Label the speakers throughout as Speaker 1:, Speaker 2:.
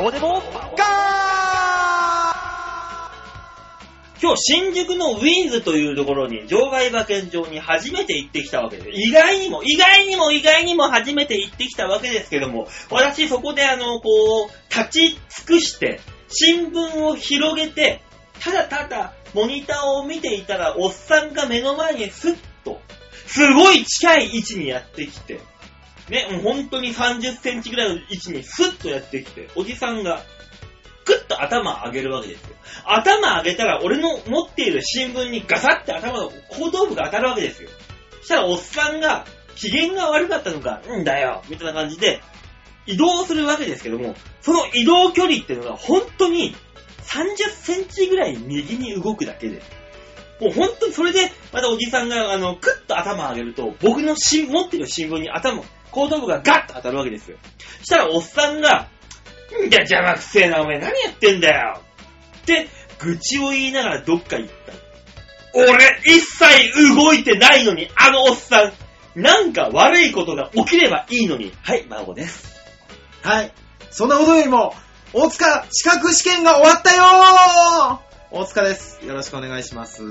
Speaker 1: オデボガ
Speaker 2: 今日、新宿のウィンズというところに、場外馬券場に初めて行ってきたわけです。意外にも、意外にも、意外にも初めて行ってきたわけですけども、私そこであの、こう、立ち尽くして、新聞を広げて、ただただ、モニターを見ていたら、おっさんが目の前にスッと、すごい近い位置にやってきて、ね、もう本当に30センチぐらいの位置にスッとやってきて、おじさんが、クッと頭上げるわけですよ。頭上げたら、俺の持っている新聞にガサッて頭の後頭部が当たるわけですよ。そしたらおっさんが、機嫌が悪かったのか、うんだよ、みたいな感じで、移動するわけですけども、その移動距離っていうのが本当に30センチぐらい右に動くだけで、もう本当にそれで、またおじさんが、あの、クッと頭上げると、僕の新持ってる新聞に頭、後頭部がガッと当たるわけですよ。そしたらおっさんが、んだ邪魔くせえな、お前何やってんだよって、愚痴を言いながらどっか行った。俺、一切動いてないのに、あのおっさん、なんか悪いことが起きればいいのに。はい、孫です。
Speaker 3: はい。そんなことよりも、大塚、資格試験が終わったよー大塚です。よろしくお願いします。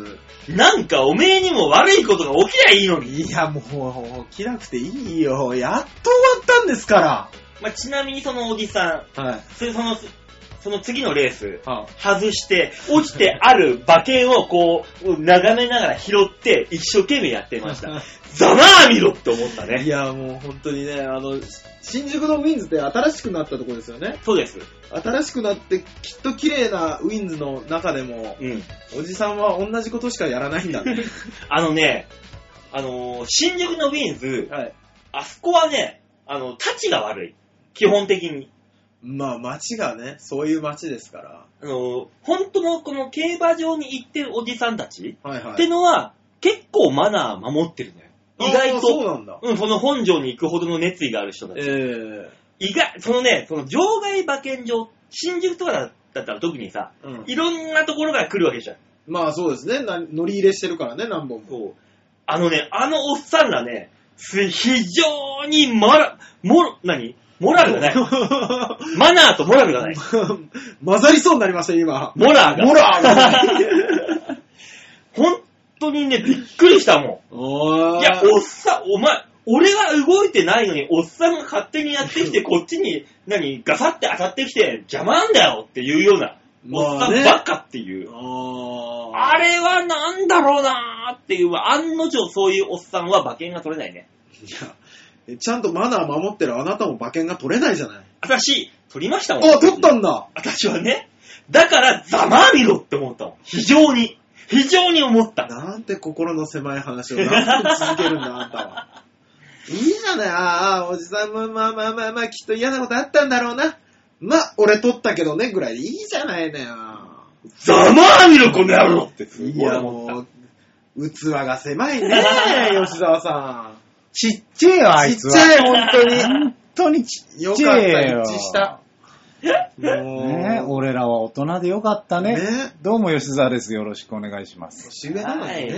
Speaker 2: なんかおめえにも悪いことが起きりゃいいのに。
Speaker 3: いや、もう、起きなくていいよ。やっと終わったんですか
Speaker 2: まあちなみにそのおじさん、
Speaker 3: ら。はい。
Speaker 2: それその、その次のレース、
Speaker 3: は
Speaker 2: 外して、落ちてある馬券をこう、眺めながら拾って、一生懸命やってま した。ざまあ見ろって思った
Speaker 3: い
Speaker 2: ね。
Speaker 3: や、もう本当にね、あの、新宿のウィンズって新しくなったとこですよね。
Speaker 2: そうです。
Speaker 3: 新しくなって、きっと綺麗なウィンズの中でも、
Speaker 2: うん。
Speaker 3: おじさんは同じことしかやらないんだね。
Speaker 2: あのね、あのー新宿のウィンズ、
Speaker 3: はい。
Speaker 2: あそこはね、あの、立ちが悪い。基本的に。
Speaker 3: まあ、街がね、そういう街ですから。
Speaker 2: あのー本当のこの競馬場に行ってるおじさんたち
Speaker 3: はいは
Speaker 2: っ
Speaker 3: い。
Speaker 2: てのは、結構マナー守ってるのよ。意
Speaker 3: あ
Speaker 2: 外
Speaker 3: ーそう
Speaker 2: と。
Speaker 3: なんだ。
Speaker 2: うん、その本庄に行くほどの熱意がある人た
Speaker 3: え
Speaker 2: ち。
Speaker 3: え
Speaker 2: 意外、そのね、その場外馬券場、新宿とかだったら特にさ、
Speaker 3: うん。
Speaker 2: いろんなところから来るわけじゃん。
Speaker 3: まあそうですね。な乗り入れしてるからね、何本も。
Speaker 2: そう。あのね、あのおっさんらね、す非常にマラ、モロ、何モラルがない。 マナーとモラルがない。
Speaker 3: 混ざりそうになりました、今。
Speaker 2: モラーが。。
Speaker 3: モラーがない
Speaker 2: 本当にね、びっくりしたもん。
Speaker 3: お
Speaker 2: いや、おっさん、お前、俺は動いてないのに、おっさんが勝手にやってき て、こっちに、何、ガサって当たってきて、邪魔なんだよっていうような、おっ
Speaker 3: ま
Speaker 2: さ
Speaker 3: あ
Speaker 2: ん
Speaker 3: ね。
Speaker 2: ばっかっていう。
Speaker 3: あ
Speaker 2: あれはなんだろうなーっていう、案の定そういうおっさんは馬券が取れないね。
Speaker 3: ーいや、ちゃんとマナー守ってるあなたも馬券が取れないじゃない。
Speaker 2: 私、取りましたもん。
Speaker 3: あ、取ったんだ
Speaker 2: 私はね、だから、ざまあみろって思ったもん。非常に。非常に思った。
Speaker 3: なんて心の狭い話を何分続けるんだ、あんたは。いいじゃない、ああ、おじさんもまあまあまあまあ、きっと嫌なことあったんだろうな。まあ、俺取ったけどね、ぐらいでいいじゃないのよ。
Speaker 2: ざまあみろ、この野郎ってす
Speaker 3: い
Speaker 2: ごい
Speaker 3: や
Speaker 2: 思った。
Speaker 3: もう、器が狭いね、吉沢さん。
Speaker 4: ちっちゃいわ、あいつ
Speaker 3: ちっ
Speaker 4: は。
Speaker 3: ちゃい、本当に。
Speaker 4: 本当にちっ
Speaker 3: よ
Speaker 4: ち
Speaker 3: かっ
Speaker 4: ゃい
Speaker 3: た、
Speaker 4: よ。
Speaker 3: 一致した。もう、
Speaker 4: ね俺らは大人でよかったね。
Speaker 3: ね
Speaker 4: どうも吉沢です。よろしくお願いします。
Speaker 3: 年上なのにね。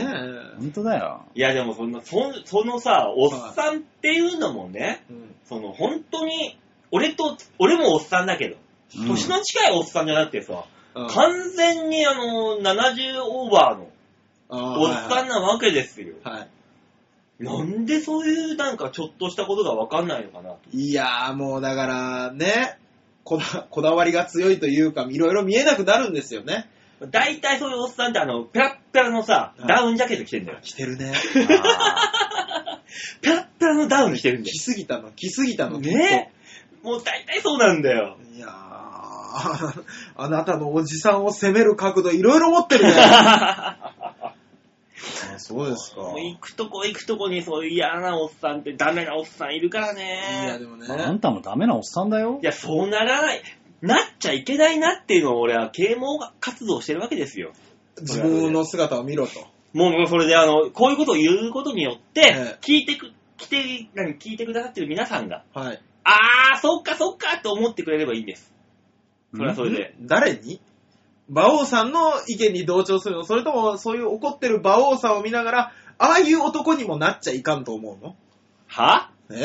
Speaker 4: 本当だよ。
Speaker 2: いやでもそんな、そんそのさ、おっさんっていうのもね、
Speaker 3: うん
Speaker 2: その本当に、俺と、俺もおっさんだけど、
Speaker 4: うん
Speaker 2: 年の近いおっさんじゃなくてさ、
Speaker 3: うん
Speaker 2: 完全にあの、70オーバーのおっさんなわけですよ。
Speaker 3: はい。
Speaker 2: なんでそういうなんかちょっとしたことがわかんないのかな。
Speaker 3: いやーもうだからね、こだこだわりが強いというか、いろいろ見えなくなるんですよね。
Speaker 2: 大体そういうおっさんってあの、ペラッペラのさ、
Speaker 3: うん
Speaker 2: ダウンジャケット着てんだよ。
Speaker 3: 来てるね。
Speaker 4: あ
Speaker 2: ペラッペラのダウン着てるんだ
Speaker 3: 来すぎたの、来すぎたの。
Speaker 2: よ。ねもう大体そうなんだよ。
Speaker 3: いやー、あなたのおじさんを責める角度いろいろ持ってるね。あそうです か。
Speaker 2: もう行くとこ行くとこにそういう嫌なおっさんってダメなおっさんいるから
Speaker 3: いや
Speaker 2: ね。
Speaker 3: でもね
Speaker 4: ー。あんたもダメなおっさんだよ
Speaker 2: い。や、そうならない。なっちゃいけないなっていうのを俺は啓蒙活動してるわけですよ。
Speaker 3: 自分の姿を見ろと。
Speaker 2: もうそれであの、こういうことを言うことによって
Speaker 3: え、
Speaker 2: 聞いてく、来て、何、聞いてくださってる皆さんが、
Speaker 3: はい。
Speaker 2: あー、そっかそっかと思ってくれればいいんです。それはそれで。
Speaker 3: 誰に馬王さんの意見に同調するのそれともそういう怒ってる馬王さんを見ながら、ああいう男にもなっちゃいかんと思うの
Speaker 2: は
Speaker 3: え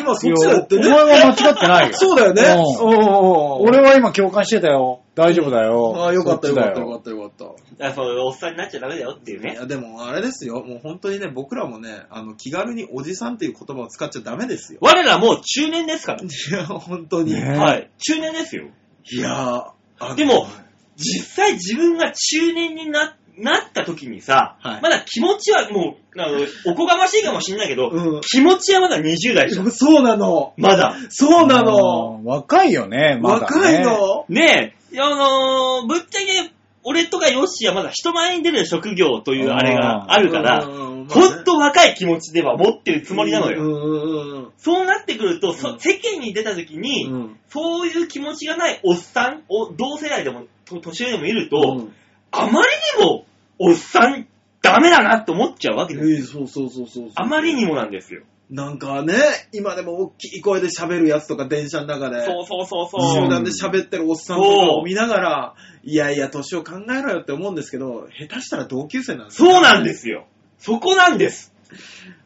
Speaker 3: 今そっちだって
Speaker 4: い
Speaker 3: ね。
Speaker 4: やお前は間違ってないよ。
Speaker 3: そうだよね。
Speaker 4: うん
Speaker 3: お
Speaker 4: 俺は今共感してたよ。大丈夫だよ。
Speaker 3: ああ、よかった
Speaker 4: そ
Speaker 3: よ
Speaker 4: ちだ
Speaker 3: かったよかったよかっ
Speaker 2: あそうおっさんになっちゃダメだよっていう
Speaker 3: た。い
Speaker 2: ね。
Speaker 3: や、でもあれですよ。もう本当にね、僕らもね、あの、気軽におじさんっていう言葉を使っちゃダメですよ。
Speaker 2: 我らもう中年ですから。
Speaker 3: いや、本当に。
Speaker 4: ね
Speaker 2: はい。中年ですよ。
Speaker 3: いやー
Speaker 2: でも、実際自分が中年にななった時にさ、
Speaker 3: はい
Speaker 2: まだ気持ちはもう、あのおこがましいかもしんないけど、
Speaker 3: うん
Speaker 2: 気持ちはまだ20代でしょ。
Speaker 3: そうなの。
Speaker 2: まだ。
Speaker 3: そうなの。
Speaker 4: うん。若いよね、まだ、ね。
Speaker 3: 若い。の。
Speaker 2: ねえ、あのーぶっちゃけ、俺とかヨッシーはまだ人前に出る職業というあれがあるから、
Speaker 3: うん、
Speaker 2: ほんと若い気持ちでは持ってるつもりなのよ。
Speaker 3: よ。
Speaker 2: そうなってくると、
Speaker 3: う
Speaker 2: そ
Speaker 3: ん
Speaker 2: 世間に出た時に、
Speaker 3: うん。うん
Speaker 2: そういう気持ちがないおっさん、お同世代でも、と年上でもいると、
Speaker 3: うん
Speaker 2: あまりにも、おっさん、ダメだなって思っちゃうわけですよ。
Speaker 3: ええそうそうそうそうそう。
Speaker 2: あまりにもなんですよ。
Speaker 3: なんかね、今でも大きい声で喋るやつとか電車の中で、
Speaker 2: そうそうそうそう
Speaker 3: 集
Speaker 4: ん。
Speaker 3: 団で喋ってるおっさんとかを見ながら、いやいや、年を考えろよって思うんですけど、下手したら同級生なんです。
Speaker 2: そうなんですすよ。そこなんです。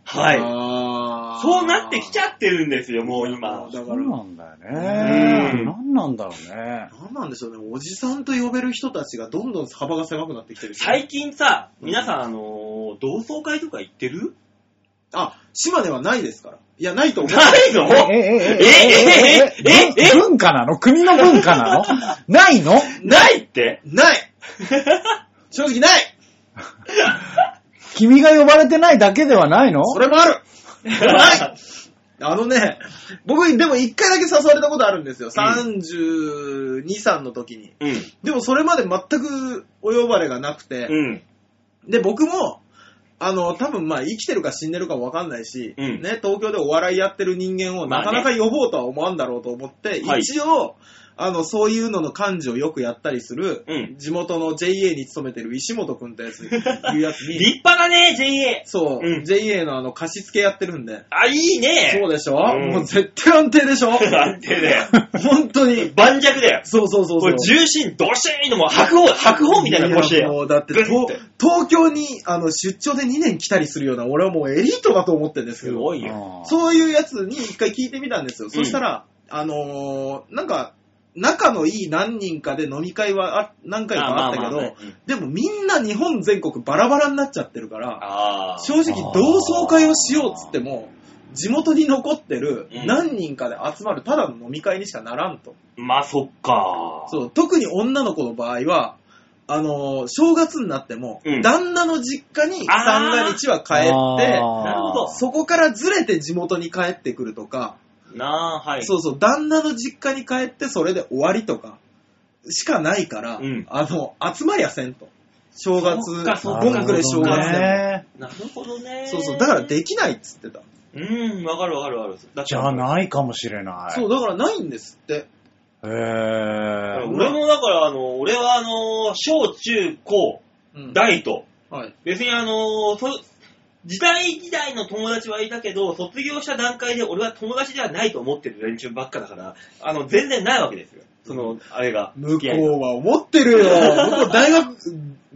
Speaker 2: はい。
Speaker 3: あー
Speaker 2: そうなってきちゃってるんですよ、もう今。
Speaker 3: だ
Speaker 4: そ
Speaker 3: か
Speaker 4: う
Speaker 3: ら、
Speaker 4: なんだよね。
Speaker 2: うん
Speaker 4: 何なんだろうね。
Speaker 3: なんなんでしょうね、おじさんと呼べる人たちがどんどん幅が狭くなってきてる。
Speaker 2: 最近さ、皆さん、あのー同窓会とか行ってる
Speaker 3: あ、島根はないですから。いや、ないと思う。
Speaker 2: ないの
Speaker 4: え、え、え、え、え、え、え、え、文化なの国の文化なのないの
Speaker 2: ないって
Speaker 3: ない正直ない
Speaker 4: 君が呼ばれてないだけではないの
Speaker 3: それもある ないあのね、僕、でも一回だけ誘われたことあるんですよ。32、3の時に。
Speaker 2: うん。
Speaker 3: でもそれまで全くお呼ばれがなくて、
Speaker 2: うん。
Speaker 3: で、僕も、あの、多分まあ生きてるか死んでるかもわかんないし、
Speaker 2: うん
Speaker 3: ね、東京でお笑いやってる人間を
Speaker 2: まあ
Speaker 3: な
Speaker 2: ね
Speaker 3: かなか呼ぼうとは思わんだろうと思って、
Speaker 2: はい
Speaker 3: 一応、あの、そういうのの幹事をよくやったりする、
Speaker 2: うん
Speaker 3: 地元の JA に勤めてる石本くんって やつ、いうやつに、
Speaker 2: 立派だね、JA。
Speaker 3: そう、
Speaker 2: うん
Speaker 3: JA のあの貸し付けやってるんで、
Speaker 2: あ、いい
Speaker 3: そ
Speaker 2: ね。
Speaker 3: うでしょ、
Speaker 2: うん
Speaker 3: もう絶対安定でしょ
Speaker 2: 安定だよ
Speaker 3: 本当に。
Speaker 2: 盤石だよ。
Speaker 3: そうそうそ
Speaker 2: こ
Speaker 3: うそう
Speaker 2: れ。重心、どしーンのもう白鵬、白鵬みたいな腰だ
Speaker 3: やも
Speaker 2: よ。
Speaker 3: うだって
Speaker 2: グッ
Speaker 3: と
Speaker 2: て
Speaker 3: 東京にあの出張で2年来たりするような、俺はもうエリートだと思ってるんですけ
Speaker 2: す
Speaker 3: ど、
Speaker 2: ごいよ。
Speaker 4: う。
Speaker 3: そういうやつに一回聞いてみたんですよ。そしたら、あのーなんか、仲のいい何人かで飲み会はあ何回かあったけ
Speaker 2: あまあまあまあ
Speaker 3: ど
Speaker 2: うん、
Speaker 3: でもみんな日本全国バラバラになっちゃってるから、
Speaker 2: あ
Speaker 3: 正直同窓会をしようっつっても、地元に残ってる
Speaker 2: うん
Speaker 3: 何人かで集まるただの飲み会にしかならんと。
Speaker 2: まあ、そっか。
Speaker 3: そう、特に女の子の場合は、あのー正月になっても、
Speaker 2: うん
Speaker 3: 旦那の実家に
Speaker 2: あー
Speaker 3: 三が日は帰っ
Speaker 2: なるほ
Speaker 3: て、そこからずれて地元に帰ってくるとか、
Speaker 2: なあ、はい。
Speaker 3: そうそう、旦那の実家に帰ってそれで終わりとか、しかないから、
Speaker 2: うん
Speaker 3: あの、集まりやせんと。正
Speaker 2: そ
Speaker 3: 月、
Speaker 2: っかそっか
Speaker 3: 盆暮れ正月でも。
Speaker 4: ね。
Speaker 2: なるほどね。
Speaker 3: そうそう、だからできないっつってた。
Speaker 2: うん、わかるわかるわかる。だって
Speaker 4: じゃあないかもしれない。
Speaker 3: そう、だからないんですって。
Speaker 4: へー。
Speaker 2: 俺もだから、あの、俺はあの、小中高、
Speaker 3: うん
Speaker 2: 大と、
Speaker 3: はい。
Speaker 2: 別にあの、そ時代時代の友達はいたけど、卒業した段階で俺は友達ではないと思ってる連中ばっかだから、あの、全然ないわけですよ。その、あれが。
Speaker 3: 向こ
Speaker 2: 付き合いが
Speaker 3: うは思ってるよ。向こう大学、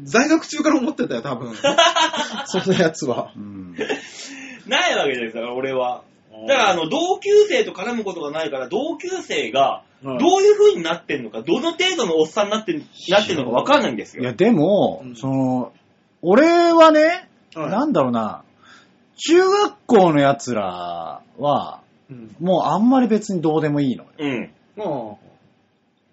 Speaker 3: 在学中から思ってたよ、多 分。そのやつは。
Speaker 4: うん。
Speaker 2: ないわけですから、俺は。だから、あの、同級生と絡むことがないから、同級生が、
Speaker 3: はい
Speaker 2: どういう風になってんのか、どの程度のおっさんになってるなってんのかわかんないんです
Speaker 4: いや、
Speaker 2: よ。
Speaker 4: でも、
Speaker 3: うん
Speaker 4: その、俺はね、
Speaker 3: はい
Speaker 4: なんだろうな、中学校の奴らは、
Speaker 3: うん。
Speaker 4: もうあんまり別にどうでもいいのよ。
Speaker 2: うん。
Speaker 3: も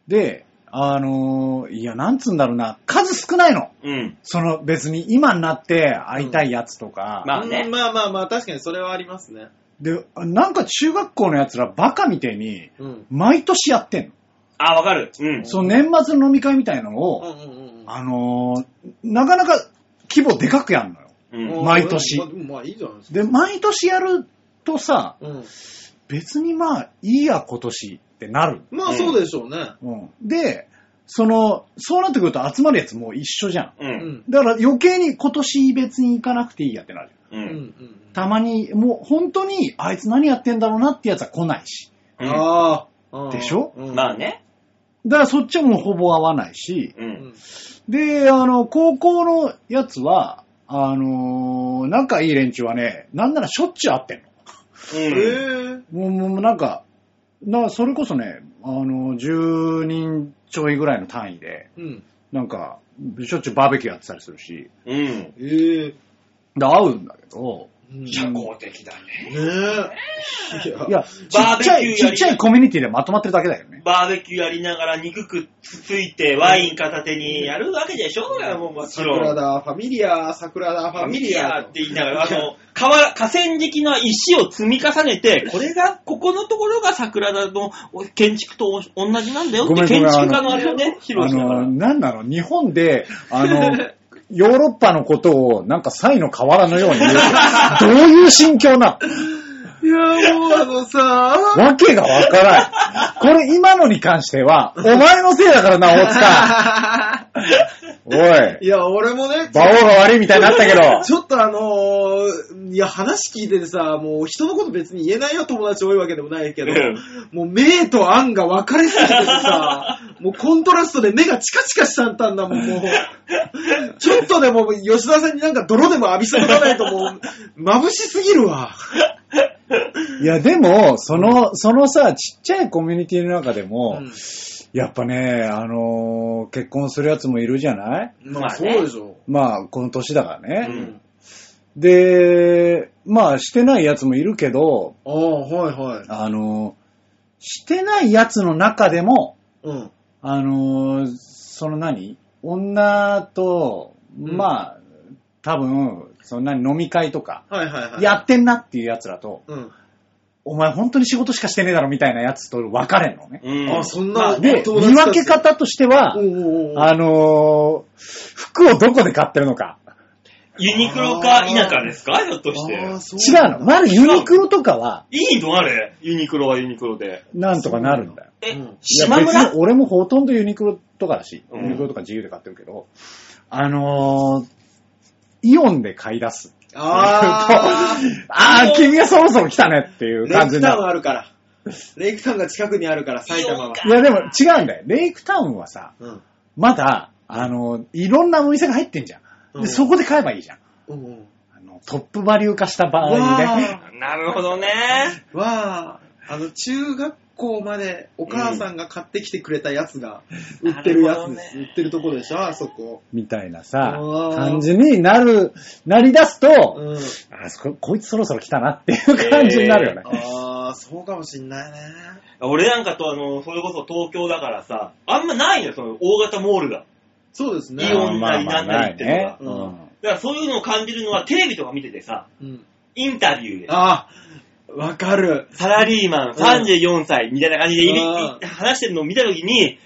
Speaker 4: で、あのーいや、なんつうんだろうな、数少ないの。
Speaker 2: うん。
Speaker 4: その別に今になって会いたいやつとか、
Speaker 2: まあね
Speaker 3: うんまあまあまあ、確かにそれはありますね。
Speaker 4: で、なんか中学校の奴らバカみてえに、
Speaker 3: うん。
Speaker 4: 毎年やってんの。
Speaker 2: あ、わかる。うん。
Speaker 4: その年末の飲み会みたいの
Speaker 3: うんう
Speaker 4: を、
Speaker 3: んうん
Speaker 4: あのーなかなか規模でかくやんのよ。
Speaker 2: うん。
Speaker 4: 毎年
Speaker 3: まあでもまあいいじゃないですか。
Speaker 4: で、毎年やるとさ、
Speaker 3: うん。
Speaker 4: 別にまあ、いいや、今年ってなる。
Speaker 3: まあそうでしょうね。
Speaker 4: うん。で、その、そうなってくると集まるやつもう一緒じゃん。
Speaker 2: う。
Speaker 3: うんん。
Speaker 4: だから余計に今年別に行かなくていいやってなる。
Speaker 2: う。
Speaker 3: うんうんん。
Speaker 4: たまに、もう本当に、あいつ何やってんだろうなってやつは来ないし。
Speaker 2: うん
Speaker 3: ああ。
Speaker 4: でしょ
Speaker 3: うん
Speaker 2: まあ。ね。
Speaker 4: だからそっちはもうほぼ合わないし。
Speaker 2: う。
Speaker 3: うんん。
Speaker 4: で、あの、高校のやつは、あのー仲いい連中はね、なんならしょっちゅう会ってんの。
Speaker 3: え
Speaker 2: うん。
Speaker 3: ー、
Speaker 4: もう、もうなんか、な、それこそね、あの、10人ちょいぐらいの単位で、
Speaker 3: うん。
Speaker 4: なんか、しょっちゅうバーベキューやってたりするし、
Speaker 2: うん。
Speaker 3: えー、
Speaker 4: で、合うんだけど、
Speaker 3: うんね
Speaker 2: 社交的だね。
Speaker 3: え。
Speaker 4: いや、ち
Speaker 2: バー
Speaker 4: っ
Speaker 2: ベキュー
Speaker 4: ち
Speaker 2: や
Speaker 4: ゃ
Speaker 2: り
Speaker 4: い、ちっちゃいコミュニティでまとまってるだけだよね。
Speaker 2: バーベキューやりながら肉くっついてワイン片手にやるわけでしょうがもうもちろん。
Speaker 3: 桜だ、ファミリア、桜だ、フ
Speaker 2: ファ
Speaker 3: ァ
Speaker 2: ミ
Speaker 3: ミ
Speaker 2: リ
Speaker 3: リ
Speaker 2: ア
Speaker 3: ア
Speaker 2: っ
Speaker 3: と。
Speaker 2: て言いながら、あの、川、河川敷の石を積み重ねて、これが、ここのところが桜田の建築と同じなんだよっ
Speaker 4: ごめん
Speaker 2: て
Speaker 4: ごめ
Speaker 2: 建
Speaker 4: ん
Speaker 2: 築家のあれをね、披露
Speaker 4: あ
Speaker 2: しなが
Speaker 4: の、
Speaker 2: ら。
Speaker 4: なんなの日本で、あの、ヨーロッパのことを、なんか、サイの河原のよう に言う。どういう心境なの
Speaker 3: いや、もうあのさ、
Speaker 4: わけがわからん。これ今のに関しては、お前のせいだからな、大塚。お
Speaker 3: い
Speaker 4: い、
Speaker 3: や、俺もね、
Speaker 4: 馬王が悪いみたいになったけど。
Speaker 3: ちょっとあのーいや、話聞いててさ、もう人のこと別に言えないよ、友達多いわけでもないけど、もう目と案が分かれすぎて てさ、もうコントラストで目がチカチカしちゃったんだもん、もう。ちょっとでも吉田さんになんか泥でも浴びせとかないともう、眩しすぎるわ。
Speaker 4: いや、でも、その、そのさ、ちっちゃいコミュニティの中でも、
Speaker 3: うん
Speaker 4: やっぱね、あのー結婚するやつもいるじゃない
Speaker 3: まあ、
Speaker 2: まあ
Speaker 3: そ
Speaker 2: ね
Speaker 3: うでしょ。
Speaker 4: まあ、この年だから
Speaker 2: う
Speaker 4: ね。
Speaker 2: ん
Speaker 4: で、まあ、してないやつもいるけど、
Speaker 3: ああ、はいはい。
Speaker 4: あのーしてないやつの中でも、
Speaker 3: うん。
Speaker 4: あのーその何女と、
Speaker 3: うん
Speaker 4: まあ、多分、そんなに飲み会とか、
Speaker 3: はいはいはい。
Speaker 4: やってんなっていうやつらと、
Speaker 3: うん。
Speaker 4: お前本当に仕事しかしてねえだろみたいなやつと分かれんのね。
Speaker 2: うん
Speaker 3: あ、そん
Speaker 2: ま
Speaker 3: な、
Speaker 2: あ
Speaker 4: で、
Speaker 3: 友達
Speaker 4: 見
Speaker 3: たち
Speaker 4: 分け方としては
Speaker 3: お、うおうおう
Speaker 4: あのー服をどこで買ってるのか。
Speaker 2: ユニクロか否かですかひょっとして。
Speaker 3: あーそ
Speaker 4: 違うの。まだユニクロとかは、
Speaker 2: いいのあれユニクロはユニクロで。
Speaker 4: なんとかなるんだよ。
Speaker 2: え
Speaker 3: うん、
Speaker 4: いや
Speaker 2: 島
Speaker 4: 別に
Speaker 2: 村
Speaker 4: 俺もほとんどユニクロとかだし、
Speaker 2: うん
Speaker 4: ユニクロとか自由で買ってるけど、あのーイオンで買い出す。
Speaker 3: あー。
Speaker 4: ああ、君はそろそろ来たねっていう
Speaker 3: レイ
Speaker 4: 感
Speaker 3: ク
Speaker 4: じに
Speaker 3: タ
Speaker 4: な
Speaker 3: ウン
Speaker 4: る。
Speaker 3: あるから。レイクタウンが近くにあるから、埼玉は。
Speaker 4: いやでも違うんだよ。レイクタウンはさ、
Speaker 3: うん。
Speaker 4: まだ、あの、いろんなお店が入ってんじゃん。
Speaker 3: うん
Speaker 4: で、そこで買えばいいじゃん。
Speaker 3: うんうん。
Speaker 4: あのトップバリュー化した場合
Speaker 3: わ
Speaker 4: ね。
Speaker 3: あ、
Speaker 2: なるほどね。
Speaker 3: わあ、あの、中学校までお母さんが買ってきてくれたやつが、売ってるやつです。売ってるとこでしょ、あそこ。
Speaker 4: みたいなさ
Speaker 3: うわ、ー
Speaker 4: 感じになる、なり出すと、
Speaker 3: うん。
Speaker 4: あそこ、こいつそろそろ来たなっていう感じになるよね。
Speaker 3: ああ、そうかもしんないね。
Speaker 2: 俺なんかとあの、それこそ東京だからさ、あんまないのよ、その大型モールが。
Speaker 3: そうですね。
Speaker 2: イオンなり
Speaker 4: ま
Speaker 2: な
Speaker 4: あ
Speaker 2: ん
Speaker 4: まあ
Speaker 2: なりっていうのが。
Speaker 3: う
Speaker 4: ない
Speaker 3: ん
Speaker 2: だからそういうのを感じるのはテレビとか見ててさ、
Speaker 3: うん。
Speaker 2: インタビューで。
Speaker 3: ああ、わかる。
Speaker 2: サラリーマン34歳みたいな感じでいび
Speaker 3: うん
Speaker 2: 話してるのを見たときに、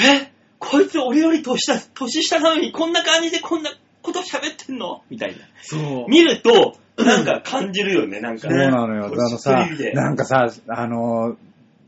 Speaker 2: えこいつ俺より年だ、年下なのにこんな感じでこんなこと喋ってんのみたいな。
Speaker 3: そう。
Speaker 2: 見ると、なんか感じるよね、なん
Speaker 4: そ
Speaker 2: か
Speaker 4: う
Speaker 2: ね。
Speaker 4: なのよ。あ
Speaker 2: こ
Speaker 4: の
Speaker 2: うそう
Speaker 4: さ
Speaker 2: いう意味で、
Speaker 4: なんかさ、あの、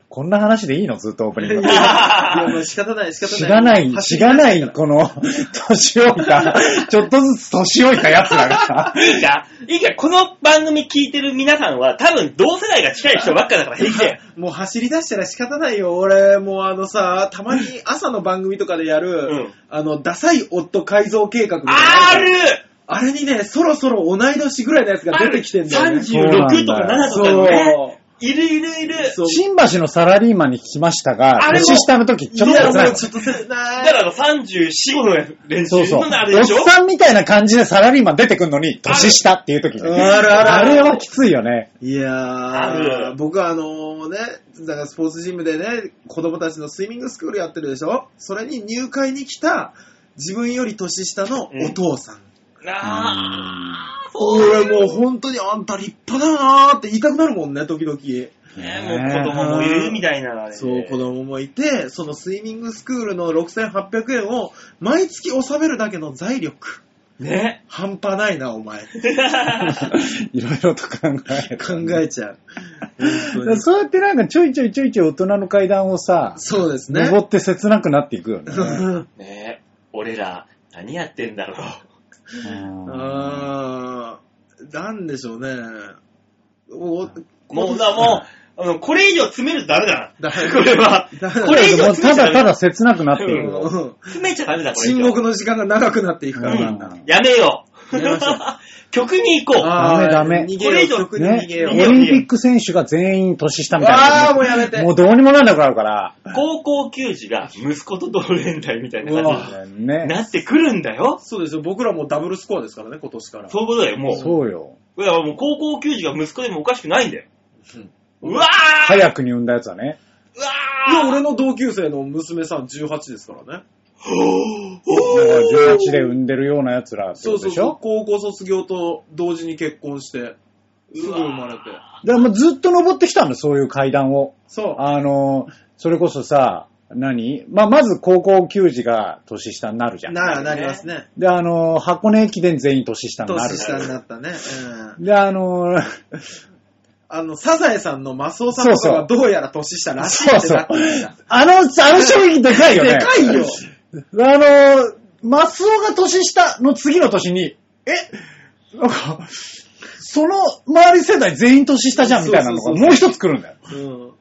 Speaker 4: こんな話でいいのずっとオープニ ング。
Speaker 3: いやもう仕方ない、仕方ない。
Speaker 4: 知らない、
Speaker 3: 走
Speaker 4: 知
Speaker 3: り出
Speaker 4: ら
Speaker 3: すか
Speaker 4: な
Speaker 3: ら
Speaker 4: い、この、 年老いた、ちょっとずつ年老いた奴らがさ、
Speaker 2: いいかいいかこの番組聞いてる皆さんは多分同世代が近い人ばっかだから平気 だよ。
Speaker 3: もう走り出したら仕方ないよ。俺、もうあのさ、たまに朝の番組とかでやる、
Speaker 2: うん
Speaker 3: あの、ダサい夫改造計画みたいなの
Speaker 2: あ
Speaker 3: るじゃん
Speaker 2: る
Speaker 3: あれにね、そろそろ同い年ぐらいのやつが出てきてんだよね。
Speaker 2: !36 とか7とかね。
Speaker 3: そう。
Speaker 2: いるいるいる。
Speaker 3: そう。
Speaker 4: 新橋のサラリーマンに聞きましたが
Speaker 2: あ、れも
Speaker 4: 年下の時、ちょっ
Speaker 3: い
Speaker 4: と
Speaker 3: や、
Speaker 4: やつ
Speaker 3: も
Speaker 4: ら
Speaker 3: うちょっと切
Speaker 2: だ
Speaker 3: な
Speaker 2: か
Speaker 3: い。
Speaker 2: らあの34、5の練習。
Speaker 4: そうそう。お
Speaker 2: んなあれで
Speaker 4: っ
Speaker 2: しょ
Speaker 4: さんみたいな感じでサラリーマン出てくんのに、年下っていう時ね
Speaker 3: あるある
Speaker 4: あれはきついよね。
Speaker 3: いや
Speaker 2: ある
Speaker 3: ー、僕はあのね、だからスポーツジムでね、子供たちのスイミングスクールやってるでしょそれに入会に来た、自分より年下のお父さん。
Speaker 2: なあ、そう
Speaker 3: 俺
Speaker 2: だよ
Speaker 3: もう本当にあんた立派だよなーって言いたくなるもんね、時々。
Speaker 2: ね。もう子供もいるみたいな。
Speaker 3: そう、子供もいて、そのスイミングスクールの6800円を毎月納めるだけの財力。
Speaker 2: ね。
Speaker 3: 半端ないな、お前。考
Speaker 4: いろいろと考えた
Speaker 3: えちゃう。本当に
Speaker 4: そうやってなんかちょいちょいちょいちょい大人の階段をさ、
Speaker 3: そうですね。
Speaker 4: 登って切なくなっていくよね。
Speaker 2: ね俺ら、何やってんだろう。
Speaker 4: うん
Speaker 3: あーなんでしょうね。お
Speaker 2: もうだ、もう、あの、これ以上詰めるとダメだな。
Speaker 3: ダメ
Speaker 2: これは。
Speaker 3: ダメだ
Speaker 2: これ以上
Speaker 4: も
Speaker 2: 詰め
Speaker 4: うた
Speaker 2: ちゃ
Speaker 4: だた
Speaker 2: ダメ
Speaker 4: だ切なくなっていく。
Speaker 3: うん
Speaker 2: 詰めちゃダメだ、これ以上。
Speaker 3: 沈黙の時間が長くなっていくから、
Speaker 2: うんやめよう。
Speaker 3: やりましょう
Speaker 2: 曲に行こう。
Speaker 4: あーダメダメ
Speaker 3: 逃
Speaker 2: これ
Speaker 3: げ
Speaker 2: 以上
Speaker 3: よう、曲に逃げ
Speaker 4: ね、
Speaker 3: よ
Speaker 4: オ
Speaker 3: う。
Speaker 2: いいよ
Speaker 4: リンピック選手が全員年下みたい
Speaker 3: あ
Speaker 4: な。
Speaker 3: あ、もうやめて。
Speaker 4: もうどうにもなんなくなるから。
Speaker 2: 高校球児が息子と同年代みたいな
Speaker 3: う
Speaker 2: 感
Speaker 3: わ
Speaker 2: じに
Speaker 4: ね。
Speaker 2: なってくるんだよ。
Speaker 3: そうですよ。僕らもうダブルスコアですからね、今年から。
Speaker 2: そういうことだよ、もう。
Speaker 4: そうよ。
Speaker 2: いや、もう高校球児が息子でもおかしくないんだよ。
Speaker 3: うん
Speaker 2: うわー
Speaker 4: 早くに産んだやつはね。
Speaker 2: うわ
Speaker 3: い
Speaker 2: ー
Speaker 3: や、俺の同級生の娘さん18ですからね。
Speaker 4: なんか18で産んでるようなやつらって
Speaker 3: そ
Speaker 4: こ
Speaker 3: う
Speaker 4: と
Speaker 3: そう
Speaker 4: でし
Speaker 3: そう
Speaker 4: ょ。
Speaker 3: 高校卒業と同時に結婚して、すぐ生まれて。
Speaker 4: だからもうずっと登ってきたんだ、そういう階段を。
Speaker 3: そう。
Speaker 4: あの、それこそさ、何まあ、まず高校球児が年下になるじゃん。
Speaker 3: な
Speaker 2: るね
Speaker 3: なりますね。
Speaker 4: で、あの、箱根駅伝全員年下になる。
Speaker 3: 年下になったね。うん。
Speaker 4: で、あ の、
Speaker 3: あの、サザエさんのマスオさんとかがどうやら年下らしい
Speaker 4: そう
Speaker 3: って
Speaker 4: そ
Speaker 3: なっ
Speaker 4: う
Speaker 3: てきた。。
Speaker 4: あの、あの衝撃でかいよね。
Speaker 3: でかいよ。
Speaker 4: あの、マスオが年下の次の年に、えなんか、その周り世代全員年下じゃんみたいなの
Speaker 3: そ
Speaker 4: が
Speaker 3: うそうそう
Speaker 4: もう一つ来るんだよ。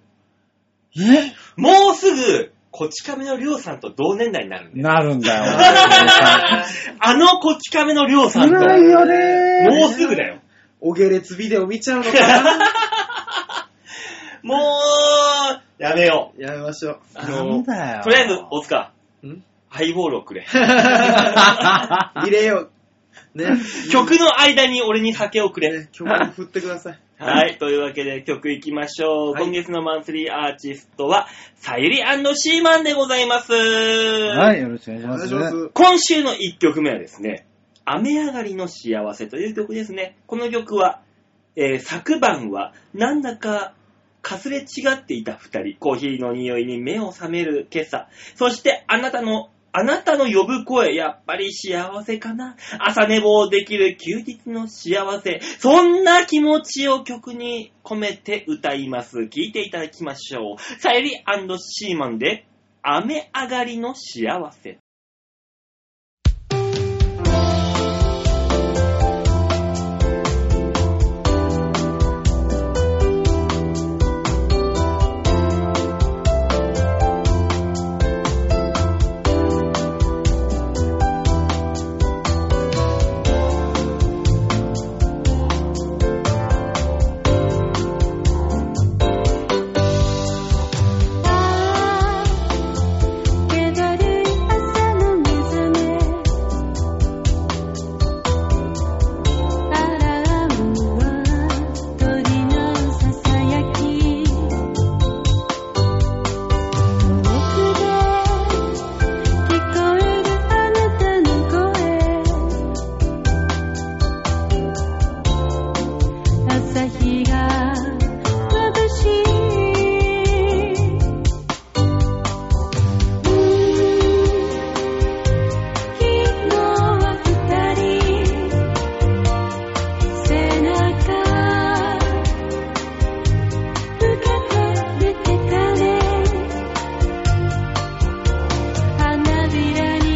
Speaker 3: うん。
Speaker 4: ね
Speaker 2: もうすぐ、こち亀のりょうさんと同年代になるんだよ。
Speaker 4: なるんだよ。
Speaker 2: あのこち亀のりょうさんと、
Speaker 4: 辛い
Speaker 2: も
Speaker 4: よね
Speaker 2: うすぐだよ。
Speaker 3: お下列ビデオ見ちゃうのか な
Speaker 2: もう、やめよ
Speaker 3: やめましょう。
Speaker 2: う。あの、とり
Speaker 4: だよ
Speaker 2: あえず、大塚、
Speaker 3: ん
Speaker 2: ハイボールをく れ。
Speaker 3: 入れよう。 ね。
Speaker 2: 曲の間に俺に酒をくれ
Speaker 3: ね。曲を振ってください。
Speaker 2: はい、というわけで曲いきましょう。
Speaker 3: はい
Speaker 2: 今月のマンスリーアーティストは、さゆりシーマンでございます。
Speaker 4: はい、よろしくお願いし
Speaker 3: お願
Speaker 4: ま
Speaker 3: い
Speaker 4: す。
Speaker 3: します。
Speaker 2: 今週の1曲目はですね、雨上がりの幸せという曲ですね。この曲は、えー昨晩はなんだかかすれ違っていた二人、コーヒーの匂いに目を覚める今朝、そしてあなたのあなたの呼ぶ声、やっぱり幸せかな朝寝坊できる休日の幸せ。そんな気持ちを曲に込めて歌います。聴いていただきましょう。さゆりシーマンで、雨上がりの幸せ。
Speaker 5: 「ああ気るい朝の目覚め」「アラームは鳥のささやき」「遠くで聞こえるあなたの声」「朝日が」「まぶしい」「昨日は二人」「背中向けて出てたね」「花びらに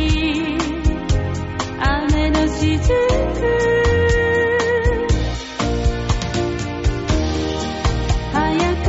Speaker 5: 雨のしずく」「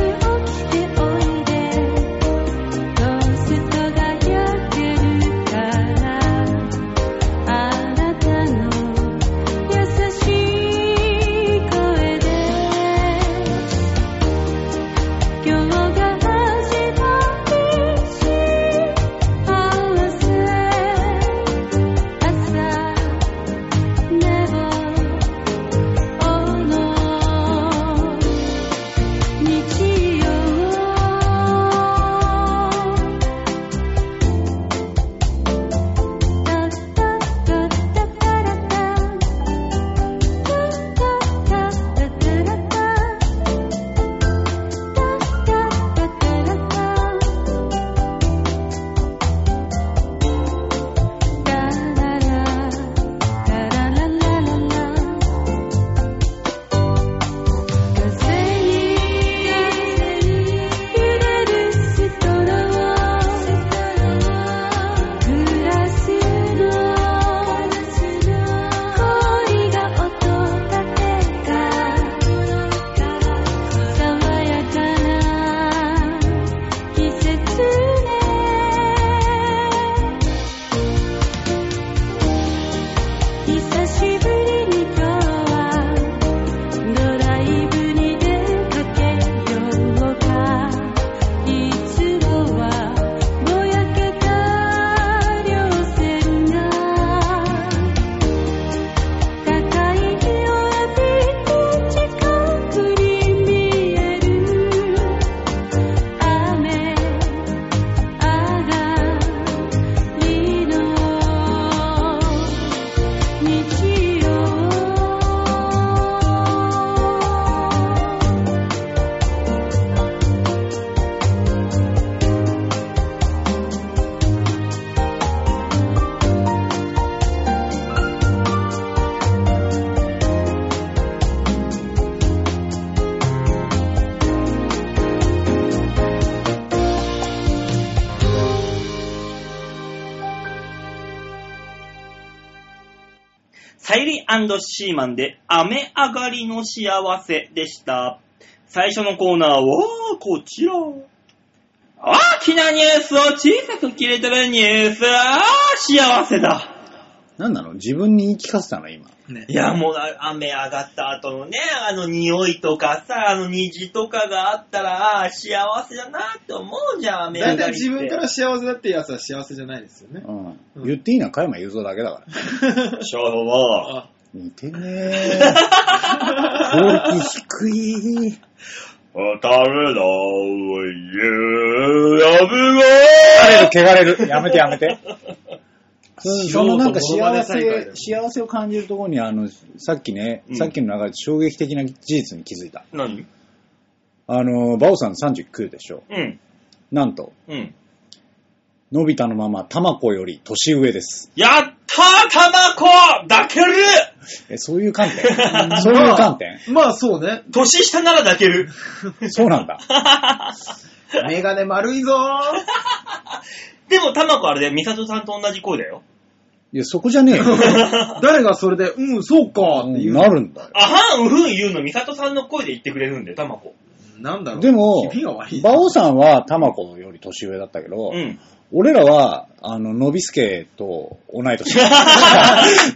Speaker 2: カイリーシーマンで雨上がりの幸せでした。最初のコーナーは、こちら。大きなニュースを小さく切り取るニュースは、幸せだ。
Speaker 4: なんなの自分に言い聞かせたの今。
Speaker 3: ね
Speaker 2: いや、もう、あ雨上がった後のね、あの匂いとかさ、あの虹とかがあったら、あー幸せだなって思うじゃん、雨
Speaker 3: だ
Speaker 2: 上
Speaker 3: い
Speaker 2: が
Speaker 3: たい
Speaker 2: りって。
Speaker 3: 自分から幸せだってやつは幸せじゃないですよね。
Speaker 4: う
Speaker 3: うん
Speaker 4: ん。言っていいのは加山雄三だけだから。
Speaker 2: しょうも
Speaker 3: あ
Speaker 4: 似て ねえ。クオリティ低い。
Speaker 2: 歌うの、ゆぶ
Speaker 4: 汚れる、汚れる。やめてや めて。そうそのなんか
Speaker 3: 素人モノマネ
Speaker 4: 幸
Speaker 3: 大会
Speaker 4: せ
Speaker 3: だ、
Speaker 4: 幸せを感じるところに、あの、さっきね
Speaker 2: う、ん
Speaker 4: さっきの中で衝撃的な事実に気づいた。
Speaker 2: 何
Speaker 4: あの、バオさん39でしょ。
Speaker 2: うん。
Speaker 4: なんと、
Speaker 2: うん。
Speaker 4: のび太のまま、たまこより年上です。
Speaker 2: やったー、たまこ抱ける
Speaker 4: え、そういう 観点そういう観点
Speaker 3: まあそう ね。
Speaker 2: 年下なら抱ける。
Speaker 4: そうなんだ。
Speaker 3: メガネ丸 いぞー。
Speaker 2: でも、たまこあれだよ、みさとさんと同じ声だよ。
Speaker 4: いや、そこじゃねえ よ。
Speaker 3: 誰がそれで、うん、そうかって言うの
Speaker 4: なるんだよ。
Speaker 2: あはん、うふん言うの、みさとさんの声で言ってくれるんだよ、たまこ。
Speaker 3: なんだろう。
Speaker 4: でも
Speaker 3: 気味が悪、い。
Speaker 4: 馬王さんはタマコより年上だったけど、
Speaker 2: うん。
Speaker 4: 俺らは、あの、のびすけと同い年。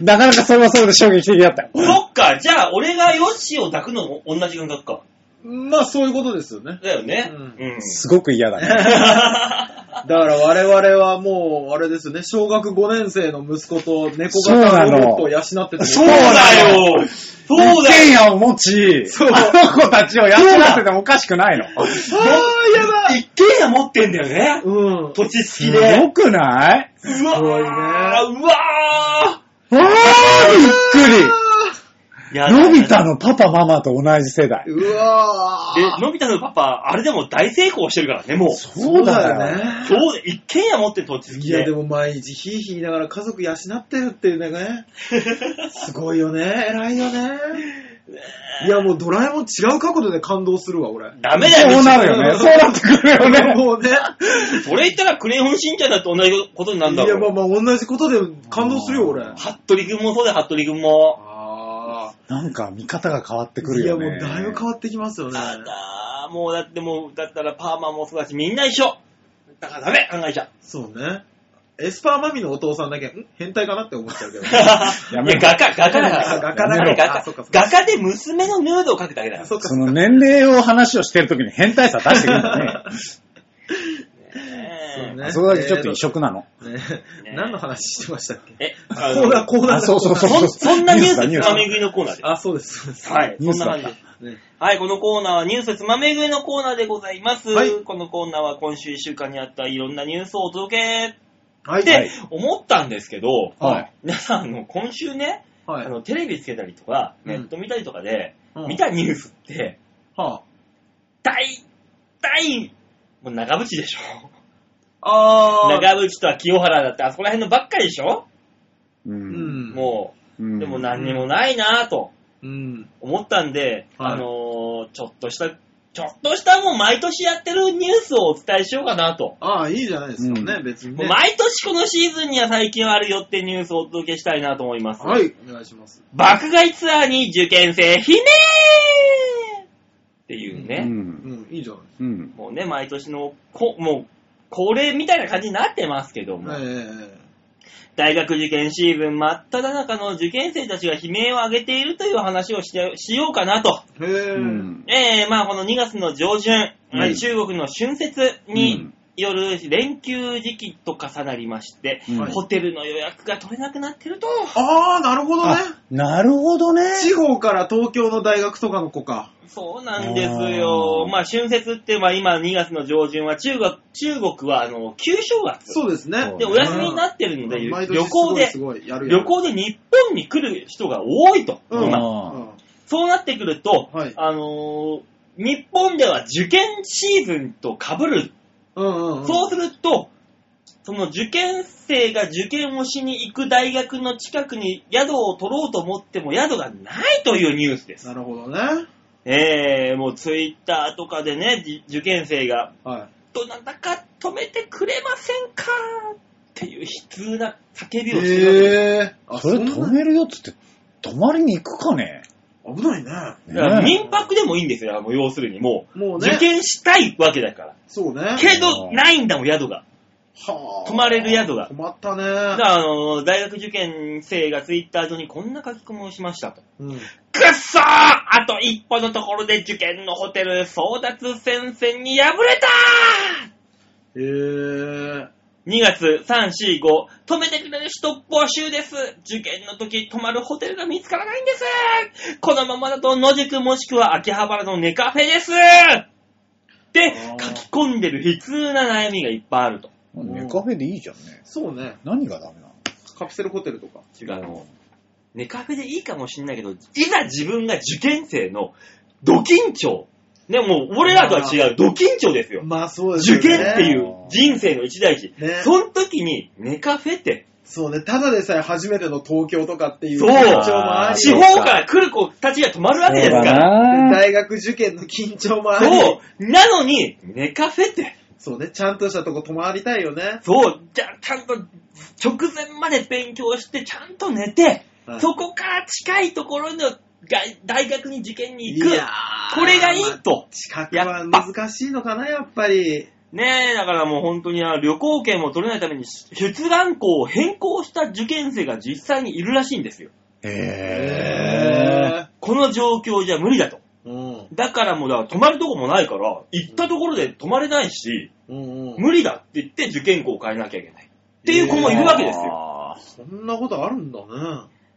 Speaker 4: なかなかそれはそれで衝撃的だったよ。
Speaker 2: そっか、じゃあ、俺がヨッシーを抱くのも同じ感覚か。
Speaker 3: まあそういうことですよね。
Speaker 2: だよね。
Speaker 3: うん
Speaker 2: うん。
Speaker 4: すごく嫌だね。
Speaker 3: だから我々はもう、あれですよね、小学5年生の息子と猫
Speaker 4: そうな
Speaker 3: 型
Speaker 4: の
Speaker 3: ロボットを養ってて。
Speaker 4: そう
Speaker 2: だよそうだ
Speaker 4: 一軒
Speaker 2: よ
Speaker 4: 家を持ち、
Speaker 3: そう
Speaker 4: あの子たちを養っててもおかしくないの。す
Speaker 3: ああ、やだ
Speaker 2: 一軒家持ってんだよね。
Speaker 3: うん。
Speaker 2: 土地好きで。
Speaker 4: ごくないう
Speaker 2: わー、うわ
Speaker 4: あーびっ
Speaker 2: ーやだ
Speaker 4: くり
Speaker 2: ね
Speaker 4: のび太のパパママと同じ世代。
Speaker 3: うわー
Speaker 2: え、のび太のパパ、あれでも大成功してるからね、もう。そ
Speaker 4: そうだ
Speaker 2: う
Speaker 4: よ。
Speaker 2: だ、一軒家持って土地好き
Speaker 3: い
Speaker 2: で。
Speaker 3: や、でも毎日ヒーヒー言いながら家族養ってるっていうのがね、すごいよね、偉いよね。いや、もうドラえもん違う角度で感動するわ、俺。
Speaker 2: ダメだよ、
Speaker 4: そうなるよね。そうなってくるよね。
Speaker 3: もうね。
Speaker 2: それ言ったらクレヨンしんちゃんだって同じことになるんだ
Speaker 3: いや、ま
Speaker 2: ろ
Speaker 3: あ
Speaker 2: う。
Speaker 3: まあ、同じことで感動するよ、俺。
Speaker 2: 服部君もそうだよ、服部君も。
Speaker 3: あ
Speaker 4: なんか見方が変わって
Speaker 3: ー
Speaker 4: くるよね。
Speaker 3: いや、もうだいぶ変わってきますよね。
Speaker 2: あらー、もうだってもう、だったらパーマもそうだし、みんな一緒。だからダメ、考えちゃ。
Speaker 3: そうね。エスパーマミのお父さんだけ、ん変態かなって思っちゃうけど。
Speaker 4: や
Speaker 2: い
Speaker 4: め
Speaker 2: や、
Speaker 4: ろ
Speaker 2: 画家、画家だか
Speaker 3: あ
Speaker 2: ら。
Speaker 3: 画
Speaker 4: 家だ
Speaker 2: あ
Speaker 4: から
Speaker 2: れ
Speaker 3: あ
Speaker 2: 画
Speaker 3: そ
Speaker 2: 家
Speaker 3: っかそっ。か
Speaker 2: 画家で娘のヌードを描くだけだから。
Speaker 3: そっか
Speaker 4: その年齢を話をしてるときに変態さ出してくるんだ ね。
Speaker 3: そう
Speaker 2: ね
Speaker 3: ね
Speaker 4: あそこだけちょっと異色なの。
Speaker 3: ね何の話してましたっけ
Speaker 2: え、
Speaker 3: コ
Speaker 2: あ
Speaker 3: ーナー、
Speaker 2: の、
Speaker 3: コーナーだ。
Speaker 4: あそうそう
Speaker 2: そんそんなニュース
Speaker 4: ニ
Speaker 2: つ
Speaker 4: ュースだ
Speaker 2: まみ食いのコーナーです。
Speaker 3: あ、そうです、そうです。
Speaker 2: はい、
Speaker 4: ニ
Speaker 2: そ
Speaker 4: ュー
Speaker 2: ん
Speaker 4: ス
Speaker 2: な
Speaker 4: だ
Speaker 2: 感
Speaker 4: っ
Speaker 2: じ
Speaker 4: た
Speaker 2: です。
Speaker 3: ね
Speaker 2: はい、このコーナーはニュースつまめぐいのコーナーでございます。
Speaker 3: はい
Speaker 2: このコーナーは今週一週間にあったいろんなニュースをお届け
Speaker 3: は
Speaker 2: っ
Speaker 3: い。
Speaker 2: て思ったんですけど、
Speaker 4: はい。
Speaker 2: 皆さん、あの、今週ね、
Speaker 3: は
Speaker 2: あ
Speaker 3: い。
Speaker 2: の、テレビつけたりとか、
Speaker 3: うん
Speaker 2: ネット見たりとかで、
Speaker 3: うん
Speaker 2: 見たニュースって、
Speaker 3: は
Speaker 2: 大、大、もう長渕でしょ。
Speaker 3: あ。あー。
Speaker 2: 長渕とは清原だって、あそこら辺のばっかりでしょ、
Speaker 4: う。
Speaker 3: うんん。
Speaker 2: も
Speaker 4: うん
Speaker 2: う、でも何にもないなぁと
Speaker 3: うん。
Speaker 2: 思ったんで、
Speaker 3: はい
Speaker 2: あのーちょっとした、ちょっとしたもう毎年やってるニュースをお伝えしようかなと。
Speaker 3: ああ、いいじゃないですか
Speaker 4: う
Speaker 3: ね、
Speaker 4: ん
Speaker 3: 別に
Speaker 2: も
Speaker 3: ね。
Speaker 2: う毎年このシーズンには最近あるよってニュースをお届けしたいなと思います。
Speaker 3: はい。お願いします。
Speaker 2: 爆買いツアーに受験生悲鳴っていう
Speaker 4: う
Speaker 2: ね、
Speaker 3: う
Speaker 4: ん。
Speaker 3: ん、いいじゃない
Speaker 4: うん。
Speaker 2: もうね、毎年のこ、もう、恒例みたいな感じになってますけども、
Speaker 3: ええ
Speaker 2: 大学受験シーズン真っ只中の受験生たちが悲鳴を上げているという話をしてしようかなと。
Speaker 3: ええへえ。
Speaker 4: うん
Speaker 2: えー、まあこの2月の上旬、
Speaker 4: はい
Speaker 2: 中国の春節
Speaker 4: う
Speaker 2: に
Speaker 4: ん
Speaker 2: よる連休時期と重なりまして、
Speaker 4: うん
Speaker 2: ホテルの予約が取れなくなってると。
Speaker 3: ああ、なるほどね。
Speaker 4: あ、なるほどね。
Speaker 3: 地方から東京の大学とかの子か。
Speaker 2: そうなんですよ
Speaker 4: あ。ー
Speaker 2: まあ、春節って、まあ今2月の上旬は中国、中国はあの、旧正月。
Speaker 3: そうですね。
Speaker 4: う
Speaker 2: で、お休みになってるので、
Speaker 3: うん毎年
Speaker 2: 旅行で、
Speaker 3: すごいすごいやるやる
Speaker 2: 旅行で日本に来る人が多いと。
Speaker 3: うん
Speaker 2: 今
Speaker 4: あ
Speaker 2: そうなってくると、
Speaker 3: はい
Speaker 2: あのー日本では受験シーズンと被る。
Speaker 3: うんうんうん。
Speaker 2: そうすると、その受験生が受験をしに行く大学の近くに宿を取ろうと思っても宿がないというニュースです。
Speaker 3: なるほどね。
Speaker 2: えー、もうツイッターとかでね、じ受験生が、
Speaker 3: は
Speaker 2: どなたか止めてくれませんかっていう悲痛な叫
Speaker 3: い。
Speaker 2: びをしてるわけです
Speaker 3: へえ。
Speaker 4: あ。それ止めるよっつって、泊まりに行くかね
Speaker 3: 危ないね。
Speaker 2: だから
Speaker 4: ね
Speaker 2: 民泊でもいいんですよ、もう要するにもう。
Speaker 3: もうね
Speaker 2: 受験したいわけだか
Speaker 3: そうね。
Speaker 2: ら。けど、ないんだもん、宿が。
Speaker 3: はあ
Speaker 2: 泊まれる宿が。
Speaker 3: 困った
Speaker 2: だ
Speaker 3: ね
Speaker 2: か。らあのー、大学受験生がツイッター上にこんな書き込みをしましたと。
Speaker 3: うん。
Speaker 2: くっそーあと一歩のところで受験のホテル争奪戦線に敗れた
Speaker 3: えー。
Speaker 2: ー !2 月3、4、5、止めてくれる人募集です受験の時泊まるホテルが見つからないんですこのままだと野宿もしくは秋葉原のネカフェですって
Speaker 3: あー
Speaker 2: 書き込んでる悲痛な悩みがいっぱいあると。
Speaker 3: ん
Speaker 4: ネカフェでいいじゃんね。
Speaker 3: そうね。
Speaker 4: 何がダメなの
Speaker 3: カプセルホテルとか。
Speaker 2: 違うあの、ネカフェでいいかもしんないけど、いざ自分が受験生のド緊張。ね、もう俺らとは違うド緊張ですよ。
Speaker 3: まあそうですよ
Speaker 2: 受
Speaker 3: ね。
Speaker 2: 験っていう人生の一大事。
Speaker 3: ね
Speaker 2: その時にネカフェって、
Speaker 3: そうね。ただでさえ初めての東京とかっていう
Speaker 2: そう
Speaker 3: 緊張もあり。
Speaker 2: 地方から来る子たちが泊まるわけですから。
Speaker 3: で
Speaker 4: な
Speaker 3: 大学受験の緊張もあり。
Speaker 2: そう。なのに、ネカフェって、
Speaker 3: そうね。ちゃんとしたとこ泊まりたいよね。
Speaker 2: そう、じゃちゃんと直前まで勉強して、ちゃんと寝て、
Speaker 3: はい
Speaker 2: そこから近いところの大大学に受験に
Speaker 3: い
Speaker 2: 行く。
Speaker 3: やー
Speaker 2: これがいいと。
Speaker 3: 近くは難しいのかな、やっぱり。
Speaker 2: ねえ、だからもう本当にあ旅行券を取れないために、出願校を変更した受験生が実際にいるらしいんですよ。
Speaker 4: へぇ
Speaker 2: この状況じゃ無理だと。
Speaker 3: ー。うん。
Speaker 2: だからもうだから泊まるとこもないから、行ったところで泊まれないし、
Speaker 3: うんうん。
Speaker 2: 無理だって言って受験校を変えなきゃいけない。っていう子もいるわけですよ。
Speaker 4: よ。
Speaker 3: そんなことあるんだね。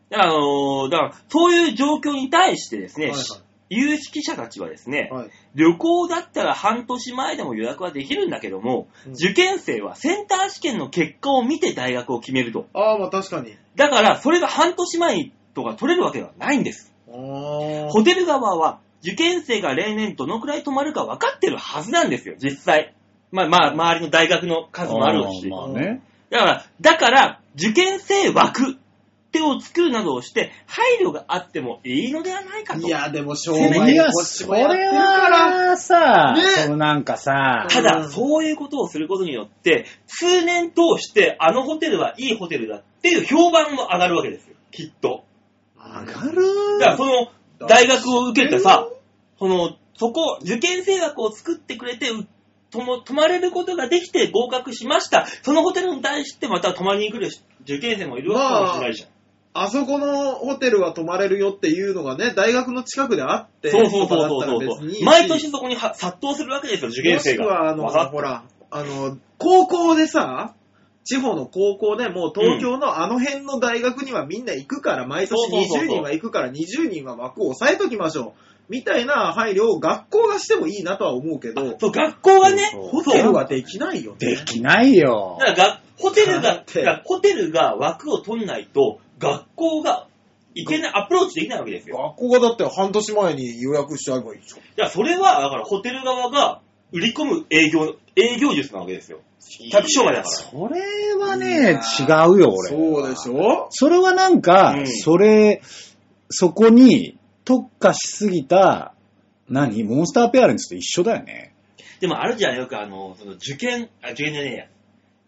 Speaker 2: だから、あのーだからそういう状況に対してですね、
Speaker 3: はいはい
Speaker 2: 有識者たちはですね、
Speaker 3: はい。
Speaker 2: 旅行だったら半年前でも予約はできるんだけども、
Speaker 3: うん
Speaker 2: 受験生はセンター試験の結果を見て大学を決めると。
Speaker 3: ああ、まあ確かに。
Speaker 2: だから、それが半年前とか取れるわけではないんです。
Speaker 3: あー
Speaker 2: ホテル側は、受験生が例年どのくらい泊まるか分かってるはずなんですよ、実際。まあまあ、周りの大学の数もあるし。
Speaker 4: まあね。
Speaker 2: だから、だから、受験生枠ってを作るなどをして、配慮があってもいいのではないかと。
Speaker 3: いや、でも、商
Speaker 4: い
Speaker 3: 売
Speaker 4: や、
Speaker 3: こっち
Speaker 4: そ
Speaker 3: もやって
Speaker 4: れ
Speaker 3: るから。
Speaker 4: はさ、
Speaker 3: ね
Speaker 4: そのなんかさ、
Speaker 2: た
Speaker 3: う
Speaker 2: だ、
Speaker 3: ん
Speaker 2: そういうことをすることによって、通年通して、あのホテルはいいホテルだっていう評判も上がるわけですよ、きっと。
Speaker 3: 上がるー
Speaker 2: だから、その、大学を受けてさ、その、そこ、受験生枠を作ってくれて、うとも泊まれることができて合格しました。そのホテルに対してまた泊まりに来る受験生もいるわけかもしれないじゃん。
Speaker 3: あそこのホテルは泊まれるよっていうのがね、大学の近くであって、
Speaker 2: そうそうそうそうそう
Speaker 3: とかだったら別にいいし
Speaker 2: 毎年そこには殺到するわけですよ、受験生が。
Speaker 3: もしくは、あの、
Speaker 2: わかっ
Speaker 3: ほら、あの、高校でさ、地方の高校でもう東京のあの辺の大学にはみんな行くから、毎年
Speaker 2: そうそうそうそう
Speaker 3: 20人は行くから20人は枠を抑えときましょう。みたいな配慮を学校がしてもいいなとは思うけど、
Speaker 2: そう、学校がね、
Speaker 4: そう
Speaker 3: ホ
Speaker 2: そう
Speaker 3: テルはできないよね。
Speaker 4: できないよ
Speaker 2: だ。からホテル
Speaker 3: だ
Speaker 2: が
Speaker 3: っ、て
Speaker 2: がホテルが枠を取んないと、学校が行けない、アプローチできないわけですよ。
Speaker 3: 学校がだって半年前に予約しちゃえばいいでしょ。
Speaker 2: いや、それは、だからホテル側が売り込む営業、営業術なわけですよ。客商売だから。
Speaker 4: それは
Speaker 3: う
Speaker 4: ね、違
Speaker 3: わ
Speaker 4: うよ、俺。
Speaker 3: そうでしょ
Speaker 4: それはなんか、
Speaker 2: うん
Speaker 4: それ、そこに特化しすぎた、何モンスターペアレンツと一緒だよね。
Speaker 2: でもあるじゃん、よくあの、その受験、あ、受験じゃね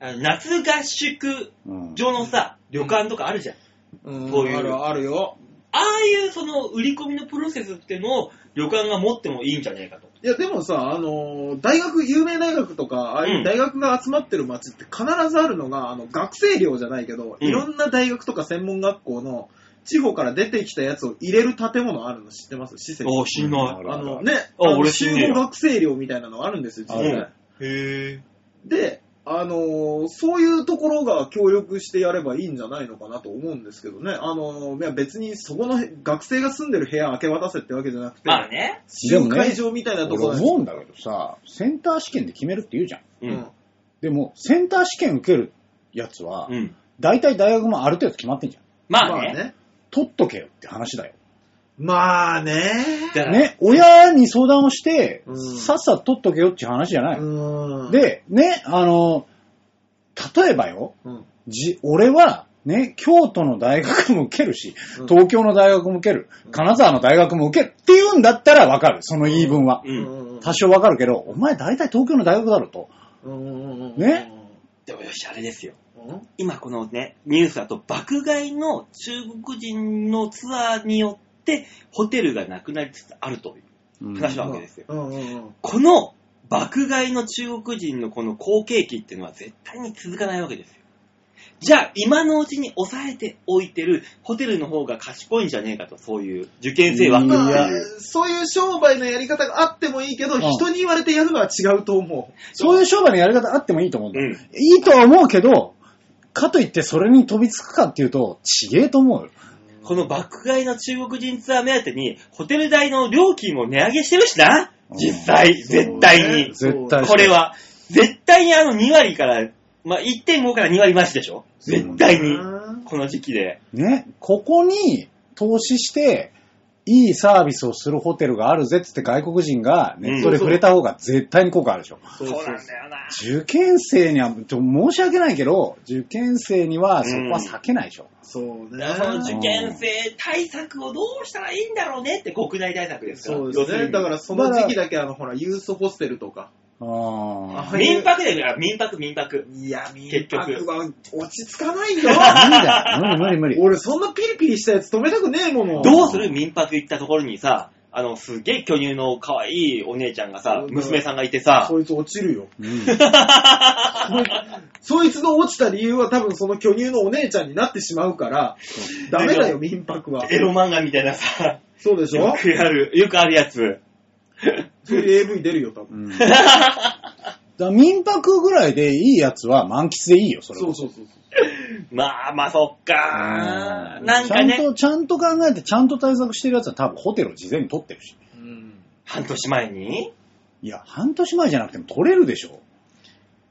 Speaker 2: えや。あの夏合宿
Speaker 4: うん。
Speaker 2: 場のさ、旅館とかあるじゃん。
Speaker 3: うん
Speaker 2: こういう
Speaker 3: あるあるよ。
Speaker 2: ああいうその売り込みのプロセスっていうのを旅館が持ってもいいんじゃねえかと。
Speaker 3: いや、でもさ、あのー大学、有名大学とか、ああいう大学が集まってる街って必ずあるのが、あの、学生寮じゃないけど、
Speaker 2: うん
Speaker 3: いろんな大学とか専門学校の地方から出てきたやつを入れる建物あるの知ってます施設。
Speaker 2: ああ、しんない。
Speaker 3: あのね、
Speaker 2: あ
Speaker 3: あの
Speaker 2: 俺知んねえ
Speaker 3: 集
Speaker 2: よ
Speaker 3: 合学生寮みたいなのがあるんですよ、実
Speaker 4: う
Speaker 3: 際
Speaker 4: ん。
Speaker 2: へえ。
Speaker 3: で、あのーそういうところが協力してやればいいんじゃないのかなと思うんですけどね。あのーいや別にそこのへ学生が住んでる部屋明け渡せってわけじゃなくて、
Speaker 2: まあね。
Speaker 4: で
Speaker 3: 集
Speaker 4: もね
Speaker 3: 会場みたいなとこ
Speaker 4: 俺
Speaker 3: ろ
Speaker 4: 思うんだけどさ、センター試験で決めるって言うじゃん。
Speaker 2: う
Speaker 3: うん
Speaker 2: ん。
Speaker 4: でも、センター試験受けるやつは、
Speaker 2: うん。
Speaker 4: 大体大学もある程度決まってんじゃん。
Speaker 2: ま
Speaker 3: ま
Speaker 2: あ
Speaker 3: あ
Speaker 2: ね。
Speaker 3: ね。
Speaker 4: 取っとけよって話だよ。
Speaker 3: まあね。
Speaker 2: だから
Speaker 4: ね、親に相談をして、
Speaker 3: うん
Speaker 4: さっさと取っとけよっていう話じゃない。
Speaker 3: うん、
Speaker 4: で、ね、あの、例えばよ、
Speaker 3: うん、
Speaker 4: じ、俺は、ね、京都の大学も受けるし
Speaker 3: うん、
Speaker 4: 東京の大学も受ける、
Speaker 3: うん
Speaker 4: 金沢の大学も受けるっていうんだったらわかる、その言い分は。
Speaker 2: うん。
Speaker 3: うん
Speaker 4: 多少わかるけど、お前大体東京の大学だろと。
Speaker 3: うんうんうんうん
Speaker 4: ね
Speaker 2: でもよし、あれですよ。
Speaker 3: うん
Speaker 2: 今このね、ニュースだと、爆買いの中国人のツアーによって、ホテルがなくなりつつあるという
Speaker 4: うん
Speaker 2: 話なわけですよ。
Speaker 3: うんうんうん。
Speaker 2: この爆買いの中国人のこの好景気っていうのは絶対に続かないわけですよ。じゃあ、今のうちに抑えておいてるホテルの方が賢いんじゃねえかと、そういう受験生枠って
Speaker 3: まあ
Speaker 2: いう。、
Speaker 3: そういう商売のやり方があってもいいけど、
Speaker 4: うん
Speaker 3: 人に言われてやるのは違うと思
Speaker 4: そういう商売のやり方あってもいいと思うんだ
Speaker 2: う
Speaker 4: よ。
Speaker 2: ん。
Speaker 4: いいとは思うけど、かといってそれに飛びつくかっていうと、ちげえと思うよ。
Speaker 2: この爆買いの中国人ツアー目当てに、ホテル代の料金も値上げしてるしな
Speaker 4: うん
Speaker 2: 実際、
Speaker 3: う。
Speaker 2: 絶対に。
Speaker 3: そうね
Speaker 4: 絶対
Speaker 2: これは、絶対にあの2割から、まあ、1.5から2割増しでしょ
Speaker 4: そう
Speaker 2: 絶対
Speaker 3: そう
Speaker 2: に。
Speaker 3: ね
Speaker 2: この時期で。
Speaker 4: ね、ここに投資して、いいサービスをするホテルがあるぜっつって外国人がネットで触れた方が絶対に効果あるでしょ。
Speaker 3: そうそうそう
Speaker 2: よな。
Speaker 4: 受験生には、ちょ申し訳ないけど、受験生にはそこは避けないでしょ。
Speaker 3: そう
Speaker 2: だからその受
Speaker 3: ね。
Speaker 2: 験生対策をどうしたらいいんだろうねって国内対策ですから。
Speaker 3: そうですね。だからその時期だけあの、ほら、ユースホステルとか。
Speaker 4: あ
Speaker 3: あ
Speaker 4: あ。
Speaker 2: ら民泊で、あ民泊、民泊。
Speaker 3: いや、民
Speaker 2: 結局
Speaker 3: 泊は落ち着かないよ。
Speaker 4: 無理だよ。無理無理無 理。
Speaker 3: 俺そんなピリピリしたやつ止めたくねえもの。
Speaker 2: どうする民泊行ったところにさ、あの、すげえ巨乳の可愛いお姉ちゃんがさ
Speaker 3: う、ん
Speaker 2: 娘さんがいてさ、
Speaker 3: そいつ落ちるよ。
Speaker 4: うん
Speaker 3: そいつの落ちた理由は多分その巨乳のお姉ちゃんになってしまうから、ダメだよ、民泊は。
Speaker 2: エロ漫画みたいなさ、
Speaker 3: そうでし
Speaker 2: よ
Speaker 3: ょ
Speaker 2: くある、よくあるやつ。
Speaker 3: そういう AV 出るよ、多分。
Speaker 4: うんだから民泊ぐらいでいいやつは満喫でいいよ、それ
Speaker 3: そ
Speaker 4: は
Speaker 3: う。そうそう。
Speaker 2: まあまあ、そっか
Speaker 4: う
Speaker 2: ー。なんか
Speaker 4: ちゃん
Speaker 2: ね、
Speaker 4: と、ちゃんと考えて、ちゃんと対策してるやつは多分ホテルを事前に取ってるし。
Speaker 3: うん。
Speaker 2: 半年前に
Speaker 4: いや、半年前じゃなくても取れるでしょ。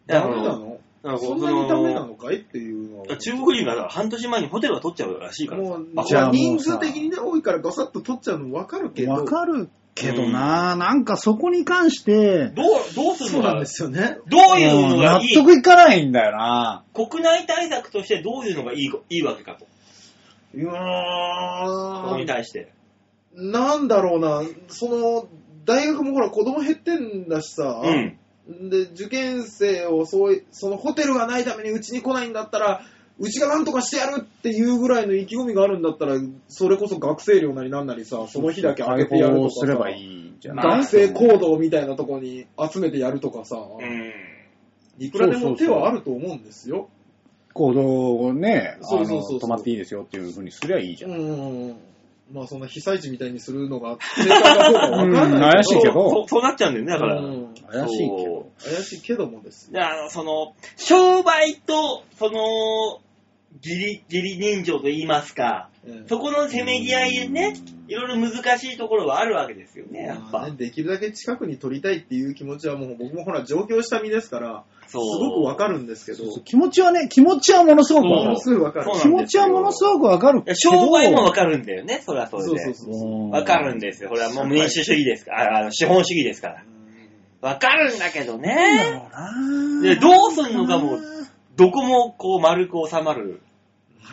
Speaker 3: ダメなの
Speaker 2: だから
Speaker 3: そ
Speaker 2: こ
Speaker 3: んなにダメなのかいっていうの
Speaker 2: その
Speaker 3: は。
Speaker 2: 中国人がさ半年前にホテルは取っちゃうらしいからさ。
Speaker 3: も
Speaker 2: あ
Speaker 3: う、
Speaker 4: じゃあもうさ
Speaker 3: 人数的にね、多いからガサッと取っちゃうの分かるけど。
Speaker 4: わかるけどな、なんかそこに関して、
Speaker 2: どう、どうする
Speaker 3: そう
Speaker 2: の
Speaker 3: なん
Speaker 2: が
Speaker 3: で、すよね。
Speaker 2: どういうの
Speaker 4: うん
Speaker 2: が
Speaker 4: 納
Speaker 2: いい、
Speaker 4: 得いかないんだよな。
Speaker 2: 国内対策としてどういうのがいいいいわけかと。
Speaker 3: うー
Speaker 2: そこ
Speaker 3: ん
Speaker 2: に対して。
Speaker 3: なんだろうな、その、大学もほら子供減ってんだしさ、
Speaker 2: うん。
Speaker 3: で、受験生をそうい、そのホテルがないためにうちに来ないんだったら、うちがなんとかしてやるっていうぐらいの意気込みがあるんだったら、それこそ学生寮なりなんなりさ、その日だけ上げてやると
Speaker 4: こ
Speaker 3: か
Speaker 4: う
Speaker 3: さ
Speaker 4: すればいいんじゃない
Speaker 3: 学生行動みたいなとこに集めてやるとかさ、
Speaker 2: うん。
Speaker 3: いくらでも手はあると思うんですよ。
Speaker 4: 行動をね、あ
Speaker 3: そう
Speaker 4: の
Speaker 3: そうそうそう
Speaker 4: 止まっていいですよっていうふうにすりゃいいじゃん。
Speaker 3: うんうんうん。まあそんな被災地みたいにするのが正解かどうかわからないけど
Speaker 4: うん怪しいけど
Speaker 2: そうそうそうなっちゃうんだよね、だから。
Speaker 3: うん
Speaker 4: 怪しいけど。
Speaker 3: 怪しいけどもですよ
Speaker 2: であの、その、商売と、その、ギリ、ギリ人情と言いますか、
Speaker 3: ええ
Speaker 2: そこのせめぎ合いでね、いろいろ難しいところはあるわけですよね、やっ
Speaker 3: まあ
Speaker 2: ぱ
Speaker 3: ね。できるだけ近くに撮りたいっていう気持ちはもう僕もほら上京した身ですから、す
Speaker 2: そう。
Speaker 3: ごくわかるんですけど、
Speaker 4: そうそう気持ちはね、気持ちはものすごくわ
Speaker 2: そ
Speaker 3: も
Speaker 4: かる
Speaker 3: の。すごいわかる
Speaker 2: そう。
Speaker 4: 気持ちはものすごくわかる
Speaker 2: い
Speaker 4: け
Speaker 2: や
Speaker 4: ど。
Speaker 2: 商売もわかるんだよね、それはそれで。
Speaker 3: そうそうそう。
Speaker 2: わかるん
Speaker 4: で。
Speaker 2: ですよ。これはもう民主主義ですから、ああの資本主義ですから。わかるんだけど
Speaker 4: なんだ
Speaker 2: ね。
Speaker 4: ろうな
Speaker 2: で、どうすんのかも、どこもこう丸く収まる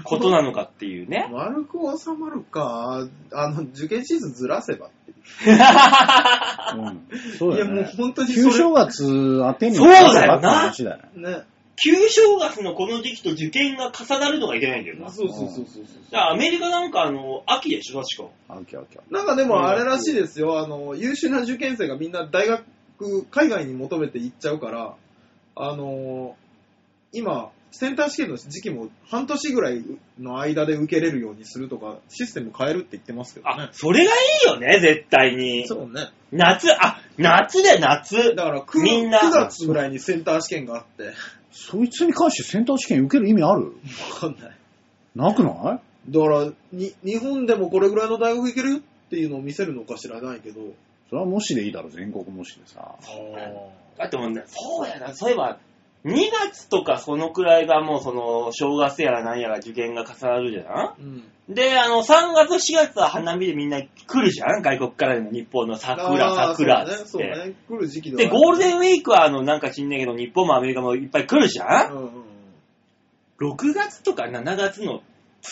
Speaker 2: ことなのかっていうね。
Speaker 3: 丸く収まるか、あの、受験シーズンずらせばっていう
Speaker 4: うんそう
Speaker 3: い
Speaker 4: だ
Speaker 3: や
Speaker 4: よ
Speaker 3: もう
Speaker 4: ね。
Speaker 3: 本当に
Speaker 4: 旧
Speaker 3: そ
Speaker 4: 正月当てに
Speaker 2: そうだよな
Speaker 4: 話だよね。
Speaker 3: れ、ね。
Speaker 2: 旧正月のこの時期と受験が重なるのがいけないんだよな。だか
Speaker 3: そうそうそうそうそう。
Speaker 2: らアメリカなんかあの、秋でしょ、確か。
Speaker 4: オッケーオッケー
Speaker 3: なんかでもあれらしいですよ、あの、優秀な受験生がみんな大学、海外に求めて行っちゃうから、あの、今、センター試験の時期も半年ぐらいの間で受けれるようにするとか、システム変えるって言ってますけど
Speaker 2: あ
Speaker 3: ね、。
Speaker 2: それがいいよね、絶対に。
Speaker 3: そうね。
Speaker 2: 夏、あ、夏で夏。
Speaker 3: だから9、
Speaker 2: みんな
Speaker 3: 9月ぐらいにセンター試験があって、わ
Speaker 4: そいつに関してセンター試験受ける意味ある
Speaker 3: かんない。
Speaker 4: なくない
Speaker 3: だから、に、日本でもこれぐらいの大学行けるよっていうのを見せるのか知らないけど、
Speaker 4: それは模試でいいだろ、全国模試でさ。
Speaker 2: だってもうね、そうやな、そういえば、2月とかそのくらいがもうその、正月やらなんやら受験が重なるじゃ
Speaker 3: うん。
Speaker 2: んで、あの、3月、4月は花見でみんな来るじゃん外国からの日本の桜、
Speaker 3: あー
Speaker 2: 桜っつっ
Speaker 3: そうね、
Speaker 2: て。
Speaker 3: そうね、来る時期
Speaker 2: で、ゴールデ
Speaker 3: ン、
Speaker 2: ンウィークはあの、なんか知んねえけど、日本もアメリカもいっぱい来るじゃん
Speaker 3: うんうんうん
Speaker 2: ?6 月とか7月の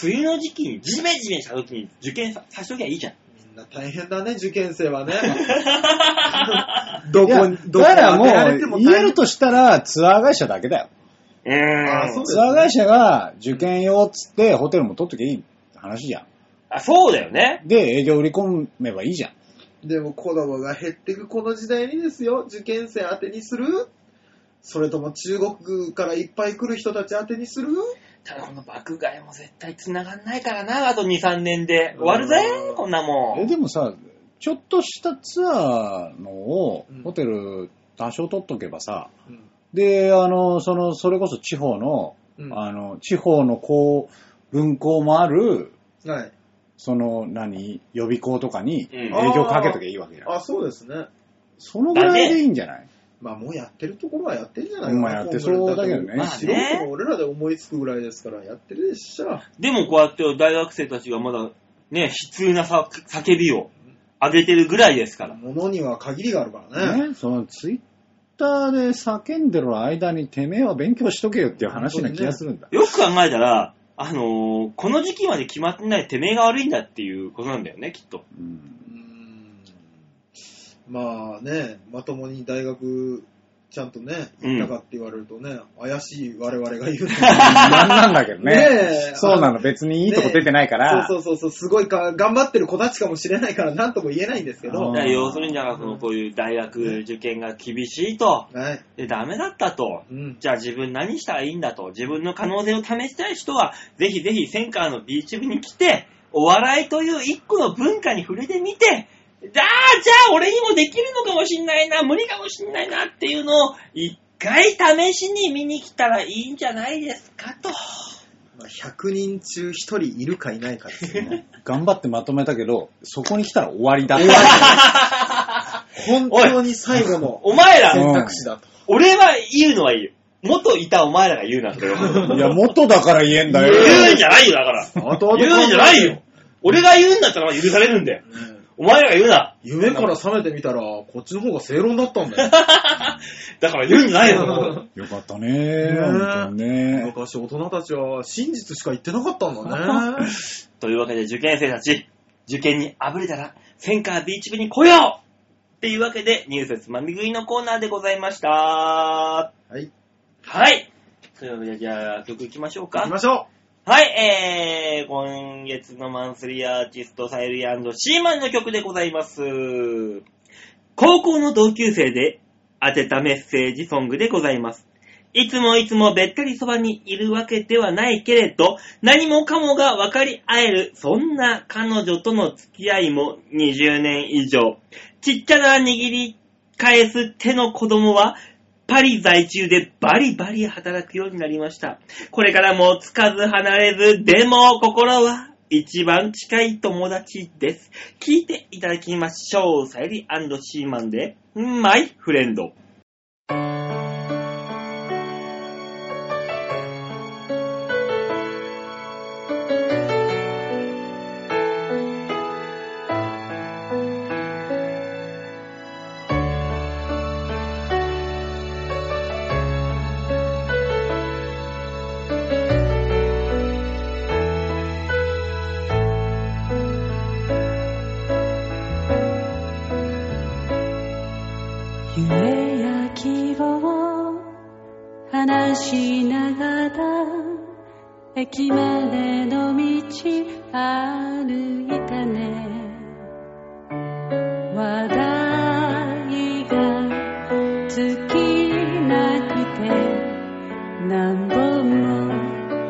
Speaker 2: 梅雨の時期に、ジメジメした時に受験ささしときゃいいじゃん。
Speaker 3: みんな大変だね、受験 生はね。どこに、
Speaker 4: い
Speaker 3: ど
Speaker 4: や
Speaker 3: こ
Speaker 4: だから
Speaker 3: に当てられて
Speaker 4: も
Speaker 3: も
Speaker 4: う、言え
Speaker 3: 大変
Speaker 4: るとしたら、ツアー会社だけだよ。
Speaker 2: うーん。
Speaker 3: あそう
Speaker 4: ツアー会社が受験用っつって、ホテルも取っときゃいい話じゃ
Speaker 2: あそうだよね。
Speaker 4: ん。で、営業売り込めばいいじゃん。
Speaker 3: でも子供が減っていくこの時代にですよ、受験生当てにするそれとも中国からいっぱい来る人たち当てにする
Speaker 2: ただこの爆買いも絶対繋がんないからな、あと2、3年で。終わるぜ、こんなも
Speaker 4: え、
Speaker 2: ん。
Speaker 4: でもさ、ちょっとしたツアーのを
Speaker 3: うん、
Speaker 4: ホテル多少取っとけばさ、
Speaker 3: うん
Speaker 4: で、あの、その、それこそ地方の、
Speaker 3: うん
Speaker 4: あの、地方のこう、分校もある、
Speaker 3: はい。
Speaker 4: その、何、予備校とかに
Speaker 2: うん
Speaker 4: 営業かけときゃいいわけじゃん。
Speaker 3: あ、そうですね。
Speaker 4: そのぐらいでいいんじゃない
Speaker 3: まあもうやってるところはやってんじゃない
Speaker 4: まあやってそうだけどね
Speaker 2: まあね
Speaker 3: 素人も俺らで思いつくぐらいですから、やってるでしょ。
Speaker 2: でもこうやって大学生たちがまだ、ね、悲痛なさ叫びを上げてるぐらいですから。
Speaker 3: 物には限りがあるからね。
Speaker 4: ね、そのツイッターで叫んでる間にてめえは勉強しとけよっていう話な気がするんだ。
Speaker 2: よく考えたら、あのーこの時期まで決まってないてめえが悪いんだっていうことなんだよね、きっと。
Speaker 4: うん
Speaker 3: うーんまあね、まともに大学、ちゃんとね、行ったかって言われるとね、怪しい我々が言うのは
Speaker 4: なんなんだけどね。
Speaker 3: ねえ
Speaker 4: そうなの、別にいいとこ出てないから。
Speaker 3: そうそうそうそう、すごいか、頑張ってる子たちかもしれないから、なんとも言えないんですけ
Speaker 4: う
Speaker 3: ど
Speaker 4: ん
Speaker 2: だか。ら要するにじゃあ、そのこういう大学受験が厳しいと。
Speaker 3: はい。
Speaker 2: で、ダメだったと。
Speaker 3: うん。
Speaker 2: じゃあ自分何したらいいんだと。自分の可能性を試したい人は、ぜひぜひセンカーの B チューブに来て、お笑いという一個の文化に触れてみて、ああ、じゃあ俺にもできるのかもしんないな、無理かもしんないなっていうのを、一回試しに見に来たらいいんじゃないですかと。
Speaker 3: まあ、100人中1人いるかいないかですよね。
Speaker 4: 頑張ってまとめたけど、そこに来たら終わりだった。
Speaker 3: 本当に最後の
Speaker 2: お前ら、
Speaker 4: うん
Speaker 3: 選択肢だと。
Speaker 2: 俺は言うのはいいよ。元いたお前らが言うな って。
Speaker 4: いや、元だから言えんだ
Speaker 2: 言うん
Speaker 4: よ。
Speaker 2: じゃないよ、だから。
Speaker 3: 後々考え
Speaker 2: 言うんじゃないよ。俺が言うんだったら許されるんだよ。
Speaker 3: うん
Speaker 2: お前らが言うな。
Speaker 3: 夢から覚めてみたら、こっちの方が正論だったんだよ。
Speaker 2: だから言うんじゃないよ。
Speaker 4: よかったね。
Speaker 3: ね
Speaker 4: 本当にね。
Speaker 3: 昔大人たちは真実しか言ってなかった んだね。
Speaker 2: というわけで受験生たち、受験にあぶれたら、センカービーチ部に来ようっていうわけで、ニュースつまみ食いのコーナーでございました。は
Speaker 3: はい。
Speaker 2: い。というわけで、じゃあ曲行きましょう
Speaker 3: 行き
Speaker 2: か。
Speaker 3: ましょ
Speaker 2: はい、えー、今月のマンスリーアーティスト、サイリーシーマンの曲でございます。高校の同級生で当てたメッセージソングでございます。いつもいつもべったりそばにいるわけではないけれど、何もかもが分かり合える、そんな彼女との付き合いも20年以上。ちっちゃな握り返す手の子供は、パリ在住でバリバリ働くようになりました。これからもつかず離れず、でも心は一番近い友達です。聞いていただきましょう。さゆりシーマンで、マイフレンド。
Speaker 5: 夢や希望を話しながら駅までの道歩いたね話題が尽きなくて何本も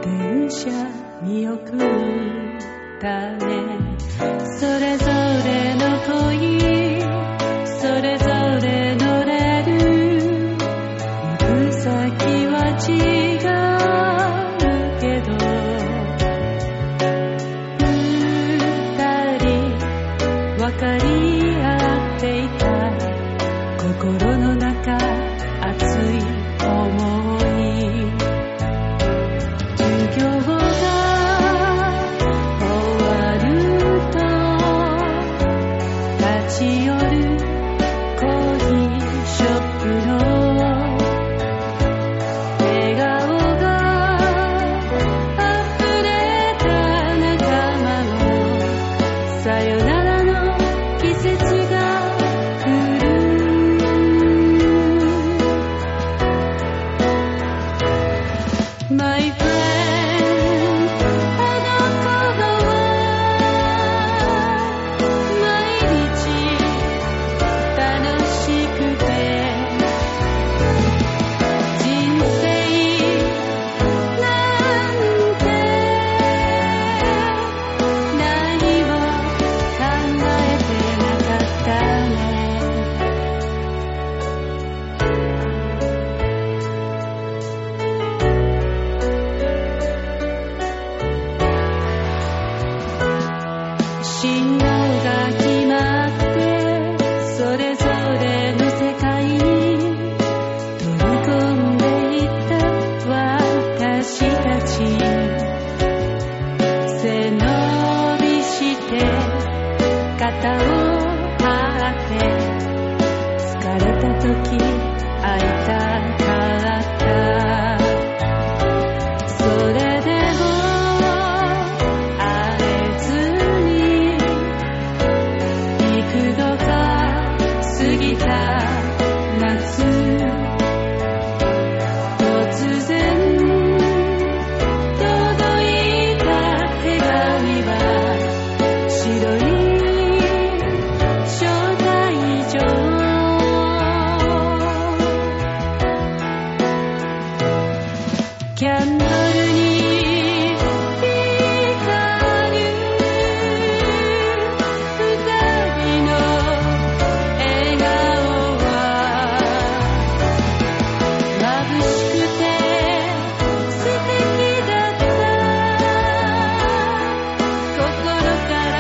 Speaker 5: 電車見送ったねそれぞれの恋それぞれ乗れる行く先は違うけど二人分かり合っていた心の中熱い想い授業が終わると立ち寄るコーヒーショップの笑顔が溢れた仲間のさよならの季節が来るって疲れた時会いたからだそれでも会えずに幾度か過ぎた夏突然届いた手紙は白い招待状キャンドルに光る二人の笑顔は眩しくて素敵だった心から祝福したよ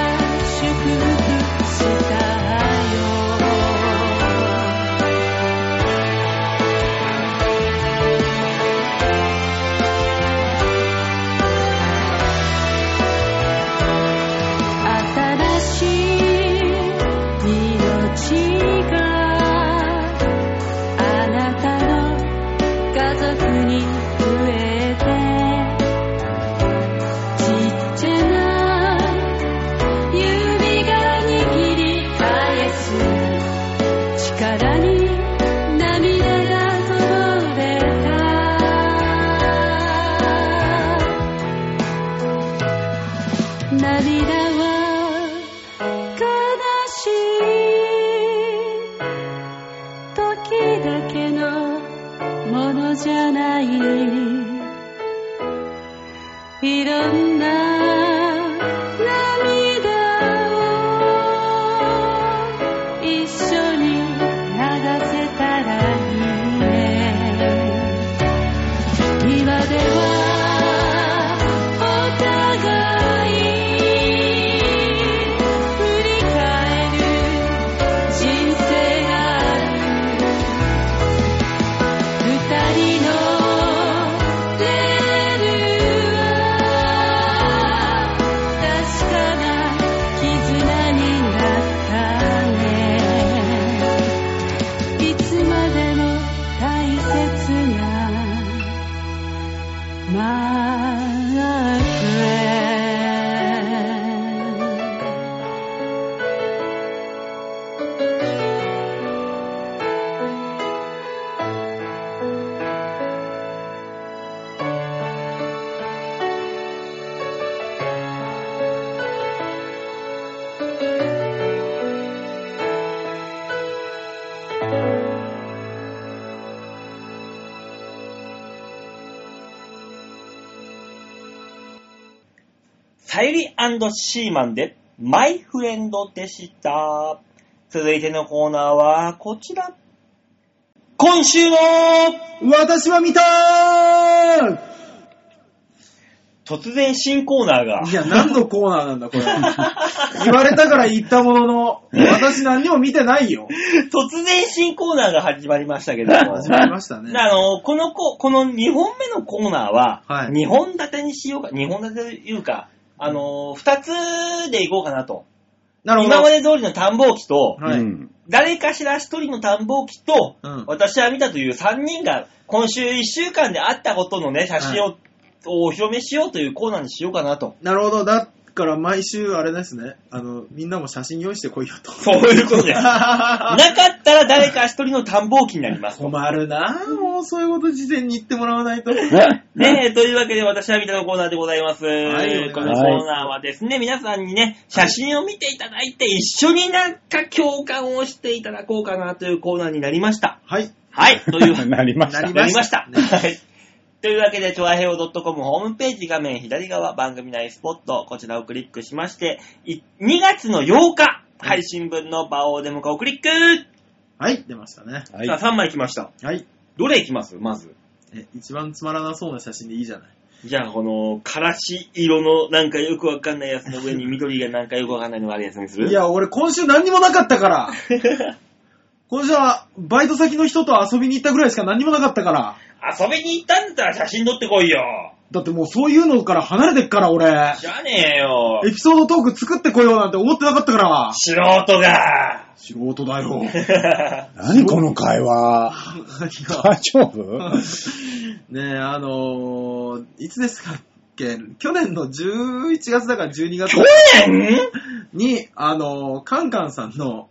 Speaker 5: 新しい命があなたの家族に増えてちっちゃな指が握り返す力に涙がこぼれた涙は悲しい時だけのものじゃないいろんな涙を一緒に流せたらいいね今ではお互い振り返る人生がある二人のレールは確かな絆になったねいつまでも大切なマークへ
Speaker 2: サユリシーマンで、マイフレンドでした。続いてのコーナーは、こちら。今週の
Speaker 3: 私は見たー
Speaker 2: 突然新コーナ ーが。
Speaker 3: いや、何のコーナーなんだ、これ。 言われたから言ったものの、私何にも見てないよ。
Speaker 2: 突然新コーナーが始まりましたけど も。
Speaker 3: 始まりましたね。
Speaker 2: あの、このこ、この2本目のコーナーは、
Speaker 3: はい
Speaker 2: 2本立てにしようか、2本立てというか、あの、2つでいこうかなと。
Speaker 3: なるほど
Speaker 2: 今。まで通りの探訪機と、
Speaker 3: はい
Speaker 4: うん
Speaker 2: 誰かしら一人の探訪機と、
Speaker 3: うん
Speaker 2: 私は見たという3人が今週1週間で会ったことのね、写真を,、お披露目しようというコーナーにしようかなと。
Speaker 3: なるほど。だから毎週、あれですね。あの、みんなも写真用意してこいよと。
Speaker 2: そういう ことです。なかったら誰か一人の探訪機になります。
Speaker 3: 困るなぁ。もうそういうこと事前に言ってもらわないと。
Speaker 4: ね
Speaker 2: ねえ、 というわけで私は見たのコーナーでございます。
Speaker 3: い
Speaker 2: このコーナーはですね、皆さんにね、写真を見ていただいて一緒になんか共感をしていただこうかなというコーナーになりました。
Speaker 3: はい。
Speaker 2: はい、というわけで
Speaker 4: なりまし
Speaker 3: な
Speaker 4: た
Speaker 3: り。
Speaker 2: なりました。
Speaker 3: ね
Speaker 2: はい。 というわけで、超平洋 .com ホームページ画面左側番組内スポット、こちらをクリックしまして、い2月の8日、配信分の場をデモ化をクリック、
Speaker 3: はい、出ましたね。
Speaker 4: は
Speaker 2: さ
Speaker 4: い
Speaker 2: あ、3枚来ました。
Speaker 3: はい。
Speaker 2: どれいきますまず。
Speaker 3: え、一番つまらなそうな写真でいいじゃない。
Speaker 2: じゃあ、この、からし色のなんかよくわかんないやつの上 に緑がなんかよくわかんないのがあるやつにする
Speaker 3: いや、俺今週何にもなかったから。これじゃあ、バイト先の人と遊びに行ったぐらいしか何もなかったから。
Speaker 2: 遊びに行ったんだったら写真撮ってこいよ。
Speaker 3: だってもうそういうのから離れてっから俺。
Speaker 2: じゃねえよ。
Speaker 3: エピソードトーク作ってこようなんて思ってなかったから。
Speaker 2: 素人 が。
Speaker 3: 仕事だ よ。
Speaker 4: 何この会話。大丈夫
Speaker 3: ねえ、あのー、いつですかっけ去年の11月だから12月
Speaker 2: 去年
Speaker 3: に、あのー、カンカンさんの、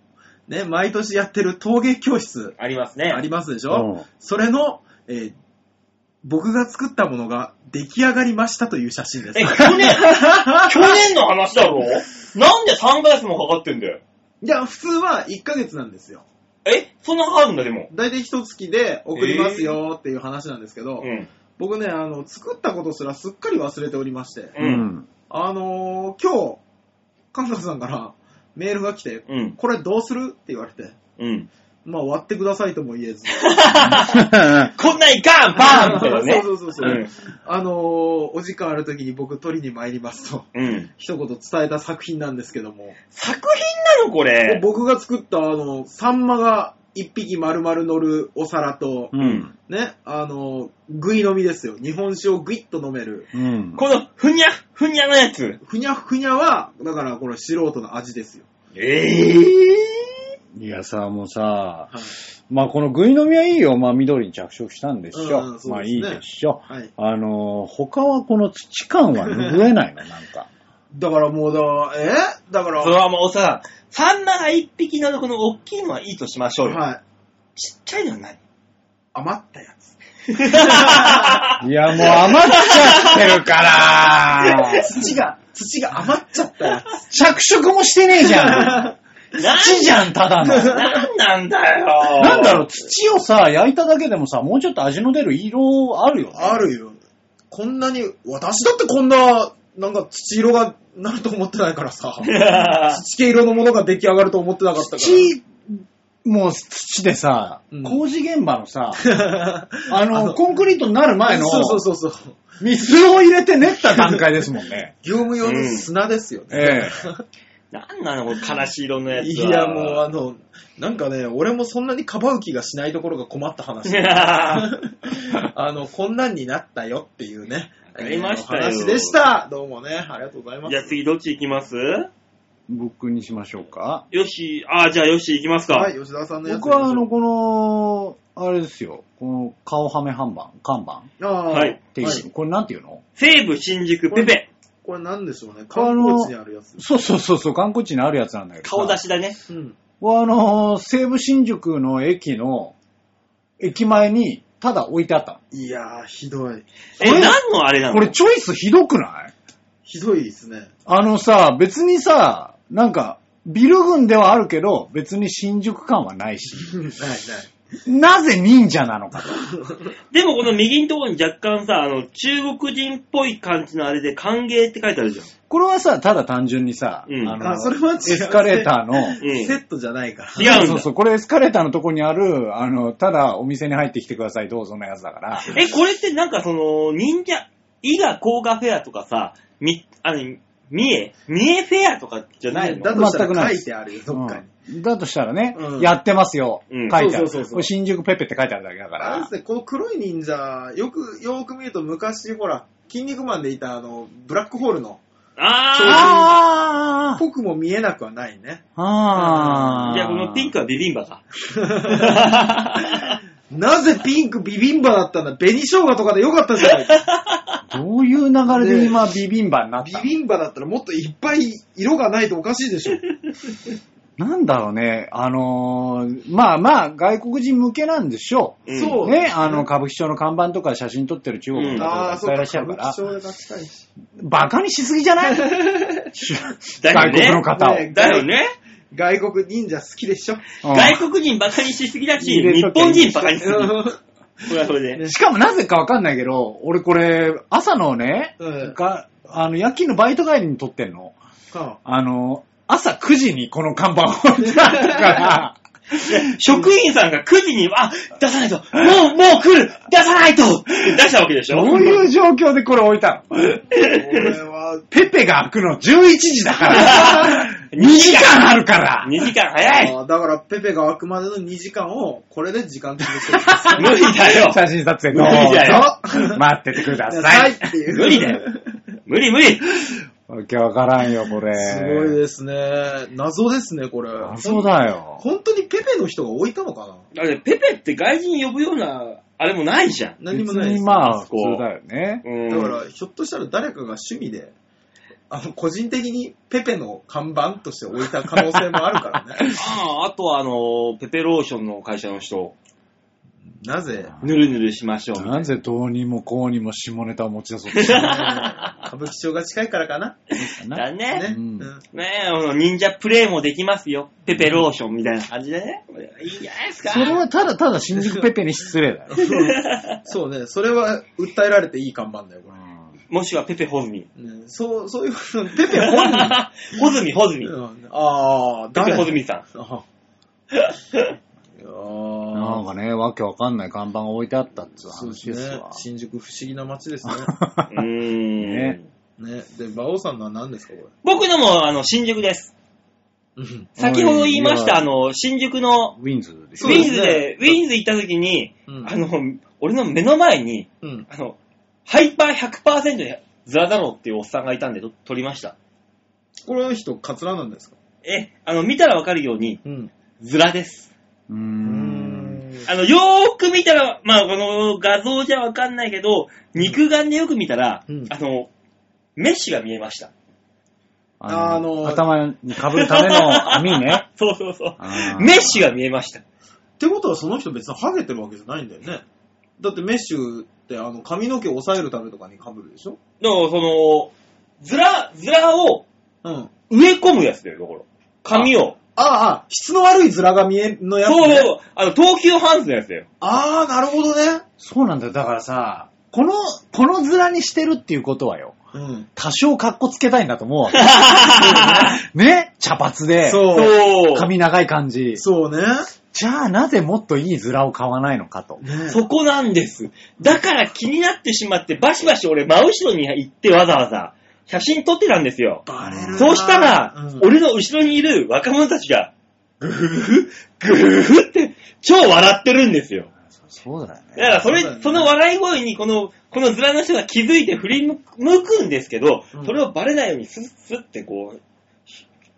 Speaker 3: ね、毎年やってる陶芸教室
Speaker 2: ありますね。
Speaker 3: ありますでし
Speaker 4: う
Speaker 3: ょ、
Speaker 4: ん
Speaker 3: それの、えー僕が作ったものが出来上がりましたという写真です
Speaker 2: え、。去 年、去年の話だろなんで3ヶ月もかかってんだよ。
Speaker 3: いや、普通は1ヶ月なんですよ。
Speaker 2: え、そんなかかるんだ、でも。
Speaker 3: 大体一月で送りますよっていう話なんですけど、
Speaker 2: うん。
Speaker 3: 僕ね、あの、作ったことすらすっかり忘れておりまして、
Speaker 2: う。
Speaker 4: うんん。
Speaker 3: あのー今日、カンカンさんからメールが来て、
Speaker 2: うん。
Speaker 3: これどうするって言われて、
Speaker 2: うん。
Speaker 3: まあ割ってくださいとも言えず。
Speaker 2: こんなんいかんバーンみたい なね。
Speaker 3: そうそうそうそう。あのーお時間ある時に僕取りに参りますと、
Speaker 2: うん。うん。
Speaker 3: 一言伝えた作品なんですけども、
Speaker 2: 作品なの、これ。
Speaker 3: 僕が作ったあの、サンマが一匹丸々乗るお皿と、
Speaker 4: うん。
Speaker 3: ね、あの、ぐい飲みですよ。日本酒をぐいっと飲める。
Speaker 4: うん。
Speaker 2: この、ふにゃ、ふにゃのやつ。
Speaker 3: ふにゃふにゃは、だからこれ素人の味ですよ。
Speaker 2: ええ
Speaker 4: いやさ、もうさ、
Speaker 3: はい。
Speaker 4: まあこのぐい飲みはいいよ。まあ緑に着色したんでしょ。
Speaker 3: うんうんそうですね
Speaker 4: まあいいでしょ。
Speaker 3: はい、
Speaker 4: あのー、他はこの土感は拭えないの、なんか。
Speaker 3: だからもうだ、えだから、
Speaker 2: それはもうさ、サンマが一匹などこの大きいのはいいとしましょうよ。
Speaker 3: はい。
Speaker 2: ちっちゃいのは何
Speaker 3: 余ったやつ。
Speaker 4: いや、もう余っちゃって るから。
Speaker 3: 土が、土が余っちゃったや つ。
Speaker 4: 着色もしてねえじゃん。
Speaker 2: なん
Speaker 4: 土じゃん、た だの。
Speaker 2: なんなんだよ。
Speaker 4: なんだろう、土をさ、焼いただけでもさ、もうちょっと味の出る色あるよね。
Speaker 3: あるよ。こんなに、私だってこんな、なんか土色がなると思ってないからさ。土系色のものが出来上がると思ってなかったから。
Speaker 4: 土、もう土でさ、
Speaker 3: うん
Speaker 4: 工事現場 のさ、あの、コンクリートになる前の、
Speaker 3: そうそうそうそう。
Speaker 4: 水を入れて練った段階ですもん ね。
Speaker 3: 業務用の砂ですよね。
Speaker 4: え
Speaker 2: なんなのこの悲しい色のやつ
Speaker 3: い
Speaker 2: は。
Speaker 3: や、もうあの、なんかね、俺もそんなにかばう気がしないところが困った話。 あの、こんなんになったよっていうね。
Speaker 2: わかりました
Speaker 3: お
Speaker 2: よ
Speaker 3: 話でした。どうもね、ありがとうござい ま
Speaker 2: じゃあ
Speaker 3: す。
Speaker 2: 次どっち行きます
Speaker 4: 僕にしましょうか。
Speaker 2: よし、あ、じゃあよし行きますか。
Speaker 3: はい、吉田さんのやつ。
Speaker 4: 僕は、あの、、この、あれですよ、この顔はめ看板、看板
Speaker 3: ああ、
Speaker 2: は
Speaker 3: はいい
Speaker 4: っ。ていう、これなんていうの
Speaker 2: 西武新宿ペペ。
Speaker 3: これなんでしょうね。観光地にあるやつ。
Speaker 4: そうそうそうそう、観光地にあるやつなんだけどさ。
Speaker 2: 顔出しだね。
Speaker 3: うん。
Speaker 4: はあのー西武新宿の駅の、駅前に、ただ置いてあった
Speaker 3: いやー、ひどい。
Speaker 2: え、
Speaker 4: これ
Speaker 2: 何のあれな
Speaker 4: の。
Speaker 2: の
Speaker 4: これチョイスひどくない
Speaker 3: ひどいですね。
Speaker 4: あのさ、別にさ、なんか、ビル群ではあるけど、別に新宿感はな いし、
Speaker 3: ないない。
Speaker 4: なぜ忍者なのかと。
Speaker 2: でもこの右のところに若干さ、あの、中国人っぽい感じのあれで歓迎って書いてあるじゃん。
Speaker 4: これはさ、ただ単純にさ、
Speaker 2: うん
Speaker 4: あの
Speaker 3: あそれは違う
Speaker 4: エスカレーターの、
Speaker 2: うん
Speaker 3: セットじゃないから。
Speaker 2: 違うんだ
Speaker 4: そうそう、これエスカレーターのとこにある、あの、ただお店に入ってきてください、どうぞのやつ だから、
Speaker 2: え、これってなんかその、忍者、伊賀甲賀フェアとかさ、み、あの、三重三重フェアとかじゃないの
Speaker 3: だとした
Speaker 4: 全く
Speaker 3: ら
Speaker 4: ない
Speaker 3: 書いてあるよ、どっかに。
Speaker 4: うんだとしたらね、
Speaker 3: うん
Speaker 4: やってますよ、
Speaker 2: うん
Speaker 4: 書いてあ
Speaker 3: そうそうそ
Speaker 4: る。
Speaker 3: うそう
Speaker 4: これ新宿ペペって書いてあるだけだか
Speaker 3: あれ
Speaker 4: ら
Speaker 3: で。すね、この黒い忍者、よく、よーく見ると昔、ほら、筋肉マンでいたあの、ブラックホールの、
Speaker 2: あ
Speaker 4: あー
Speaker 3: 僕も見えなくはない ね。
Speaker 4: あー
Speaker 2: ーじゃあこのピンクはビビンバか。
Speaker 3: なぜピンクビビンバだったんだ紅生姜とかでよかったじゃないか。
Speaker 4: どういう流れで今ビビンバになっ
Speaker 3: ビ
Speaker 4: たの
Speaker 3: ビンバだったらもっといっぱい色がないとおかしいでしょ。
Speaker 4: なんだろうね、あのーまあまあ、外国人向けなんでしょ。
Speaker 2: うん
Speaker 3: そう
Speaker 4: ね、あの、歌舞伎町の看板とか写真撮ってる中国の方
Speaker 3: あ
Speaker 4: がい
Speaker 3: あ、
Speaker 4: っ
Speaker 3: そ
Speaker 4: ぱ
Speaker 3: う
Speaker 4: いいら
Speaker 3: か、
Speaker 4: っしゃ
Speaker 3: 歌舞
Speaker 4: るか
Speaker 3: 伎
Speaker 4: ら、
Speaker 3: 町が近いし。
Speaker 4: バカにしすぎじゃな い
Speaker 2: だよね
Speaker 4: 外国の方を。
Speaker 3: ね
Speaker 2: だよね。
Speaker 3: 外国忍者好きでし ょ。
Speaker 4: うん
Speaker 2: 外国人バカにしすぎだし、
Speaker 4: 入れ
Speaker 2: 日
Speaker 4: とけ
Speaker 2: 本人バカにしすぎ。こ
Speaker 3: う
Speaker 2: れはそれで。
Speaker 4: しかもなぜかわかんないけど、俺これ、朝のね、
Speaker 3: うん
Speaker 4: があの夜勤のバイト帰りに撮ってんの。
Speaker 3: ん。
Speaker 4: あの、朝9時にこの看板を置いてあったから、
Speaker 2: 職員さんが9時に、あ、出さないと、もう、もう来る出さないとって出したわけでしょ
Speaker 4: どういう状況でこれ置いたの
Speaker 3: れは、
Speaker 4: ペペが開くの11時 だから。2時間あるから。
Speaker 2: 2時間早い
Speaker 3: あーだから、ペペがあくまでの2時間を、これで時間潰してる。
Speaker 2: 無理だ よ
Speaker 4: 写真撮影ど
Speaker 2: 無理だよ
Speaker 4: うぞ。待っててください。
Speaker 3: っていう
Speaker 2: 無理だよ。無理無理
Speaker 4: わけわからんよ、これ。
Speaker 3: すごいですね。謎ですね、これ。
Speaker 4: あそうだよ。
Speaker 3: 本当にペペの人が置いたのかな
Speaker 2: だってペペって外人呼ぶような、あれもないじゃん。
Speaker 3: 何もないで
Speaker 4: 別
Speaker 3: す
Speaker 4: にまあ、
Speaker 2: そ
Speaker 4: 普
Speaker 2: こ
Speaker 4: 通だよね。
Speaker 2: うん。。
Speaker 3: だから、ひょっとしたら誰かが趣味で、あの、個人的にペペの看板として置いた可能性もあるからね
Speaker 2: ああ、あとはあの、ペペローションの会社の人、
Speaker 3: なぜ、
Speaker 2: ぬるぬるしましょうみたいな。
Speaker 4: なぜどうにもこうにも下ネタを持ち出そ うとしたのか
Speaker 3: 歌舞伎町が近いからかな。
Speaker 4: な
Speaker 2: だね。
Speaker 3: ね。
Speaker 4: うん
Speaker 3: うん
Speaker 2: ねえ、あの忍者プレイもできますよ。ペペローションみたいな感じでね。いいじゃないですか。
Speaker 4: それはただただ新宿ペペに失礼 だよ。
Speaker 3: そうね、それは訴えられていい看板だよ、これ。
Speaker 2: もしくはペペホズミ。
Speaker 3: ね、そう、そういう、ペペ本人。
Speaker 2: ホズミ、ホズミ。
Speaker 3: うんああ、
Speaker 2: ペペ
Speaker 3: 誰
Speaker 2: ホズミさん。
Speaker 3: あいや
Speaker 4: うんなん
Speaker 3: ー
Speaker 4: かね、わけわかんない看板が置いてあったっつう
Speaker 3: そう
Speaker 4: 話で
Speaker 3: ですすね
Speaker 4: わ。。
Speaker 3: 新宿不思議な街ですね。
Speaker 2: うーん、
Speaker 4: ね
Speaker 3: ね。で、馬王さんのは何ですか、こ
Speaker 2: 僕のも、あの、新宿です。
Speaker 3: れ。うん
Speaker 2: 先ほど言いまし
Speaker 4: い
Speaker 2: た、
Speaker 4: や
Speaker 2: あの、新宿の、
Speaker 4: ウィンズでし
Speaker 2: ウ
Speaker 3: そ
Speaker 4: ょ
Speaker 3: う
Speaker 2: ィ
Speaker 3: で
Speaker 2: ン
Speaker 3: す
Speaker 2: ズ
Speaker 3: ね
Speaker 2: で、ウィンズ行った時に、
Speaker 3: うん
Speaker 2: あの、俺の目の前に、
Speaker 3: うん。
Speaker 2: あの、ハイパー100%にズラだろうっていうおっさんがいたんで、と撮りました。
Speaker 3: この人、カツラなんですか
Speaker 2: え、あの、見たらわかるように、
Speaker 3: うん。
Speaker 2: ズラです。
Speaker 4: うー
Speaker 3: うー
Speaker 4: ん。
Speaker 3: ん。
Speaker 2: あの、よーく見たら、まあ、この画像じゃわかんないけど、肉眼でよく見たら、
Speaker 3: うん
Speaker 2: あの、メッシュが見えました。
Speaker 4: あ
Speaker 3: あ
Speaker 4: の、
Speaker 3: の
Speaker 4: 頭に被るための網 ね。
Speaker 2: そうそうそう
Speaker 4: あ。ー
Speaker 2: メッシュが見えました。
Speaker 3: ってことは、その人別にハゲてるわけじゃないんだよね。だってメッシュって、あの、髪の毛を抑えるためとかに被るでしょ
Speaker 2: だから、その、ズラ、ズラを
Speaker 3: うん。あ
Speaker 2: 植え込むやつだよ、だから。髪を。
Speaker 3: あ、あ質の悪いズラが見えるのやつ、ね。
Speaker 2: そうそうそう。あの、東急ハンズのやつだよ。
Speaker 3: ああ、なるほどね。
Speaker 4: そうなんだよ。だからさ、この、この面にしてるっていうことはよ、
Speaker 3: うん。
Speaker 4: 多少格好つけたいんだと思う わけ。ね茶髪 で、
Speaker 3: そう。
Speaker 2: そう。
Speaker 4: 髪長い感じ。
Speaker 3: そうね。
Speaker 4: じゃあなぜもっといい面を買わないのかと。
Speaker 3: ね
Speaker 2: そこなんです。だから気になってしまって、バシバシ俺真後ろに行ってわざわざ写真撮ってたんですよ。
Speaker 3: バレるな
Speaker 2: そうしたら、
Speaker 3: うん
Speaker 2: 俺の後ろにいる若者たちが、グフフフ、グフフフって、超笑ってるんですよ。
Speaker 4: そうだよ
Speaker 2: だか
Speaker 4: ね。
Speaker 2: らそれ、
Speaker 3: そう
Speaker 2: そ
Speaker 3: だよ
Speaker 2: の
Speaker 3: ね
Speaker 2: 笑い声に、この、このズラの人が気づいて振り向くんですけど、
Speaker 3: うん
Speaker 2: それをバレないようにスッスッってこう、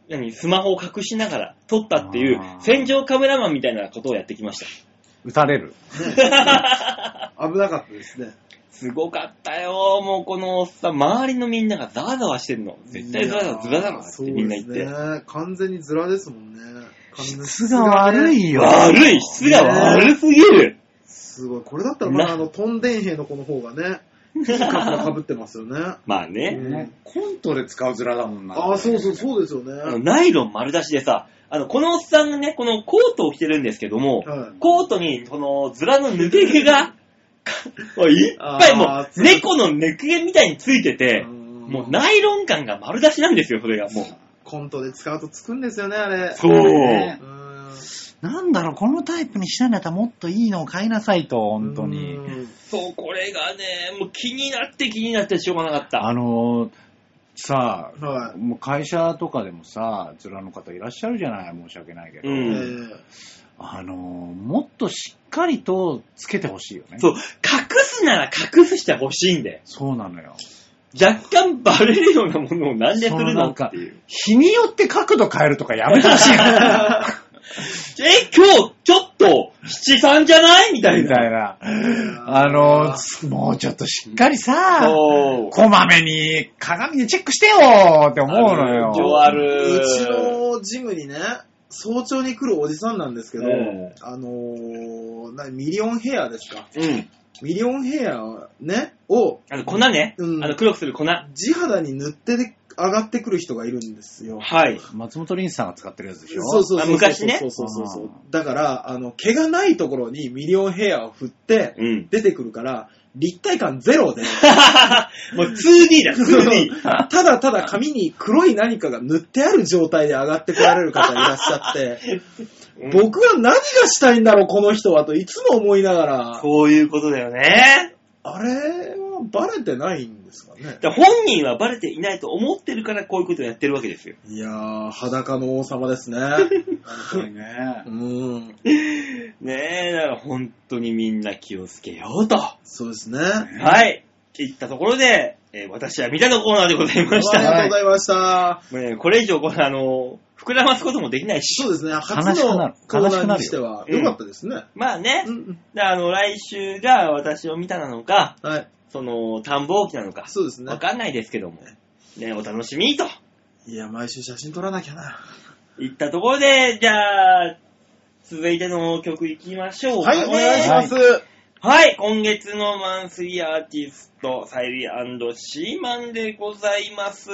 Speaker 2: 何、スマホを隠しながら撮ったっていう
Speaker 4: あ、ー
Speaker 2: 戦場カメラマンみたいなことをやってきました。
Speaker 4: 打たれる。
Speaker 3: 危なかったですね。
Speaker 2: すごかったよ、もうこのおっさん、周りのみんながザワザワしてんの。絶対ザワザワズラだろってみんな言って。
Speaker 3: そうですね。完全にズラですもんね。完全に
Speaker 4: 質が悪
Speaker 3: ね。
Speaker 4: いよ。
Speaker 2: 悪い質が悪すぎる
Speaker 3: すごい。これだったらま
Speaker 2: な
Speaker 3: だあの、トンデン兵の子の方がね、いいカツラ被ってますよね。
Speaker 2: まあね、
Speaker 4: ねコントで使う面だもん
Speaker 3: ああ、そうそう、そうですよね。
Speaker 2: あのナイロン丸出しでさ、あの、このおっさんがね、このコートを着てるんですけども、
Speaker 3: はい
Speaker 2: コートに、この、ズラの抜け毛 が、もういっぱいも
Speaker 3: あ
Speaker 2: う
Speaker 3: ー、つ
Speaker 2: 猫の抜け毛みたいについてて
Speaker 3: う、ん
Speaker 2: もうナイロン感が丸出しなんですよ、それが。もう。
Speaker 3: コントで使うとつくんですよね、あれ。
Speaker 2: そう。
Speaker 4: ね
Speaker 3: うん。
Speaker 4: なんだろう、このタイプにしたいんだったらもっといいのを買いなさいと、本当に
Speaker 3: う。ん
Speaker 2: そう、これがね、もう気になって気になってしょうがなかった。
Speaker 4: あのーさあ、
Speaker 3: はい。
Speaker 4: もう会社とかでもさ、面の方いらっしゃるじゃない、申し訳ないけど。
Speaker 2: うん
Speaker 3: えー
Speaker 4: あのーもっとしっかりとつけてほしいよね。
Speaker 2: そう、隠すなら隠してほしいんだよ。
Speaker 4: そうなのよ。
Speaker 2: 若干バレるようなものをなんでする
Speaker 4: そな
Speaker 2: の
Speaker 4: ん
Speaker 2: って
Speaker 4: か
Speaker 2: いう。
Speaker 4: 日によって角度変えるとかやめてほしいよ。
Speaker 2: え、今日、ちょっと、七三じゃないみたい
Speaker 4: みたい
Speaker 2: な。
Speaker 4: な。あのーもうちょっとしっかりさ、
Speaker 2: そう。
Speaker 4: こまめに鏡でチェックしてよって思うのよ。
Speaker 2: 情ある。
Speaker 3: うちのジムにね、早朝に来るおじさんなんですけど、
Speaker 2: ええ
Speaker 3: あのーなミリオンヘアですか。
Speaker 2: うん。
Speaker 3: ミリオンヘア、ね、を
Speaker 2: あの、粉ね。
Speaker 3: うん
Speaker 2: あの、黒くする粉。は
Speaker 3: 地肌に塗ってで上がってくる人がいるんですよ。
Speaker 2: い。
Speaker 4: 松本凛さんが使ってるやつでしょ
Speaker 3: そうそうそう
Speaker 2: あ
Speaker 3: そう。
Speaker 2: 昔ね
Speaker 3: そうそうそうそう
Speaker 4: あ
Speaker 3: だから、あの、毛がないところにミリオンヘアを振って
Speaker 2: うん。
Speaker 3: 出てくるから、立体感ゼロで、
Speaker 2: もう 2D だ、2D。
Speaker 3: ただただ紙に黒い何かが塗ってある状態で上がってこられる方いらっしゃって、
Speaker 2: 僕、
Speaker 3: 僕は何がしたいんだろう、この人はといつも思いながら、
Speaker 2: こういうことだよね。
Speaker 3: あれはバレてないんですかね。
Speaker 2: だから本人はバレていないと思ってるからこういうことをやってるわけですよ。
Speaker 3: いやー、裸の王様です ね。
Speaker 4: 本当にね
Speaker 3: う。ん、
Speaker 2: ねえ、だから本当にみんな気をつけようと。は
Speaker 3: そうですね。
Speaker 2: い。っていったところで、えー私は見たのコーナーでございまし
Speaker 3: あり
Speaker 2: た。
Speaker 3: がとうございました。
Speaker 2: ねえこれ以上、このあの、膨らますこともできないし。
Speaker 3: そうですね、初
Speaker 4: 悲しくな
Speaker 3: の
Speaker 4: る
Speaker 3: コーナーにして
Speaker 2: 悲しくな
Speaker 3: は
Speaker 2: るよ
Speaker 3: 良かったですね。
Speaker 2: まあね
Speaker 3: う、ん、
Speaker 2: であの、来週が私を見たなのか、
Speaker 3: うんはい、
Speaker 2: その、探訪機なのか、
Speaker 3: そうです
Speaker 2: わ
Speaker 3: ね。
Speaker 2: かんないですけども、ね、お楽しみにと。
Speaker 3: いや、毎週写真撮らなきゃな。
Speaker 2: いったところで、じゃあ、続いての曲いきましょうか、
Speaker 3: はい、
Speaker 2: ね。
Speaker 3: お願いします。
Speaker 2: はい、今月のマンスリーアーティスト、サイリーシーマンでございます。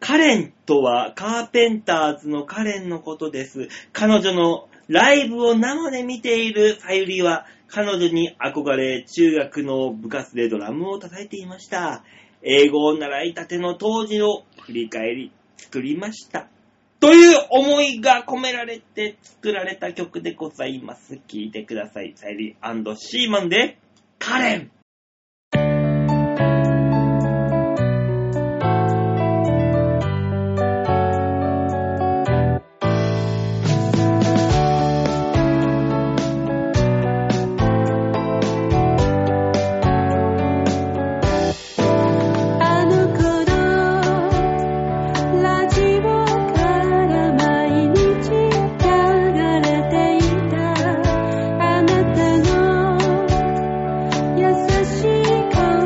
Speaker 2: カレンとはカーペンターズのカレンのことです。彼女のライブを生で見ているサユリは、彼女に憧れ、中学の部活でドラムを叩いていました。英語を習いたての当時を振り返り作りました。という思いが込められて作られた曲でございます。聴いてください。サイリーシーマンで、カレン
Speaker 5: あの頃ラジオから毎日流れていたあなたの優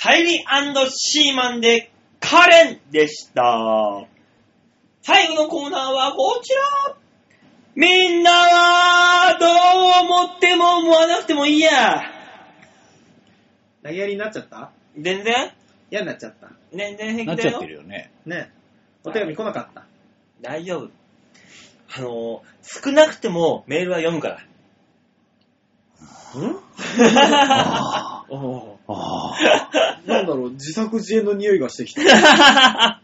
Speaker 2: キーシーマンでカレンでした。最後のコーナーはこちらみんなはどう思っても思わなくてもいいや
Speaker 3: 投げやりになっちゃった
Speaker 2: 全然
Speaker 3: 嫌になっちゃった。
Speaker 2: 全然平
Speaker 4: なっ
Speaker 2: 気
Speaker 4: ち
Speaker 2: だ
Speaker 4: ゃ
Speaker 2: よ
Speaker 4: って。るよね。
Speaker 3: ねお手紙来なかった。
Speaker 2: 大丈夫。あのー、少なくてもメールは読むから。
Speaker 3: ん
Speaker 4: あ
Speaker 3: お
Speaker 4: あ、ああ。
Speaker 3: ー なんだろう、自作自演の匂いがしてきた。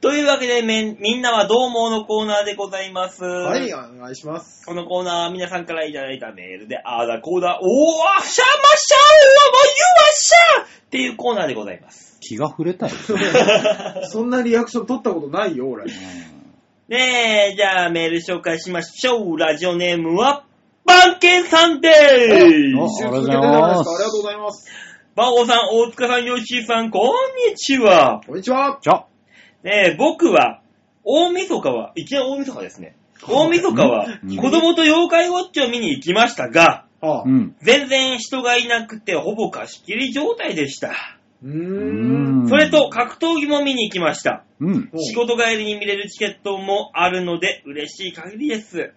Speaker 2: というわけでめん、みんなはどう思うのコーナーでございます。
Speaker 3: はい、お願いし ます。
Speaker 2: このコーナーは皆さんからいただいたメールで、あーだこーだ、おーあっしゃまっしゃうわまゆわっしゃっていうコーナーでございます。
Speaker 4: 気が触れたよ、
Speaker 3: そんなリアクション取ったことないよ、俺。
Speaker 2: ねえ、じゃあメール紹介しましょう。ラジオネームは、バンケンさんで
Speaker 4: お
Speaker 2: ー
Speaker 3: 一
Speaker 2: す。
Speaker 3: 週続けてたじゃないですか。ありがとうございます。
Speaker 2: バオさん、大塚さん、ヨッシーさん、こんにちは。
Speaker 3: こんにちは。
Speaker 4: じゃあ、
Speaker 2: ねえ、僕は、大晦日は、いきなり大晦日ですね。大晦日は
Speaker 4: うん、
Speaker 2: 子供と妖怪ウォッチを見に行きましたが、
Speaker 3: ああ
Speaker 4: う。ん。
Speaker 2: 全然人がいなくて、ほぼ貸し切り状態でした。
Speaker 3: うー
Speaker 4: うん
Speaker 3: ん。
Speaker 2: それと、格闘技も見に行きました。
Speaker 4: うん。
Speaker 3: お
Speaker 2: 仕事帰りに見れるチケットもあるので嬉しい限りです。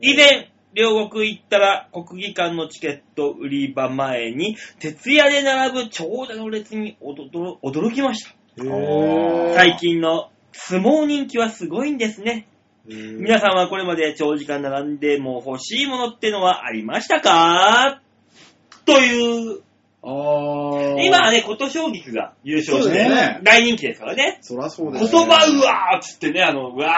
Speaker 2: 以前、両国行ったら国技館のチケット売り場前に徹夜で並ぶ長蛇の列に驚驚きました。
Speaker 3: へー
Speaker 2: 最。近の相撲人気はすごいんですね。
Speaker 3: うん
Speaker 2: 皆さんはこれまで長時間並んでも欲しいものってのはありましたかという、
Speaker 3: あー
Speaker 2: 今はね、琴奨菊が優勝し
Speaker 3: そう
Speaker 2: て、
Speaker 3: ですね
Speaker 2: 大人気ですからね。
Speaker 3: そらそう
Speaker 2: 言
Speaker 3: だ
Speaker 2: 葉
Speaker 3: よ。
Speaker 2: うわーっつってね、あの、うわーってや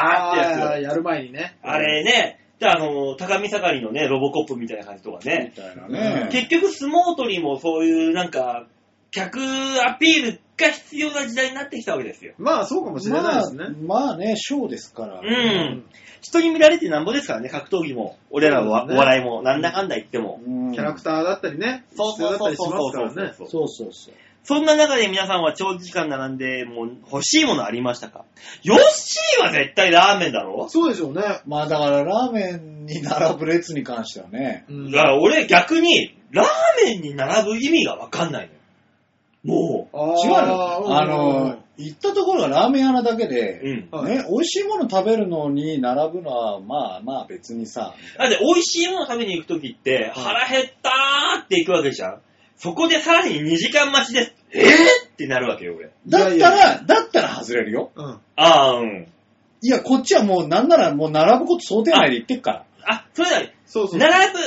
Speaker 2: つ。
Speaker 3: あーやる前にね。
Speaker 2: あれね、じゃあ、あの、高見盛りのね、ロボコップみたいな感じとかね。
Speaker 4: たいな
Speaker 3: ね
Speaker 2: 結局、相撲取りもそういう、なんか、客アピールが必要な時代になってきたわけですよ。
Speaker 3: まあ、そうかもしれないですね。
Speaker 4: まあね、ショーですから。
Speaker 2: うん人に見られてなんぼですからね、格闘技も、俺らは、
Speaker 3: そうです
Speaker 2: お
Speaker 3: ね
Speaker 2: 笑いも、なんだかんだ言っても。
Speaker 4: うん
Speaker 3: キャラクターだったりね、必要だったりしますからね。
Speaker 2: そう
Speaker 4: そうそうそう。
Speaker 2: そんな中で皆さんは長時間並んで、もう欲しいものありましたかヨッシーは絶対ラーメンだろ
Speaker 3: そうでしょうね。
Speaker 4: まあだからラーメンに並ぶ列に関してはね。
Speaker 3: うん
Speaker 2: だから俺逆に、ラーメンに並ぶ意味がわかんないのよ。も
Speaker 3: あー
Speaker 4: 違うのあ
Speaker 3: うん
Speaker 4: の、行ったところがラーメン屋なだけ
Speaker 2: う。う
Speaker 4: で、
Speaker 2: ん。
Speaker 3: はい
Speaker 4: ね、美味しいもの食べるのに並ぶのは、まあまあ別にさ、
Speaker 2: だって美味しいもの食べに行くときって、腹減ったーって行くわけじゃん。そこでさらに2時間待ちです。えー、ってなるわけよ、俺。
Speaker 4: だったら、
Speaker 3: いやい
Speaker 4: だったら外れるよ。
Speaker 3: うん。
Speaker 2: あー、うん。
Speaker 4: いや、こっちはもうなんならもう並ぶこと想定内で行ってっから。
Speaker 2: あ、それだ、
Speaker 3: そうそう。
Speaker 2: 並ぶ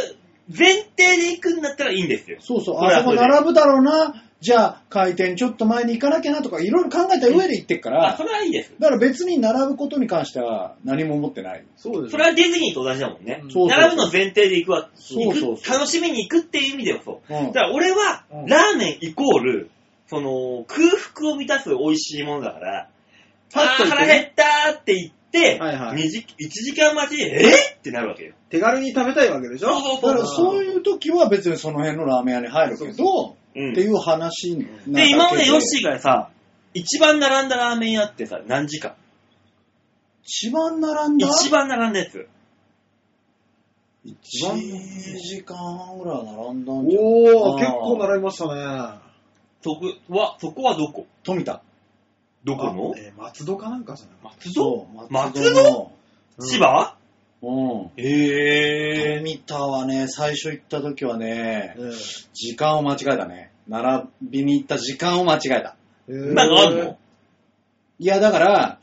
Speaker 2: 前提で行くんだったらいいんですよ。
Speaker 4: そうそう、
Speaker 2: それは
Speaker 4: あそこ
Speaker 2: それで
Speaker 4: 並ぶだろうな、じゃあ開店ちょっと前に行かなきゃなとかいろいろ考えた上で行ってっか
Speaker 2: あ、
Speaker 4: ら、
Speaker 2: それはいいです。
Speaker 4: だから別に並ぶことに関しては何も思ってない。
Speaker 3: そうでし
Speaker 2: そ
Speaker 3: ょ
Speaker 2: れはディズニーと同じだもんね
Speaker 3: う。ん
Speaker 4: そうそう
Speaker 2: 並ぶの前提で行くわ。
Speaker 4: そうそう
Speaker 2: 行く楽しみに行くっていう意味ではそう。
Speaker 4: うん
Speaker 2: だから俺は
Speaker 3: う、ん
Speaker 2: ラーメンイコール、その、空腹を満たす美味しいものだから、
Speaker 3: パッと
Speaker 2: あー
Speaker 3: 行って
Speaker 2: 腹
Speaker 3: ね
Speaker 2: 減ったーって言って、
Speaker 3: はいはい
Speaker 2: 二時1時間待ちで、えーってなるわけよ。
Speaker 3: 手軽に食べたいわけでしょ
Speaker 2: そう
Speaker 4: だからそう
Speaker 3: う。
Speaker 4: いう時は別にその辺のラーメン屋に入るけ
Speaker 3: そう
Speaker 4: ど、
Speaker 2: うん
Speaker 4: っていう話なだけ
Speaker 2: で、今までヨッシーがさ、一番並んだラーメン屋ってさ、何時間
Speaker 4: 一番並んだ
Speaker 2: 一番並んだやつ。
Speaker 4: 一時間半ぐらい並んだんじゃん。
Speaker 3: おー、
Speaker 4: あー
Speaker 3: 結構並びましたね。
Speaker 2: そこは、そこはどこ
Speaker 4: 富田。
Speaker 2: どこの
Speaker 3: あえー松戸かなんかじゃない
Speaker 2: 松戸
Speaker 4: そう、
Speaker 2: 松
Speaker 4: 戸
Speaker 3: うん
Speaker 2: 千葉
Speaker 4: のうん。
Speaker 2: へー。
Speaker 4: 富田はね、最初行った時はね、
Speaker 3: え
Speaker 4: 時間を間違えたね。並びに行った時間を間違えた。
Speaker 3: えー
Speaker 2: なんかあるの
Speaker 4: いや、だから、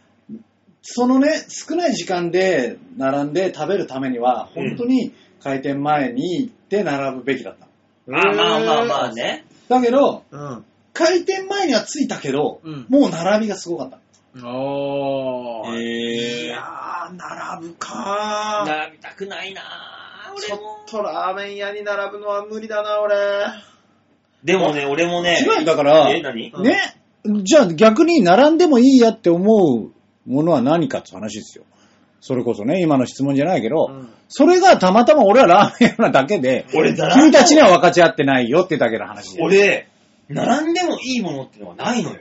Speaker 4: そのね、少ない時間で並んで食べるためには、
Speaker 2: うん
Speaker 4: 本当に開店前に行って並ぶべきだった。
Speaker 3: えー
Speaker 2: あ、まあまあまあね。
Speaker 4: だけど、
Speaker 3: うん。
Speaker 4: 開店前には着いたけど、
Speaker 3: うん
Speaker 4: もう並びがすごかった。
Speaker 3: あー。い
Speaker 2: へ
Speaker 3: やー、並ぶかー。
Speaker 2: 並びたくないなー俺
Speaker 3: ちょっ
Speaker 2: も。
Speaker 3: とラーメン屋に並ぶのは無理だな、俺。
Speaker 2: でもね、俺もね。
Speaker 4: 違うだから、
Speaker 2: え、
Speaker 4: ね、
Speaker 2: 何
Speaker 3: うん
Speaker 4: じゃあ逆に並んでもいいやって思うものは何かって話ですよ。それこそね、今の質問じゃないけど、
Speaker 3: うん
Speaker 4: それがたまたま俺はラーメン屋なだけで、
Speaker 2: 俺だ
Speaker 4: 君たちには分かち合ってないよってだけの話で。
Speaker 2: 俺、並んでもいいものってのはないのよ。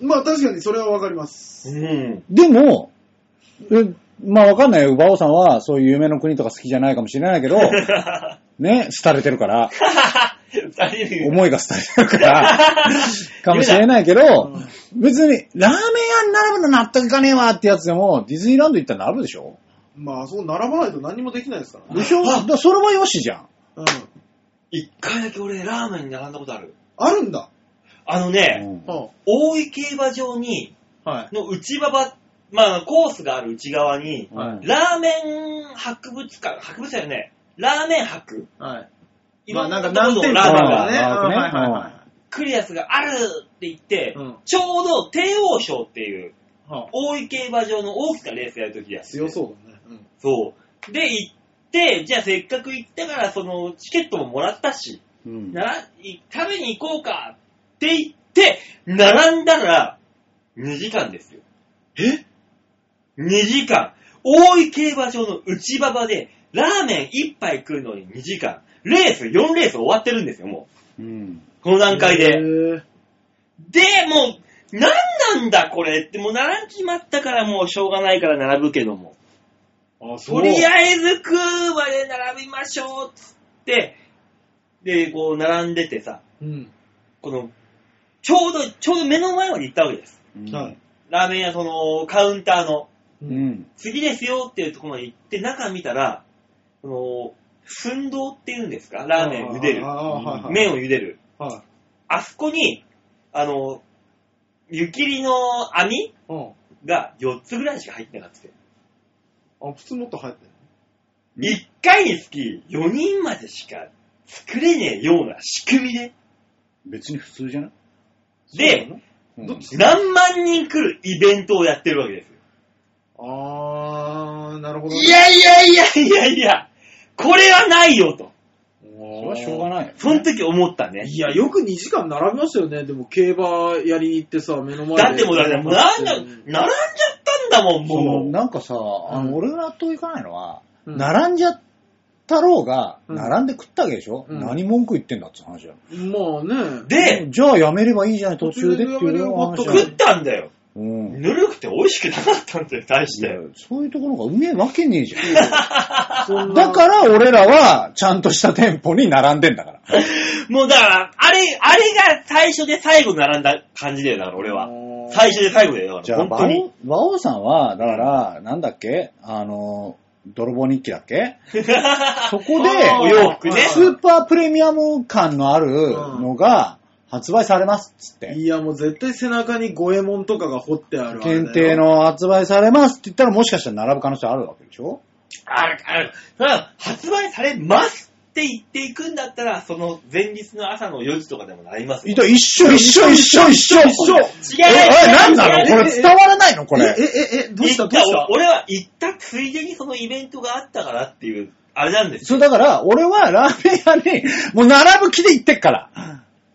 Speaker 3: まあ確かにそれはわかります。
Speaker 2: うん。
Speaker 4: でも、えまあわかんないよ。馬王さ んはそういう夢の国とか好きじゃないかもしれないけど、ね、廃れてるから。
Speaker 2: 二人で。
Speaker 4: 思いが伝えてる から、かもしれないけど、別に、ラーメン屋に並ぶの納得いかねえわってやつでも、ディズニーランド行ったらなるでしょ
Speaker 3: まあ、そう並ばないと何もできないですからね。
Speaker 4: でしょだからそれはよしじゃん。
Speaker 3: うん。
Speaker 2: 一回だけ俺、ラーメンに並んだことある。
Speaker 3: あるんだ。
Speaker 2: あのね、
Speaker 4: うん
Speaker 3: うん。
Speaker 2: 大井競馬場に、
Speaker 3: はい。
Speaker 2: の内側、まあ、コースがある内側に、
Speaker 4: はい
Speaker 2: ラーメン博物館、博物館よね、ラーメン博
Speaker 3: はい。
Speaker 2: い
Speaker 3: ま
Speaker 2: ろ
Speaker 3: あ、
Speaker 2: ん
Speaker 3: な
Speaker 2: なん
Speaker 3: か
Speaker 2: ところ
Speaker 3: 何
Speaker 2: の
Speaker 3: 点
Speaker 2: ラ
Speaker 3: か
Speaker 2: ーメン
Speaker 3: あ
Speaker 2: が
Speaker 3: る
Speaker 2: ね、
Speaker 3: ね。
Speaker 4: ラーメン
Speaker 3: はいはい
Speaker 4: ラーメンね
Speaker 3: は
Speaker 2: 来るやつがあるって言って、
Speaker 3: うん
Speaker 2: ちょうど帝王賞っていう、
Speaker 3: い。は
Speaker 2: 大井競馬場の大きなレースやるときや
Speaker 3: あ、強そうだね。うん。
Speaker 2: そう。で、行って、じゃあせっかく行ったから、その、チケットももらったし、
Speaker 4: うん
Speaker 2: なら、い食べに行こうかって言って、並んだら、2時間ですよ。
Speaker 3: え
Speaker 2: ?2 時間。大井競馬場の内馬場で、ラーメン1杯食うのに2時間。レース、4レース終わってるんですよ、も
Speaker 4: う
Speaker 2: う。
Speaker 4: ん
Speaker 2: この段階
Speaker 3: へ
Speaker 2: で。
Speaker 3: ー
Speaker 2: で、もう、なんなんだこれって、もう並ん決まったからもうしょうがないから並ぶけども。
Speaker 3: あ、そ
Speaker 2: と
Speaker 3: う。
Speaker 2: りあえず食うまで並びましょうっつって、で、こう並んでてさ、
Speaker 3: うん。
Speaker 2: この、ちょうど、ちょうど目の前まで行ったわけです。
Speaker 4: うん
Speaker 3: はい。
Speaker 2: ラーメン屋、その、カウンターの、
Speaker 3: う
Speaker 4: う。ん。
Speaker 2: 次ですよっていうところまで行って、中見たら、この、寸胴っていうんですかラーメン茹でる
Speaker 3: あ。あ、はいはい。
Speaker 2: 麺を茹でる。
Speaker 3: はい。
Speaker 2: あそこに、あの、湯切りの網
Speaker 3: うん。
Speaker 2: が4つぐらいしか入ってなかったって。
Speaker 3: あ、普通もっと入ってる。
Speaker 4: うん
Speaker 2: 1回につき4人までしか作れねえような仕組みで、
Speaker 4: 別に普通じゃない
Speaker 2: で
Speaker 3: そうなの、
Speaker 4: う
Speaker 3: どっ
Speaker 4: ん
Speaker 3: ち
Speaker 2: 何万人来るイベントをやってるわけですよ。
Speaker 3: あー、なるほどね。
Speaker 2: いやいやいやいやいや、これはないよと、
Speaker 4: そ
Speaker 3: そ
Speaker 4: れはしょうが
Speaker 3: い。
Speaker 4: ないよね。
Speaker 2: その時思ったね。
Speaker 3: いや、よく2時間並びましたよね。でも、競馬やりに行ってさ、目の前で。
Speaker 2: だってもうだって、もうなんだ、並んじゃったんだもん、
Speaker 4: その
Speaker 2: もう。
Speaker 4: なんかさ、あ
Speaker 3: うん
Speaker 4: の俺らといかないのは、
Speaker 3: うん
Speaker 4: 並んじゃったろうが、
Speaker 3: うん
Speaker 4: 並んで食ったわけでしょ、
Speaker 3: うん
Speaker 4: 何文句言ってんだって話だよ。
Speaker 3: まあね。
Speaker 2: で、
Speaker 4: じゃあやめればいいじゃない、途中でっていう
Speaker 3: 途中でやめればよかった
Speaker 4: 話だ
Speaker 2: 食
Speaker 4: よ
Speaker 2: っ。たんだよ。
Speaker 4: うん。
Speaker 2: ぬるくて美味しくなかったんだよ、大し
Speaker 4: いや
Speaker 2: て。
Speaker 4: そういうところがうめえわけねえじ ゃ
Speaker 3: そん
Speaker 4: ん。
Speaker 3: な
Speaker 4: だから俺らは、ちゃんとした店舗に並んでんだから。
Speaker 2: もうだから、あれ、あれが最初で最後並んだ感じだよ、だから俺は。
Speaker 3: は
Speaker 2: 最初で最後だよ、だ
Speaker 4: じ
Speaker 2: か
Speaker 4: ゃ
Speaker 2: ら本
Speaker 4: あ、
Speaker 2: 当
Speaker 4: 馬
Speaker 2: に。
Speaker 4: 王馬王さんは、だから、なんだっけあの、泥棒日記だっ けそこで、
Speaker 3: あー
Speaker 2: お洋服ね。
Speaker 4: スーパープレミアム感のあるのが発売されますっつって。
Speaker 3: いや、もう絶対背中に五右衛門とかが彫ってあるあれだよ
Speaker 4: 限定。の発売されますって言ったらもしかしたら並ぶ可能性あるわけでしょ
Speaker 2: ある、ある。それは発売されますって言っていくんだったら、その前日の朝の4時とかでもなりますよ。
Speaker 4: いた、一緒一緒一緒一緒
Speaker 3: 一緒
Speaker 2: 違う
Speaker 4: え、え、なんなの
Speaker 2: 違う
Speaker 4: これ伝わらないのこ
Speaker 3: え、え
Speaker 4: れ。、
Speaker 3: え、え、どうした
Speaker 2: 行っ
Speaker 3: どうした
Speaker 2: 俺は行ったついでにそのイベントがあったからっていう、あれなんです
Speaker 4: そう
Speaker 2: よ。
Speaker 4: だから、俺はラーメン屋に、もう並ぶ気で行ってっから。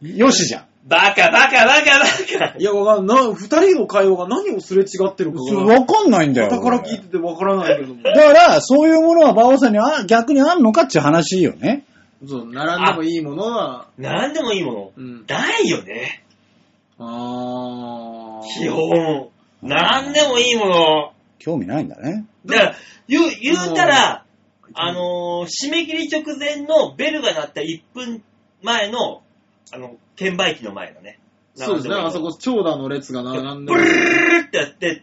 Speaker 4: よしじゃん。
Speaker 2: バカバカバカバカ
Speaker 3: い。や、わかんない。二人の会話が何をすれ違ってるか
Speaker 4: それ
Speaker 3: が、
Speaker 4: わかんないんだよ。
Speaker 3: 傍から
Speaker 4: 俺
Speaker 3: 聞いててわからないけども。
Speaker 4: だから、そういうものは馬王さんには逆にあんのかっていう話よね。
Speaker 3: そう、並んでもいいものは、
Speaker 2: なんでもいいも
Speaker 3: う
Speaker 2: の。
Speaker 3: ん。
Speaker 2: ないよね。
Speaker 3: あー。
Speaker 2: 基本。なんでもいいもの。
Speaker 4: 興味ないんだね。
Speaker 2: だから、言う、言うたら、あのー締め切り直前のベルが鳴った1分前の、あの、券売機の前のね。
Speaker 3: そうですね、あそこ長蛇の列が並んで
Speaker 2: ブルーってやって、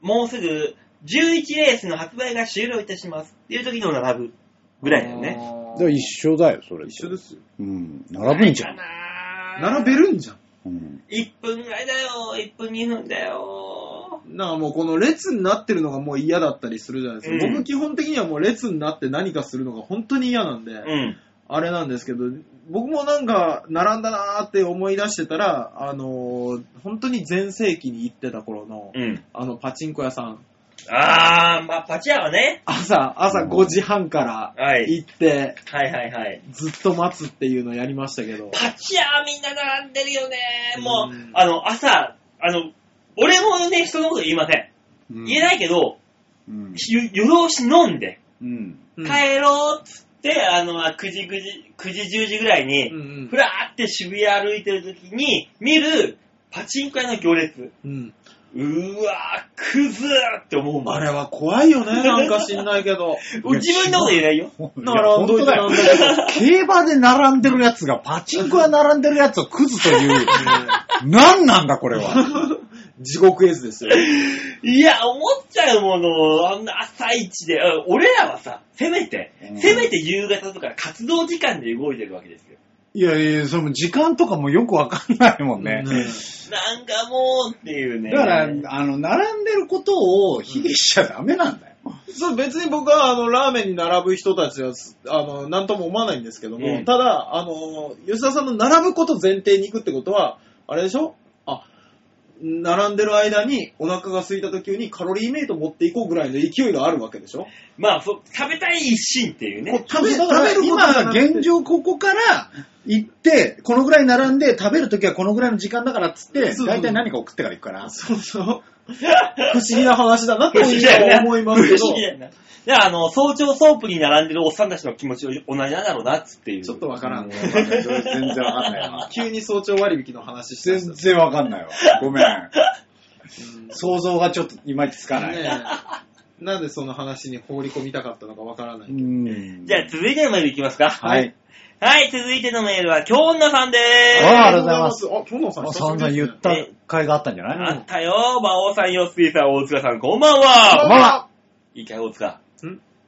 Speaker 2: もうすぐ11レースの発売が終了いたしますっていう時の並ぶぐらいだよね。
Speaker 4: だ
Speaker 3: ね
Speaker 4: から一緒だよ、それって。
Speaker 3: 一緒ですよ。
Speaker 4: うん。並ぶんじゃん。
Speaker 3: 並べるんじゃん。
Speaker 4: うん。
Speaker 2: 1分ぐらいだよ、1分2分だよ。
Speaker 3: なんかもうこの列になってるのがもう嫌だったりするじゃないですか。
Speaker 2: うん
Speaker 3: 僕基本的にはもう列になって何かするのが本当に嫌なんで、
Speaker 2: うん。
Speaker 3: あれなんですけど、僕もなんか並んだなーって思い出してたら、あのー本当に全盛期に行ってた頃の、
Speaker 2: うん。
Speaker 3: あのパチンコ屋さん、
Speaker 2: あー、まあ、パチ屋はね。
Speaker 3: 朝、朝5時半か
Speaker 2: は
Speaker 3: ら
Speaker 2: い。
Speaker 3: 行って、
Speaker 2: はいはいはい。
Speaker 3: ずっと待つっていうのをやりましたけど。
Speaker 2: パチ屋はみんな並んでるよね。もう、
Speaker 3: うん
Speaker 2: あの、朝、あの、俺もね、人のこと言いません。言えないけど、
Speaker 4: うん。
Speaker 2: ゆ夜通し飲んで、
Speaker 4: うん。
Speaker 3: うん
Speaker 2: 帰ろうっつって、あの、9時、9時、9時、10時ぐらいに、
Speaker 3: うんうん
Speaker 2: ふらーって渋谷歩いてる時に見るパチンコ屋の行列。
Speaker 3: うん
Speaker 2: うわー、クズーって思うもん。
Speaker 3: あれは怖いよね、なんか知ん ないけど。
Speaker 2: 自分のこと言えないよ。
Speaker 3: 並んどいてなんだけど。
Speaker 4: 競馬で並んでるやつが、パチンコ屋並んでるやつをクズ という。何なんだこれは。
Speaker 3: 地獄絵図ですよ。
Speaker 2: いや、思っちゃうもの、あんな朝一で、あ俺らはさ、せめて、
Speaker 4: うん
Speaker 2: せめて夕方とか活動時間で動いてるわけですよ。
Speaker 4: いやいや、その時間とかもよくわかんないもん
Speaker 2: な
Speaker 4: ね。
Speaker 2: んかもうっていうね。
Speaker 4: だから、あの、並んでることを卑下しちゃダメなんだよ。
Speaker 3: そう、別に僕は、あの、ラーメンに並ぶ人たちは、あの、なんとも思わないんですけども、
Speaker 2: うん
Speaker 3: ただ、あの、吉田さんの並ぶこと前提に行くってことは、あれでしょあ、並んでる間にお腹が空いた時にカロリーメイト持っていこうぐらいの勢いがあるわけでしょ
Speaker 2: まあ、そ食べたい一心っていうね。
Speaker 4: 食べ、
Speaker 3: 食べ
Speaker 4: だから
Speaker 3: 食べることじゃなく
Speaker 4: 今、
Speaker 3: て
Speaker 4: 現状ここから行って、このぐらい並んで、食べるときはこのぐらいの時間だからっつっ
Speaker 3: そ
Speaker 4: て
Speaker 3: うそ、う
Speaker 4: 大体何か送ってから行くから。
Speaker 3: そう そう。不思議な話だなと
Speaker 2: 不思議だよね
Speaker 3: 今思いますけ
Speaker 2: 不
Speaker 3: ど
Speaker 2: 思、議だよねだからあの、早朝ソープに並んでるおっさんたちの気持ちを同じなんだろうな、つっていう。
Speaker 3: ちょっとわからん。
Speaker 4: 全 然わかんないわ。
Speaker 3: 急に早朝割引の話して
Speaker 4: 全然わかんないわ。ごめん。想像がちょっといまいちつかない。
Speaker 3: ねえなんでその話に放り込みたかったのかわからない。
Speaker 4: うん
Speaker 2: じゃあ、続いてのメールいきますか。
Speaker 4: は。い。
Speaker 2: はい、続いてのメールは、京女さんで
Speaker 4: あ
Speaker 2: ーす。
Speaker 4: ありがとうございます
Speaker 3: あ、今日のさん
Speaker 4: あ
Speaker 3: 久しぶ
Speaker 4: 散々
Speaker 3: りで
Speaker 4: 言
Speaker 3: すね
Speaker 4: った甲斐があったんじゃ
Speaker 2: あ
Speaker 4: ない
Speaker 2: ったよ、馬王さん、よっすいさん、大塚さん、こんばん
Speaker 3: こ
Speaker 2: は。
Speaker 3: んばんは
Speaker 2: 一回大塚。
Speaker 3: ん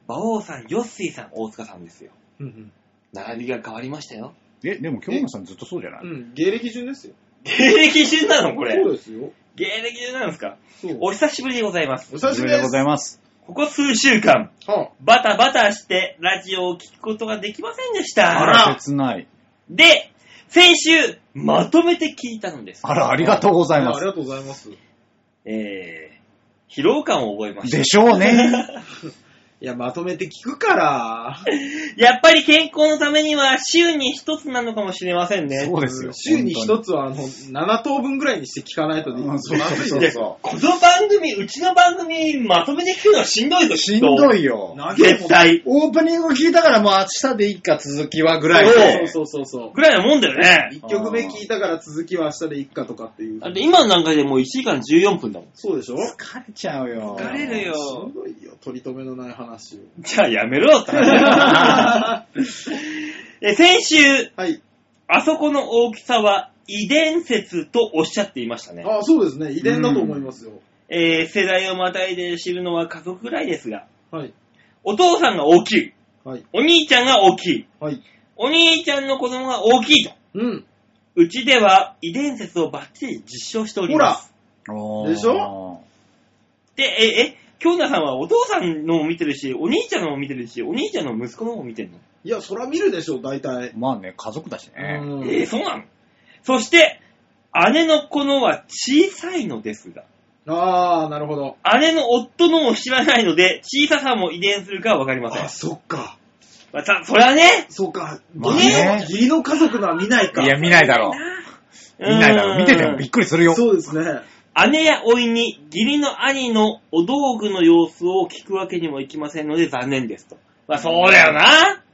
Speaker 2: 馬王さん、よっすいさん、大塚さんですよ。
Speaker 3: うん
Speaker 2: 並びが変わりましたよ。
Speaker 4: え、でも、京本さんずっとそうじゃな
Speaker 3: う
Speaker 4: い
Speaker 3: ん、うん芸歴順ですよ。
Speaker 2: 芸歴順なのこれ。
Speaker 3: そうですよ。
Speaker 2: 芸歴順なんですか
Speaker 3: そう。
Speaker 2: お久しぶりでございます。
Speaker 3: お久しぶり
Speaker 4: で
Speaker 3: で
Speaker 4: ご
Speaker 3: す。
Speaker 4: ざいます。
Speaker 2: ここ数週間、
Speaker 3: は
Speaker 2: バタバタしてラジオを聞くことができませんでした。
Speaker 4: あら、切ない。
Speaker 2: で、先週、まとめて聞いたのです。
Speaker 4: あら、ありがとうご
Speaker 3: あ
Speaker 4: ざいま
Speaker 3: あり
Speaker 4: す。
Speaker 3: がとうございます。い
Speaker 2: えー、疲労感を覚えました
Speaker 4: で。しょうね。
Speaker 3: や、まとめて聞くから。
Speaker 2: やっぱり健康のためには週に一つなのかもしれませんね。
Speaker 4: そうですよ。
Speaker 3: 週に一
Speaker 4: 本
Speaker 3: つは、あの、7等分ぐらいにして聞かないと
Speaker 4: 当
Speaker 3: ね
Speaker 4: に。うんそうそうそ
Speaker 2: いうや
Speaker 4: そ
Speaker 2: この番組、うちの番組、まとめて聞くのはしんどいぞ、
Speaker 4: う。しんど
Speaker 2: い。
Speaker 4: いよ。
Speaker 2: 絶対。
Speaker 4: オープニング聞いたからもう明日でいいか続きはぐらい
Speaker 3: そう
Speaker 4: で。
Speaker 3: そうそうそう。
Speaker 2: ぐらいなもんだよね。
Speaker 3: 1曲目聞いたから続きは明日でいっかとかっていう
Speaker 2: だっ。て今の段階でもう1時間14分だもん。
Speaker 3: そうでしょ
Speaker 4: 疲れちゃうよ。
Speaker 2: 疲れるよ
Speaker 3: しんどいよ、取り留めのない話 を。
Speaker 2: じゃあやめろって話
Speaker 3: は
Speaker 2: え先週、
Speaker 3: い。
Speaker 2: あそこの大きさは遺伝説とおっしゃっていましたね。
Speaker 3: あ、そうですね。遺伝だと思いますよ。
Speaker 2: えー世代をまたいで知るのは家族ぐらいですが、
Speaker 3: はい。
Speaker 2: お父さんが大きい。
Speaker 3: はい。
Speaker 2: お兄ちゃんが大きい。
Speaker 3: はい。
Speaker 2: お兄ちゃんの子供が大きいと。
Speaker 3: うん。
Speaker 2: うちでは遺伝説をバッチリ実証しております。
Speaker 4: おー
Speaker 3: でしょ
Speaker 2: で、え、え、京奈さんはお父さんのも見てるし、お兄ちゃんのも見てるし、お兄ちゃんの息子のも見てるの、
Speaker 3: いや、そら見るでしょ、大体。
Speaker 4: まあね、家族だしね。
Speaker 3: うん
Speaker 2: えーそうなのそして、姉の子のは小さいのですが、
Speaker 3: あー、なるほど。
Speaker 2: 姉の夫のも知らないので、小ささも遺伝するかはわかりません
Speaker 3: あ、。そっか。
Speaker 2: まあた、それはね、
Speaker 3: そっか。
Speaker 4: まあ
Speaker 2: ね
Speaker 3: 義理の家族のは見ないか。
Speaker 4: いや、見ないだろう。見ないだろう。見ててもびっくりするよ。
Speaker 3: そうですね。
Speaker 2: 姉や甥に義理の兄のお道具の様子を聞くわけにもいきませんので残念ですと。まあそうだよな。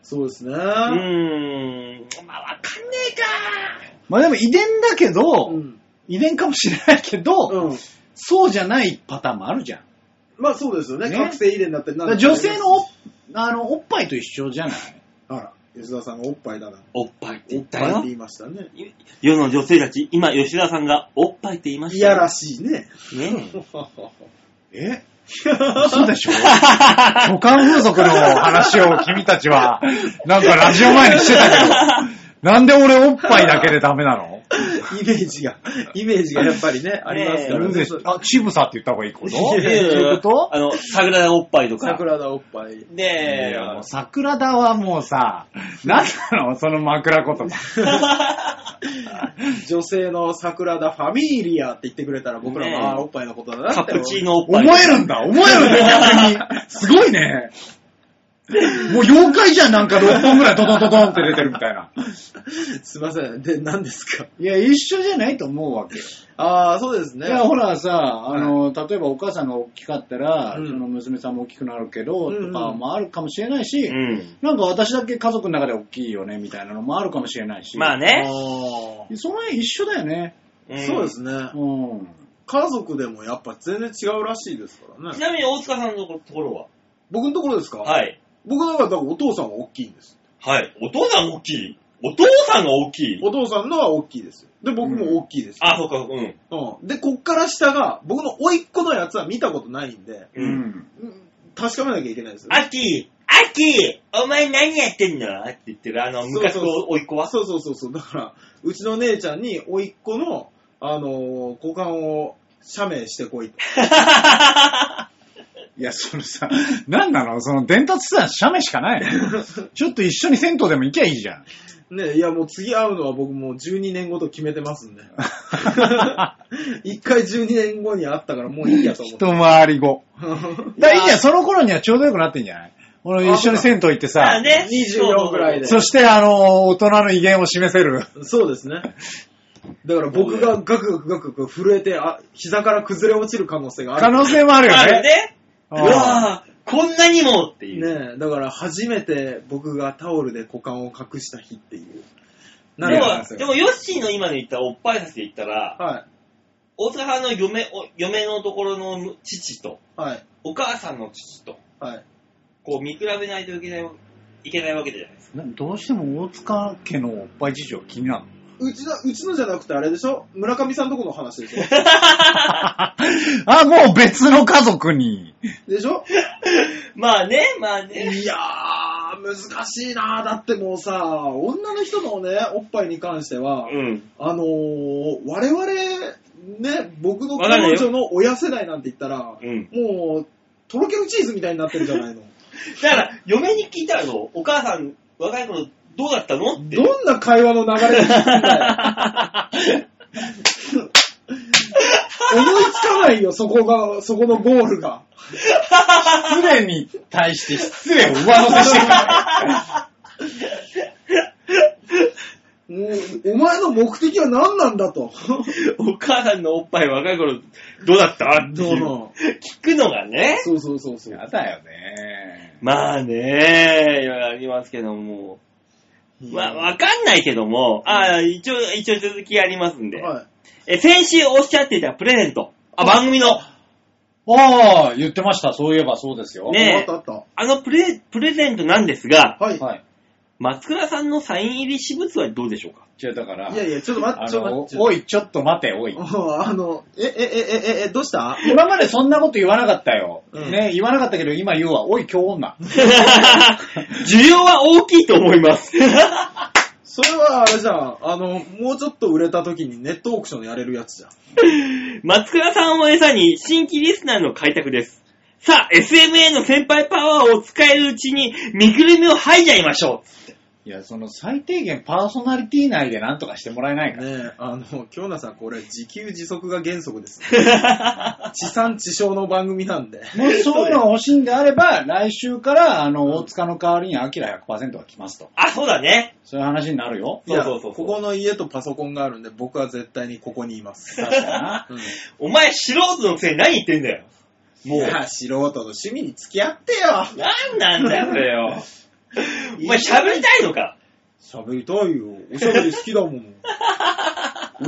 Speaker 3: そうですね。
Speaker 2: うーん。まあわかんねえか。
Speaker 4: まあでも遺伝だけど、
Speaker 3: うん。
Speaker 4: 遺伝かもしれないけど、
Speaker 3: うん。
Speaker 4: そうじゃないパターンもあるじゃん。
Speaker 3: まあそうですよね。
Speaker 4: ね
Speaker 3: 覚醒遺伝だったり
Speaker 4: だ
Speaker 3: なん
Speaker 4: か
Speaker 3: だ
Speaker 4: ら
Speaker 3: ったり
Speaker 4: 女性のおあのおっぱいと一緒じゃない
Speaker 3: あら、吉田さんがおっぱいだな。
Speaker 2: おっぱいって
Speaker 3: お
Speaker 2: 言
Speaker 3: っ
Speaker 2: った
Speaker 3: ぱいって
Speaker 2: よ
Speaker 3: 言。いましたね。
Speaker 2: 世の女性たち、今吉田さんがおっぱいって言いまし
Speaker 3: い
Speaker 2: た
Speaker 3: や
Speaker 2: よ
Speaker 3: らしいね。
Speaker 2: ねえ。
Speaker 4: え嘘でしょ巨漢風俗の話を君たちは、なんかラジオ前にしてたけど、なんで俺おっぱいだけでダメなの
Speaker 3: イメージが、イメージがやっぱりね、ありますか
Speaker 4: そ
Speaker 3: ら
Speaker 4: れで
Speaker 3: ね。
Speaker 4: あ、ちぶさって言った方がいいことそう
Speaker 3: いや
Speaker 4: いうこ
Speaker 2: あの、桜田おっぱいとか。
Speaker 3: 桜田おっぱ
Speaker 2: ね
Speaker 3: い。
Speaker 4: とい
Speaker 2: え。
Speaker 4: やもう桜田はもうさ、なんなのその枕言葉。
Speaker 3: 女性の桜田ファミリアって言ってくれたら僕ら
Speaker 2: ねえ
Speaker 3: も、ああ、おっぱいのことだなって。
Speaker 2: カプチーノおっぱ
Speaker 4: 思
Speaker 2: い。
Speaker 4: えるんだ思えるね、逆に。すごいね。もう妖怪じゃん、なんか6本ぐらいドドドドンって出てるみたいな。
Speaker 3: すいません。で、何ですか
Speaker 4: いや、一緒じゃないと思うわけよ。
Speaker 3: ああ、そうですね。
Speaker 4: いや、ほらさ、あの、例えばお母さんが大きかったら、
Speaker 3: うん
Speaker 4: その娘さんも大きくなるけど、
Speaker 3: うんうん
Speaker 4: とかもあるかもしれないし、
Speaker 2: うん。
Speaker 4: なんか私だけ家族の中で大きいよね、みたいなのもあるかもしれないし。
Speaker 2: まあ
Speaker 4: ね。
Speaker 3: あ
Speaker 2: ね。
Speaker 3: ー
Speaker 4: その辺一緒だよね。
Speaker 2: ん
Speaker 3: そうですね。
Speaker 4: うん。
Speaker 3: 家族でもやっぱ全然違うらしいですから
Speaker 2: ち
Speaker 3: ね。
Speaker 2: なみに大塚さんのところ
Speaker 3: 僕のところですか
Speaker 2: ははい。
Speaker 3: 僕の方がだからお父さんは大きいんです。
Speaker 2: はい。お父さん大きい。お父さんが大きい。
Speaker 3: お父さんのは大きいですよ。で、僕も大きいですよ、
Speaker 2: あ、そうか、うん。
Speaker 3: うんで、こっから下が、僕の甥っ子のやつは見たことないんで、
Speaker 2: う
Speaker 4: う
Speaker 2: ん。
Speaker 4: ん。
Speaker 3: うん確かめなきゃいけないですよね。
Speaker 2: アキアキお前何やってんのって言ってる、あの、昔
Speaker 3: そうそう
Speaker 2: の
Speaker 3: そう
Speaker 2: おいっ子は。
Speaker 3: そうそうそうそう。だから、うちの姉ちゃんに、甥っ子の、あのー股間を写メしてこいと。
Speaker 4: いや、それさ、なんなのその伝達手段、写メしかないの。ちょっと一緒に銭湯でも行きゃいいじゃん。
Speaker 3: ねいやもう次会うのは僕もう12年後と決めてま すんで。一回12年後に会ったからもういいやと思
Speaker 4: 一
Speaker 3: って。
Speaker 4: 回り後。だからいいじゃん、
Speaker 3: そ
Speaker 4: その頃にはちょうどよくなってんじゃない俺一緒に銭湯行って
Speaker 2: まあ
Speaker 4: さ、
Speaker 2: ね
Speaker 3: 24ぐらいで
Speaker 4: そしてあの、大人の威厳を示せる。
Speaker 3: そうですね。だから僕がガクガクガクガク震えて、あ、膝から崩れ落ちる可能性がある。
Speaker 4: 可能性もあるよ
Speaker 2: あれ
Speaker 4: ね。
Speaker 2: ね。う
Speaker 4: うん
Speaker 2: わぁ、こんなにもっていう。
Speaker 3: ねえ、だから初めて僕がタオルで股間を隠した日っていう。
Speaker 2: で
Speaker 3: なるほどです
Speaker 2: も、
Speaker 3: よ
Speaker 2: でも、ヨッシーの今の言ったおっぱいさせて言ったら、
Speaker 3: は
Speaker 2: 大塚さんの嫁、お嫁のところの父と、
Speaker 3: い、はい、
Speaker 2: お母さんの父と、
Speaker 3: はい。
Speaker 2: こう見比べないといけない、いけないわけじゃないですか。
Speaker 4: などうしても大塚家のおっぱい事情気になるの
Speaker 3: うちの、うちのじゃなくてあれでしょ村上さんとこの話 でしょ
Speaker 4: あ、もう別の家族に。
Speaker 3: でしょ
Speaker 2: まあね、まあね。
Speaker 3: いやー、難しいなー。だってもうさ、女の人のね、おっぱいに関しては、
Speaker 2: うん。
Speaker 3: あのー、我々、ね、僕の
Speaker 2: わかんない
Speaker 3: 彼
Speaker 2: よ
Speaker 3: 女の親世代なんて言ったら、
Speaker 2: うん。
Speaker 3: もう、とろけるチーズみたいになってるじゃ ないの。
Speaker 2: だから、嫁に聞いたらどうお母さん、若い頃どうだったのって。
Speaker 3: どんな会話の流れで聞くんだよ。思いつかないよ、そこが、そこのゴールが。
Speaker 4: 失礼に対して失礼を上乗せしてくる。
Speaker 3: もう、お前の目的は何なんだと。
Speaker 2: お母さんのおっぱい若い頃どうだったってい
Speaker 3: どう
Speaker 2: う
Speaker 3: も
Speaker 2: 聞くのがね。
Speaker 3: そうそうそうそう。
Speaker 4: やだよね。
Speaker 2: まあね、いろいろありますけども。まあ、わかんないけども、ああ、一応、一応続きありますんで。
Speaker 3: は
Speaker 2: え、先週おっしゃっていたプレゼント。あ、番組の。
Speaker 4: ああ、言ってました。そういえばそうですよ。
Speaker 3: い。
Speaker 2: ねえ
Speaker 3: あったあっ
Speaker 2: あのプレ、プレゼントなんですが、
Speaker 3: た。はい。
Speaker 4: はい。
Speaker 2: 松倉さんのサイン入り私物はどうでしょう か
Speaker 4: じゃあだから、
Speaker 3: いやいや、ちょっと待っ
Speaker 4: あ
Speaker 3: て、ちょっと
Speaker 4: の
Speaker 3: 待、って。
Speaker 4: おい、ちょっと待て、おい。
Speaker 3: お あの、え、え、え、え、え、え、どうした
Speaker 4: 今までそんなこと言わなかったよ。
Speaker 3: うん
Speaker 4: ね、言わなかったけど、今言うわ。おい、今日女。
Speaker 2: 需要は大きいと思います。
Speaker 3: それはあれじゃん。あの、もうちょっと売れた時にネットオークションやれるやつじゃん。
Speaker 2: 松倉さんを餌に新規リスナーの開拓です。さあ、SMA の先輩パワーを使えるうちに見くるみを吐いちゃいましょ
Speaker 4: いや、その最低限パーソナリティ内でなんとかしてもらえない か。
Speaker 3: ねえ、あの、京奈さんこれ自給自足が原則 です。
Speaker 2: う。
Speaker 3: 地産地消の番組なんで。
Speaker 4: もしそういうのが欲しいんであれば、来週から、あの、大塚の代わりにアキラ100%が来ますと。
Speaker 2: あ、そうだね。
Speaker 4: そういう話になるよ。
Speaker 3: いや
Speaker 2: そうそうそうそう
Speaker 3: ここの家とパソコンがあるんで、僕は絶対にここにいます。
Speaker 4: 確かにな。
Speaker 3: うん、
Speaker 2: お前素人のくせに何言ってんだよ。もう
Speaker 3: い。や、素人の趣味に付き合ってよ
Speaker 2: なんなんだよ、それよ。 お前喋りたいのか
Speaker 3: 喋りたいよ。おしゃべり好きだも ん。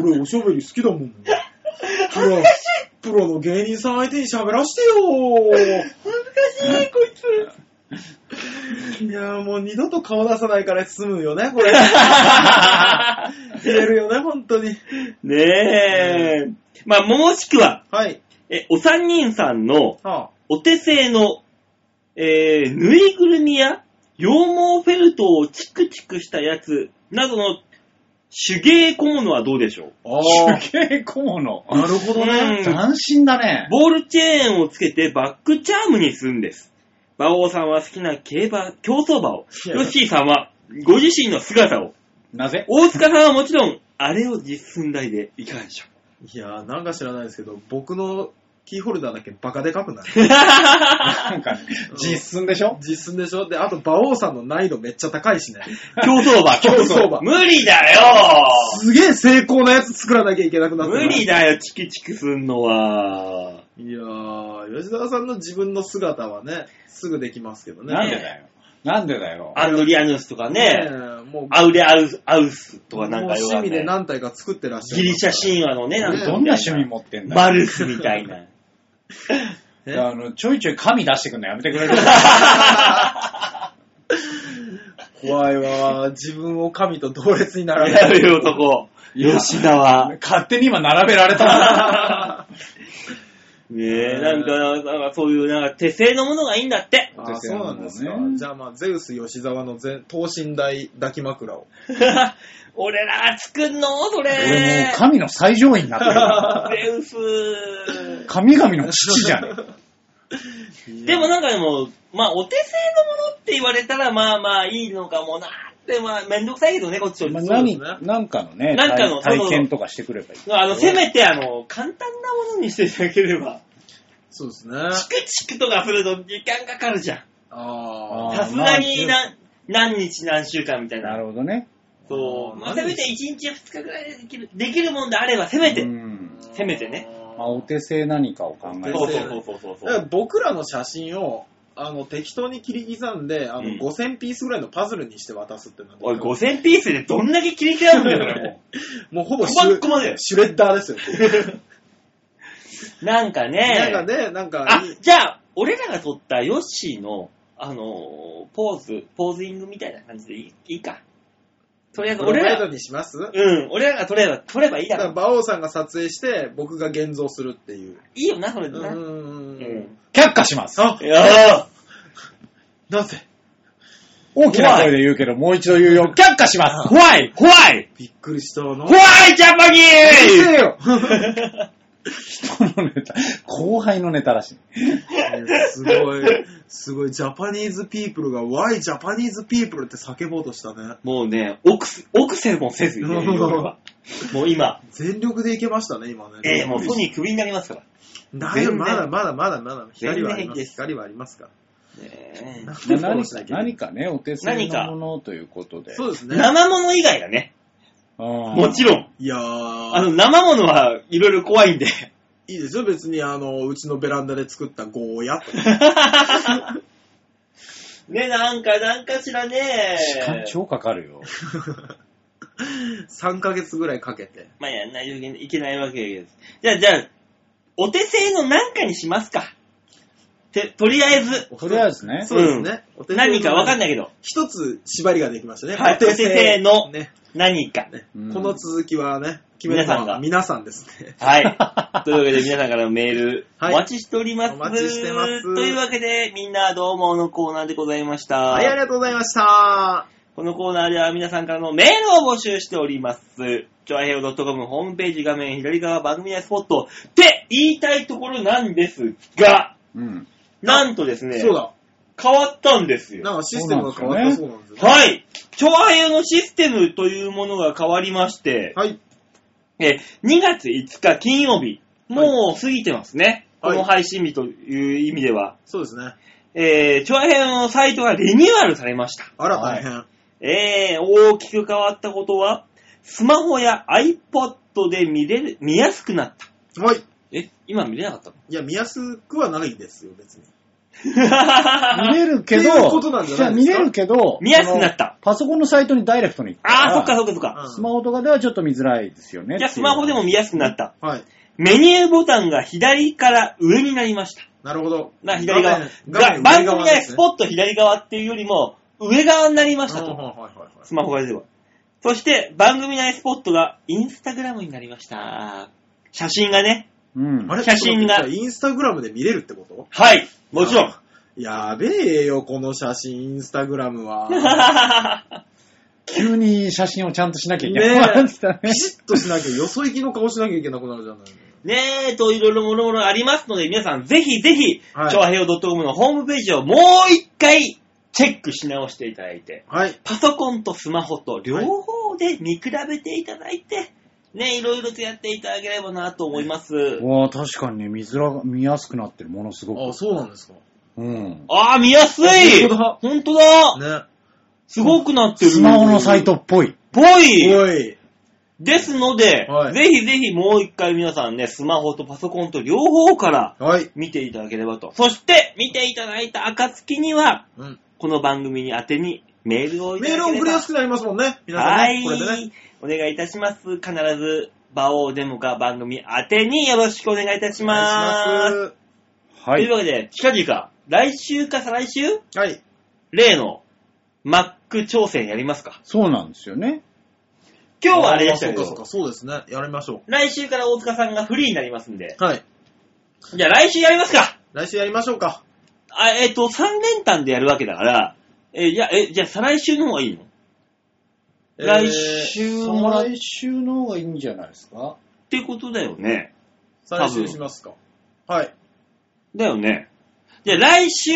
Speaker 3: 俺、おしゃべり好きだもん。プロ、プロの芸人さん相手に喋らしてよ
Speaker 2: 恥ずかしい、こいつ。
Speaker 3: いやーもう二度と顔出さないから済むよね、これ。言えるよね、本当に。
Speaker 2: ねえ。まあ、もしくは、
Speaker 3: はい。
Speaker 2: え、お三人さんの
Speaker 3: は
Speaker 2: お手製の、えー、ぬいぐるみや羊毛フェルトをチクチクしたやつなどの手芸小物はどうでしょう
Speaker 3: あ。あ
Speaker 4: 手芸小物。
Speaker 3: あ。なるほど
Speaker 2: う
Speaker 3: ね。
Speaker 2: ん
Speaker 4: 斬新だね。
Speaker 2: ボールチェーンをつけてバックチャームにするんです。馬王さんは好きな競馬、競走馬を、
Speaker 3: いや
Speaker 2: ヨッシーさんはご自身の姿を、
Speaker 4: なぜ
Speaker 2: 大塚さんはもちろん、あれを実寸大 でいかがでしょう
Speaker 3: いやーなんか知らないですけど、僕のキーホルダーだけバカでかくない
Speaker 4: なんか、実寸でしょ
Speaker 3: 実寸でしょで、あと、馬王さんの難易度めっちゃ高いしね。
Speaker 2: 競走馬、
Speaker 3: 競走馬
Speaker 2: 無理だよ
Speaker 3: すげえ精巧なやつ作らなきゃいけなくなって
Speaker 2: 無
Speaker 3: る
Speaker 2: 理だよ、チキチキすんのは。
Speaker 3: いやー、吉沢さんの自分の姿はね、すぐできますけどね。
Speaker 4: なんでだよ。なんでだよ。
Speaker 2: アンドリアヌースとかね、
Speaker 3: えもう、
Speaker 2: アウレアウスアウスとかなん
Speaker 3: もう
Speaker 2: か
Speaker 3: 趣味で
Speaker 2: ね、
Speaker 3: 何体か作ってらっしゃる。
Speaker 2: ギリシャ神話のね、なんか
Speaker 4: どんな趣味持ってんだよ。
Speaker 2: マルスみた いな。
Speaker 3: え
Speaker 4: あの、ちょいちょい神出してくんのやめてくれる
Speaker 3: 怖いわ。自分を神と同列に並べ
Speaker 2: や
Speaker 3: る。
Speaker 2: る男、吉沢。
Speaker 4: 勝手に今並べられた。
Speaker 2: ねえ、なんか、なんかそういう、なんか手製のものがいいんだって。
Speaker 3: ああ、そうなんですか
Speaker 4: ね。
Speaker 3: じゃあまあ、ゼウス吉沢の全等身大抱き枕を。
Speaker 2: 俺らが作んのそ
Speaker 4: 俺も
Speaker 2: れ
Speaker 4: う。神の最上位になってるよ。
Speaker 2: ゼウス。
Speaker 4: 神々の父じゃね
Speaker 2: でもなんかでも、まあ、お手製のものって言われたら、まあまあいいのかもなって、まあ、めんどくさいけどね、こっち
Speaker 4: え。
Speaker 2: は。
Speaker 4: まあ
Speaker 3: そうで
Speaker 4: 何
Speaker 3: すね
Speaker 4: なんかのね、
Speaker 2: なんかのそ
Speaker 4: 体
Speaker 2: うそう
Speaker 4: 体験とかしてくればいい。
Speaker 2: あの、せめて、あの、簡単なものにしていただければ。
Speaker 3: そうですね。
Speaker 2: チクチクとかすると時間かかるじゃん。
Speaker 3: あ
Speaker 4: あ
Speaker 3: あ。
Speaker 2: さすがに何、何日何週間みたい
Speaker 4: な
Speaker 2: な。
Speaker 4: るほどね。
Speaker 2: そう。まあ、
Speaker 3: 何
Speaker 2: せめて1日2日ぐらいでできる、できるもんであれば、せめて。
Speaker 4: うん。
Speaker 2: せめてね。
Speaker 4: まあ、お手製何かを考え
Speaker 3: お手
Speaker 2: そう
Speaker 3: 製
Speaker 4: て。
Speaker 2: そうそうそう
Speaker 3: だか
Speaker 2: そ
Speaker 3: ら
Speaker 2: う。
Speaker 3: 僕らの写真を、あの、適当に切り刻んで、あの、
Speaker 2: うん
Speaker 3: 5000ピースぐらいのパズルにして渡すってなんだけど
Speaker 2: おい、5000ピースでどんだけ切り替えるんだよ、それも
Speaker 3: もうほ
Speaker 2: う。
Speaker 3: ぼ
Speaker 2: こ
Speaker 3: シ
Speaker 2: ま
Speaker 3: ュ
Speaker 2: っこまで。
Speaker 3: シュレッダーですよ。
Speaker 2: なんかね。
Speaker 3: なんかね、なんか
Speaker 2: あ
Speaker 3: いい、、
Speaker 2: じゃあ、俺らが撮ったヨッシーの、あのーポーズ、ポーズイングみたいな感じでいいいいか。とりあえず、
Speaker 3: プロ
Speaker 2: 俺
Speaker 3: メイド
Speaker 2: ら、
Speaker 3: にします
Speaker 2: うん、俺らが撮れば、撮ればいいだ
Speaker 3: だか
Speaker 2: ろ
Speaker 3: ら、
Speaker 2: う。
Speaker 3: 馬王さんが撮影して、僕が現像するっていう。
Speaker 2: いいよな、それ
Speaker 3: う
Speaker 2: でな。
Speaker 3: ーん。
Speaker 4: 却下します。
Speaker 3: あ
Speaker 2: い、やー
Speaker 3: なぜ
Speaker 4: 大きな声で言うけど、もう一度言うよ。却下します。怖い怖い
Speaker 3: びっくりしたな。
Speaker 2: ホワイジャパニ
Speaker 4: せ
Speaker 2: ー
Speaker 4: えよ 人のネタ、後輩のネタらしい。
Speaker 3: すごい、すごい、ジャパニーズピープルが、Why ジャパニーズピープルって叫ぼうとしたね。
Speaker 2: もうね、奥す、奥せもせずにね、俺は もう今、
Speaker 3: 全力でいけましたね、今ね。
Speaker 2: ええもうソニークビになりますから。
Speaker 3: 大丈
Speaker 2: 全然
Speaker 3: 夫まだまだまだまだ、光はあり
Speaker 2: 全然平
Speaker 3: ま。
Speaker 2: 気ですす
Speaker 3: 光はありますから。
Speaker 2: ねえ
Speaker 3: なん
Speaker 4: まあ
Speaker 3: でフォロー
Speaker 4: 何
Speaker 3: し
Speaker 4: か
Speaker 3: なきゃいけ
Speaker 4: 何かね、お手製のものということ
Speaker 3: ない
Speaker 4: で。
Speaker 3: そうですね。
Speaker 2: 生物以外だね。も
Speaker 4: も
Speaker 2: ちろん。
Speaker 3: いやー、
Speaker 2: あの、生物はいろいろ怖いんで。
Speaker 3: いいですよ、別に、あの、うちのベランダで作ったゴーヤとか。
Speaker 2: ね、なんか、なんかしらね。
Speaker 4: 時間超かかるよ。
Speaker 3: 3ヶ月ぐらいかけて。
Speaker 2: まあ、やんないといけないわけです。じゃあ、じゃあ、お手製の何かにしますか。て、とりあえず、
Speaker 4: とりあえずね。
Speaker 3: そうですね。お手製の
Speaker 2: 何かわかんないけど、
Speaker 3: 一つ縛りができましたね。
Speaker 2: はいお手製の
Speaker 3: ね。
Speaker 2: 何か。
Speaker 3: ね
Speaker 4: うん
Speaker 3: この続きはね、決めるの
Speaker 2: 皆さんが
Speaker 3: は皆さんですね。
Speaker 2: はい。というわけで、皆さんからのメール、
Speaker 3: はい
Speaker 2: お待ちしております。
Speaker 3: お待ちしてます
Speaker 2: というわけで、みんなどうものコーナーでございました。
Speaker 3: はい、ありがとうございました。
Speaker 2: このコーナーでは皆さんからのメールを募集しております。ちょあへよ .com ホームページ画面左側番組やスポットって言いたいところなんですが、
Speaker 4: うん。
Speaker 2: なんとですね、
Speaker 3: そうだ。
Speaker 2: 変わったんですよ。
Speaker 3: なんかシステムが変わったそうなんですよ、ね。
Speaker 2: はい。超愛用のシステムというものが変わりまして、
Speaker 3: はい。
Speaker 2: え2月5日金曜日、もう過ぎてますね。
Speaker 3: は
Speaker 2: こ
Speaker 3: い
Speaker 2: の配信日という意味では。
Speaker 3: そうですね。
Speaker 2: えー、超愛用のサイトがリニューアルされました。
Speaker 3: あら、大変。は
Speaker 2: えー、大きく変わったことは、スマホや iPod で見れる、見やすくなった。
Speaker 3: い。い、
Speaker 2: え、今見れなかったの
Speaker 3: や、見やすくはないんですよ、別に。
Speaker 4: 見れるけど、
Speaker 3: っていうことなんじゃないですか
Speaker 4: 見れるけど、
Speaker 2: 見やすくなった
Speaker 4: そのパソコンのサイトにダイレクトに行く
Speaker 2: あー、そっか
Speaker 4: ら
Speaker 2: そっかそっか。
Speaker 3: うん
Speaker 4: スマホとかではちょっと見づらいですよね。
Speaker 2: じゃあスマホでも見やすくなった。
Speaker 3: はい。
Speaker 2: メニューボタンが左から上になりました。
Speaker 3: なるほど。
Speaker 2: な左側
Speaker 3: 画
Speaker 2: が番
Speaker 3: 面画面
Speaker 2: 組
Speaker 3: 上側
Speaker 2: や
Speaker 3: です
Speaker 2: ス
Speaker 3: ね
Speaker 2: ポット左側っていうよりも、上側になりました
Speaker 3: うん
Speaker 2: と。
Speaker 3: はいはいはいはい
Speaker 2: スマホが出れば。そして、番組内スポットがインスタグラムになりました。写真がね。
Speaker 4: うん
Speaker 3: あ。れ
Speaker 2: 写真が
Speaker 3: ちょっと待ってインスタグラムで見れるってこと
Speaker 2: はい。もちろ ん。
Speaker 3: やべえよ、この写真、インスタグラ ムは。
Speaker 4: 急に写真をちゃんとしなきゃいけ
Speaker 3: ね
Speaker 4: な
Speaker 3: え
Speaker 4: い。つったね
Speaker 3: ピシッとしなきゃ、よそ行きの顔しなきゃいけなくなるじゃない。
Speaker 2: ねえ、といろいろもろもろありますので、皆さんぜひぜひ、
Speaker 3: はい
Speaker 2: 超平洋 .com のホームページをもう一回チェックし直していただいて、
Speaker 3: はい。
Speaker 2: パソコンとスマホと両方で見比べていただいて、ね、いろいろとやっていただければなと思います。
Speaker 4: わあ、確かにね、見づら、見やすくなってる、ものすご
Speaker 3: あ、
Speaker 4: く。
Speaker 3: そうなんですか。
Speaker 4: うん。
Speaker 2: ああ、見やすい
Speaker 3: 本当だ
Speaker 2: 本当だ
Speaker 3: ね。
Speaker 2: すごくなってる。
Speaker 4: スマホのサイ。トっぽい。
Speaker 2: ぽい
Speaker 3: おい。
Speaker 2: ですので、
Speaker 3: はい
Speaker 2: ぜひぜひもう一回皆さんね、スマホとパソコンと両方から
Speaker 3: はい。
Speaker 2: 見ていただければと。そして、見ていただいた暁には、
Speaker 3: うん。
Speaker 2: この番組に宛てにメールをいた
Speaker 3: メー
Speaker 2: だけれ
Speaker 3: ル
Speaker 2: ば
Speaker 3: 送りやすくなりますもんね。皆さん、ね、
Speaker 2: はい
Speaker 3: これでね。
Speaker 2: お願いいたします。必ず、馬王デモか番組宛てによろしくお願いいたし
Speaker 3: お
Speaker 2: ます。
Speaker 3: 願いし
Speaker 4: は
Speaker 2: という
Speaker 4: い。
Speaker 2: わけで、近々、来週か再来週
Speaker 3: ます。はい。
Speaker 2: 例の、マック挑戦やりますか。
Speaker 4: そうなんですよね。
Speaker 2: 今日はあれでしたけ
Speaker 3: そうかそう
Speaker 2: ど、
Speaker 3: か、そうですね。やりましょ
Speaker 2: 来週から大塚さんがフリーになりますんで。
Speaker 3: う。はい。
Speaker 2: じゃあ来週やりますか
Speaker 3: 来週やりましょうか。
Speaker 2: あ、えっ、と、3連単でやるわけだから、え、じゃあ、え、じゃあ再来週の方がいいの来週もらっ
Speaker 4: 来週の方がいいんじゃないですか
Speaker 2: てことだよね。
Speaker 3: 再来週しますか。はい。
Speaker 2: だよね。じゃあ来週、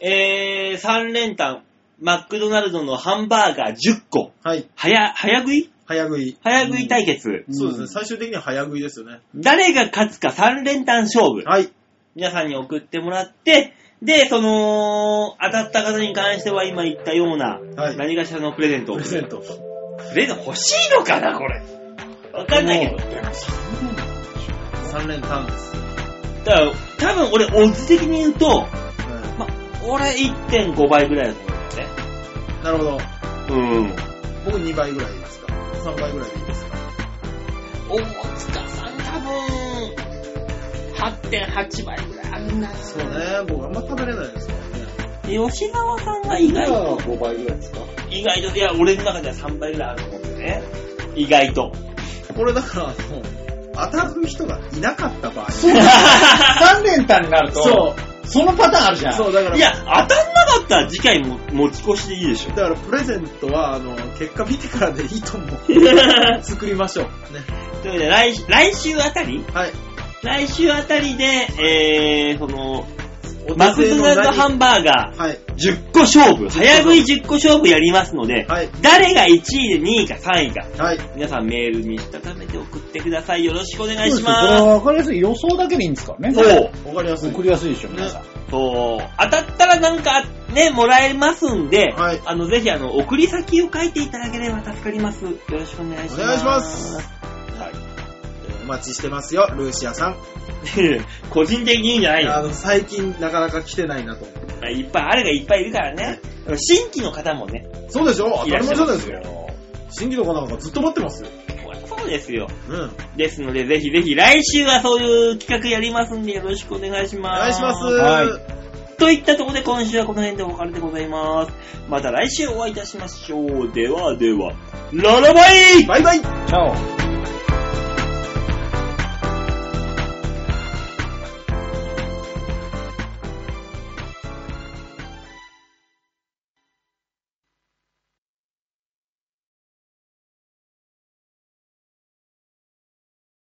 Speaker 2: えー、3連単、マクドナルドのハンバーガー10個、
Speaker 3: はい。
Speaker 2: 早、早食い
Speaker 3: 早食い。
Speaker 2: 早食い対決。
Speaker 3: そうですね。
Speaker 4: ん
Speaker 3: 最終的には早食いですよね。
Speaker 2: 誰が勝つか3連単勝負。
Speaker 3: はい。
Speaker 2: 皆さんに送ってもらって、で、その、当たった方に関しては今言ったような、
Speaker 3: はい
Speaker 2: 何かしらのプレゼントを
Speaker 3: プレ
Speaker 2: プ
Speaker 3: ゼント。
Speaker 2: レゼント欲しいのかな、これ。わかんないけど。
Speaker 3: 3連単です。
Speaker 2: だから、多分俺、オッズ的に言うと、
Speaker 3: は
Speaker 2: ま、俺1.5倍ぐらいだと思うんだよね。
Speaker 3: いなるほど。
Speaker 2: うん。
Speaker 3: 僕2倍ぐらいですか。3倍ぐらいでいいですか。
Speaker 2: 大塚さん多分、8.8倍ぐらいあるな。
Speaker 3: そうね。僕あんま食べれないですからね。
Speaker 2: 吉沢さんが意外と、
Speaker 4: 5倍ぐらいですか
Speaker 2: 意外と、いや、俺の中では3倍ぐらいあると思うんだよね。意外と。
Speaker 3: これだから、あの、当たる人がいなかった場合。
Speaker 4: そうだ !3 連単になると、
Speaker 3: そ
Speaker 4: そのパターンあるじゃ
Speaker 3: う。
Speaker 4: ん。
Speaker 3: そう、だから。
Speaker 2: いや、当たんなかったら次回も持ち越しでいいでしょ。
Speaker 3: だからプレゼントは、あの、結果見てからでいいと思う。
Speaker 2: と いう
Speaker 3: 作りましょう。ね。
Speaker 2: ことで、来週来週あたり
Speaker 3: はい。
Speaker 2: 来週あたりで、えー、その、
Speaker 3: お
Speaker 2: マクドナルドハ
Speaker 3: は
Speaker 2: ンバーガー
Speaker 3: い。
Speaker 2: 10個勝負、早食い10個勝負やりますので、
Speaker 3: はい。
Speaker 2: 誰が1位で2位か3位か、
Speaker 3: はい。
Speaker 2: 皆さんメールにしたためて送ってください。よろしくお願い
Speaker 4: そうで
Speaker 2: し
Speaker 4: すよこれ
Speaker 2: ま
Speaker 4: は分かりやすい。予想だけでいいんですからね。
Speaker 2: す。そう。
Speaker 3: わかりやすい。
Speaker 4: 送りやすいでしょ、皆さん。
Speaker 2: そう。当たったらなんかね、もらえますんで、
Speaker 3: はい
Speaker 2: あの、ぜひあの、送り先を書いていただければ助かります。よろしくお願いします。
Speaker 3: お願いします。お待ちしてますよ、ルーシアさん。
Speaker 2: 個人的にいいんじゃない
Speaker 3: あ
Speaker 2: よ。
Speaker 3: の、最近なかなか来てないなと思って。
Speaker 2: まあいっぱい、あれがいっぱいいるからね。新規の方もね、
Speaker 3: そうでしょ当
Speaker 2: い
Speaker 3: た
Speaker 2: らっしゃい
Speaker 3: り前じゃ
Speaker 2: ま
Speaker 3: ないですか。新規の子なんかずっと待ってますよ。
Speaker 2: そうですよ。
Speaker 3: うん。
Speaker 2: ですので、ぜひぜひ、来週はそういう企画やりますんで、よろしくお願いし
Speaker 3: お
Speaker 2: ます。
Speaker 3: 願いします。
Speaker 4: はい
Speaker 2: といったところで今週はこの辺でお別れでございます。また来週お会いいたしましょう。ではでは、ララバイ
Speaker 3: バイバイ
Speaker 4: チャオ。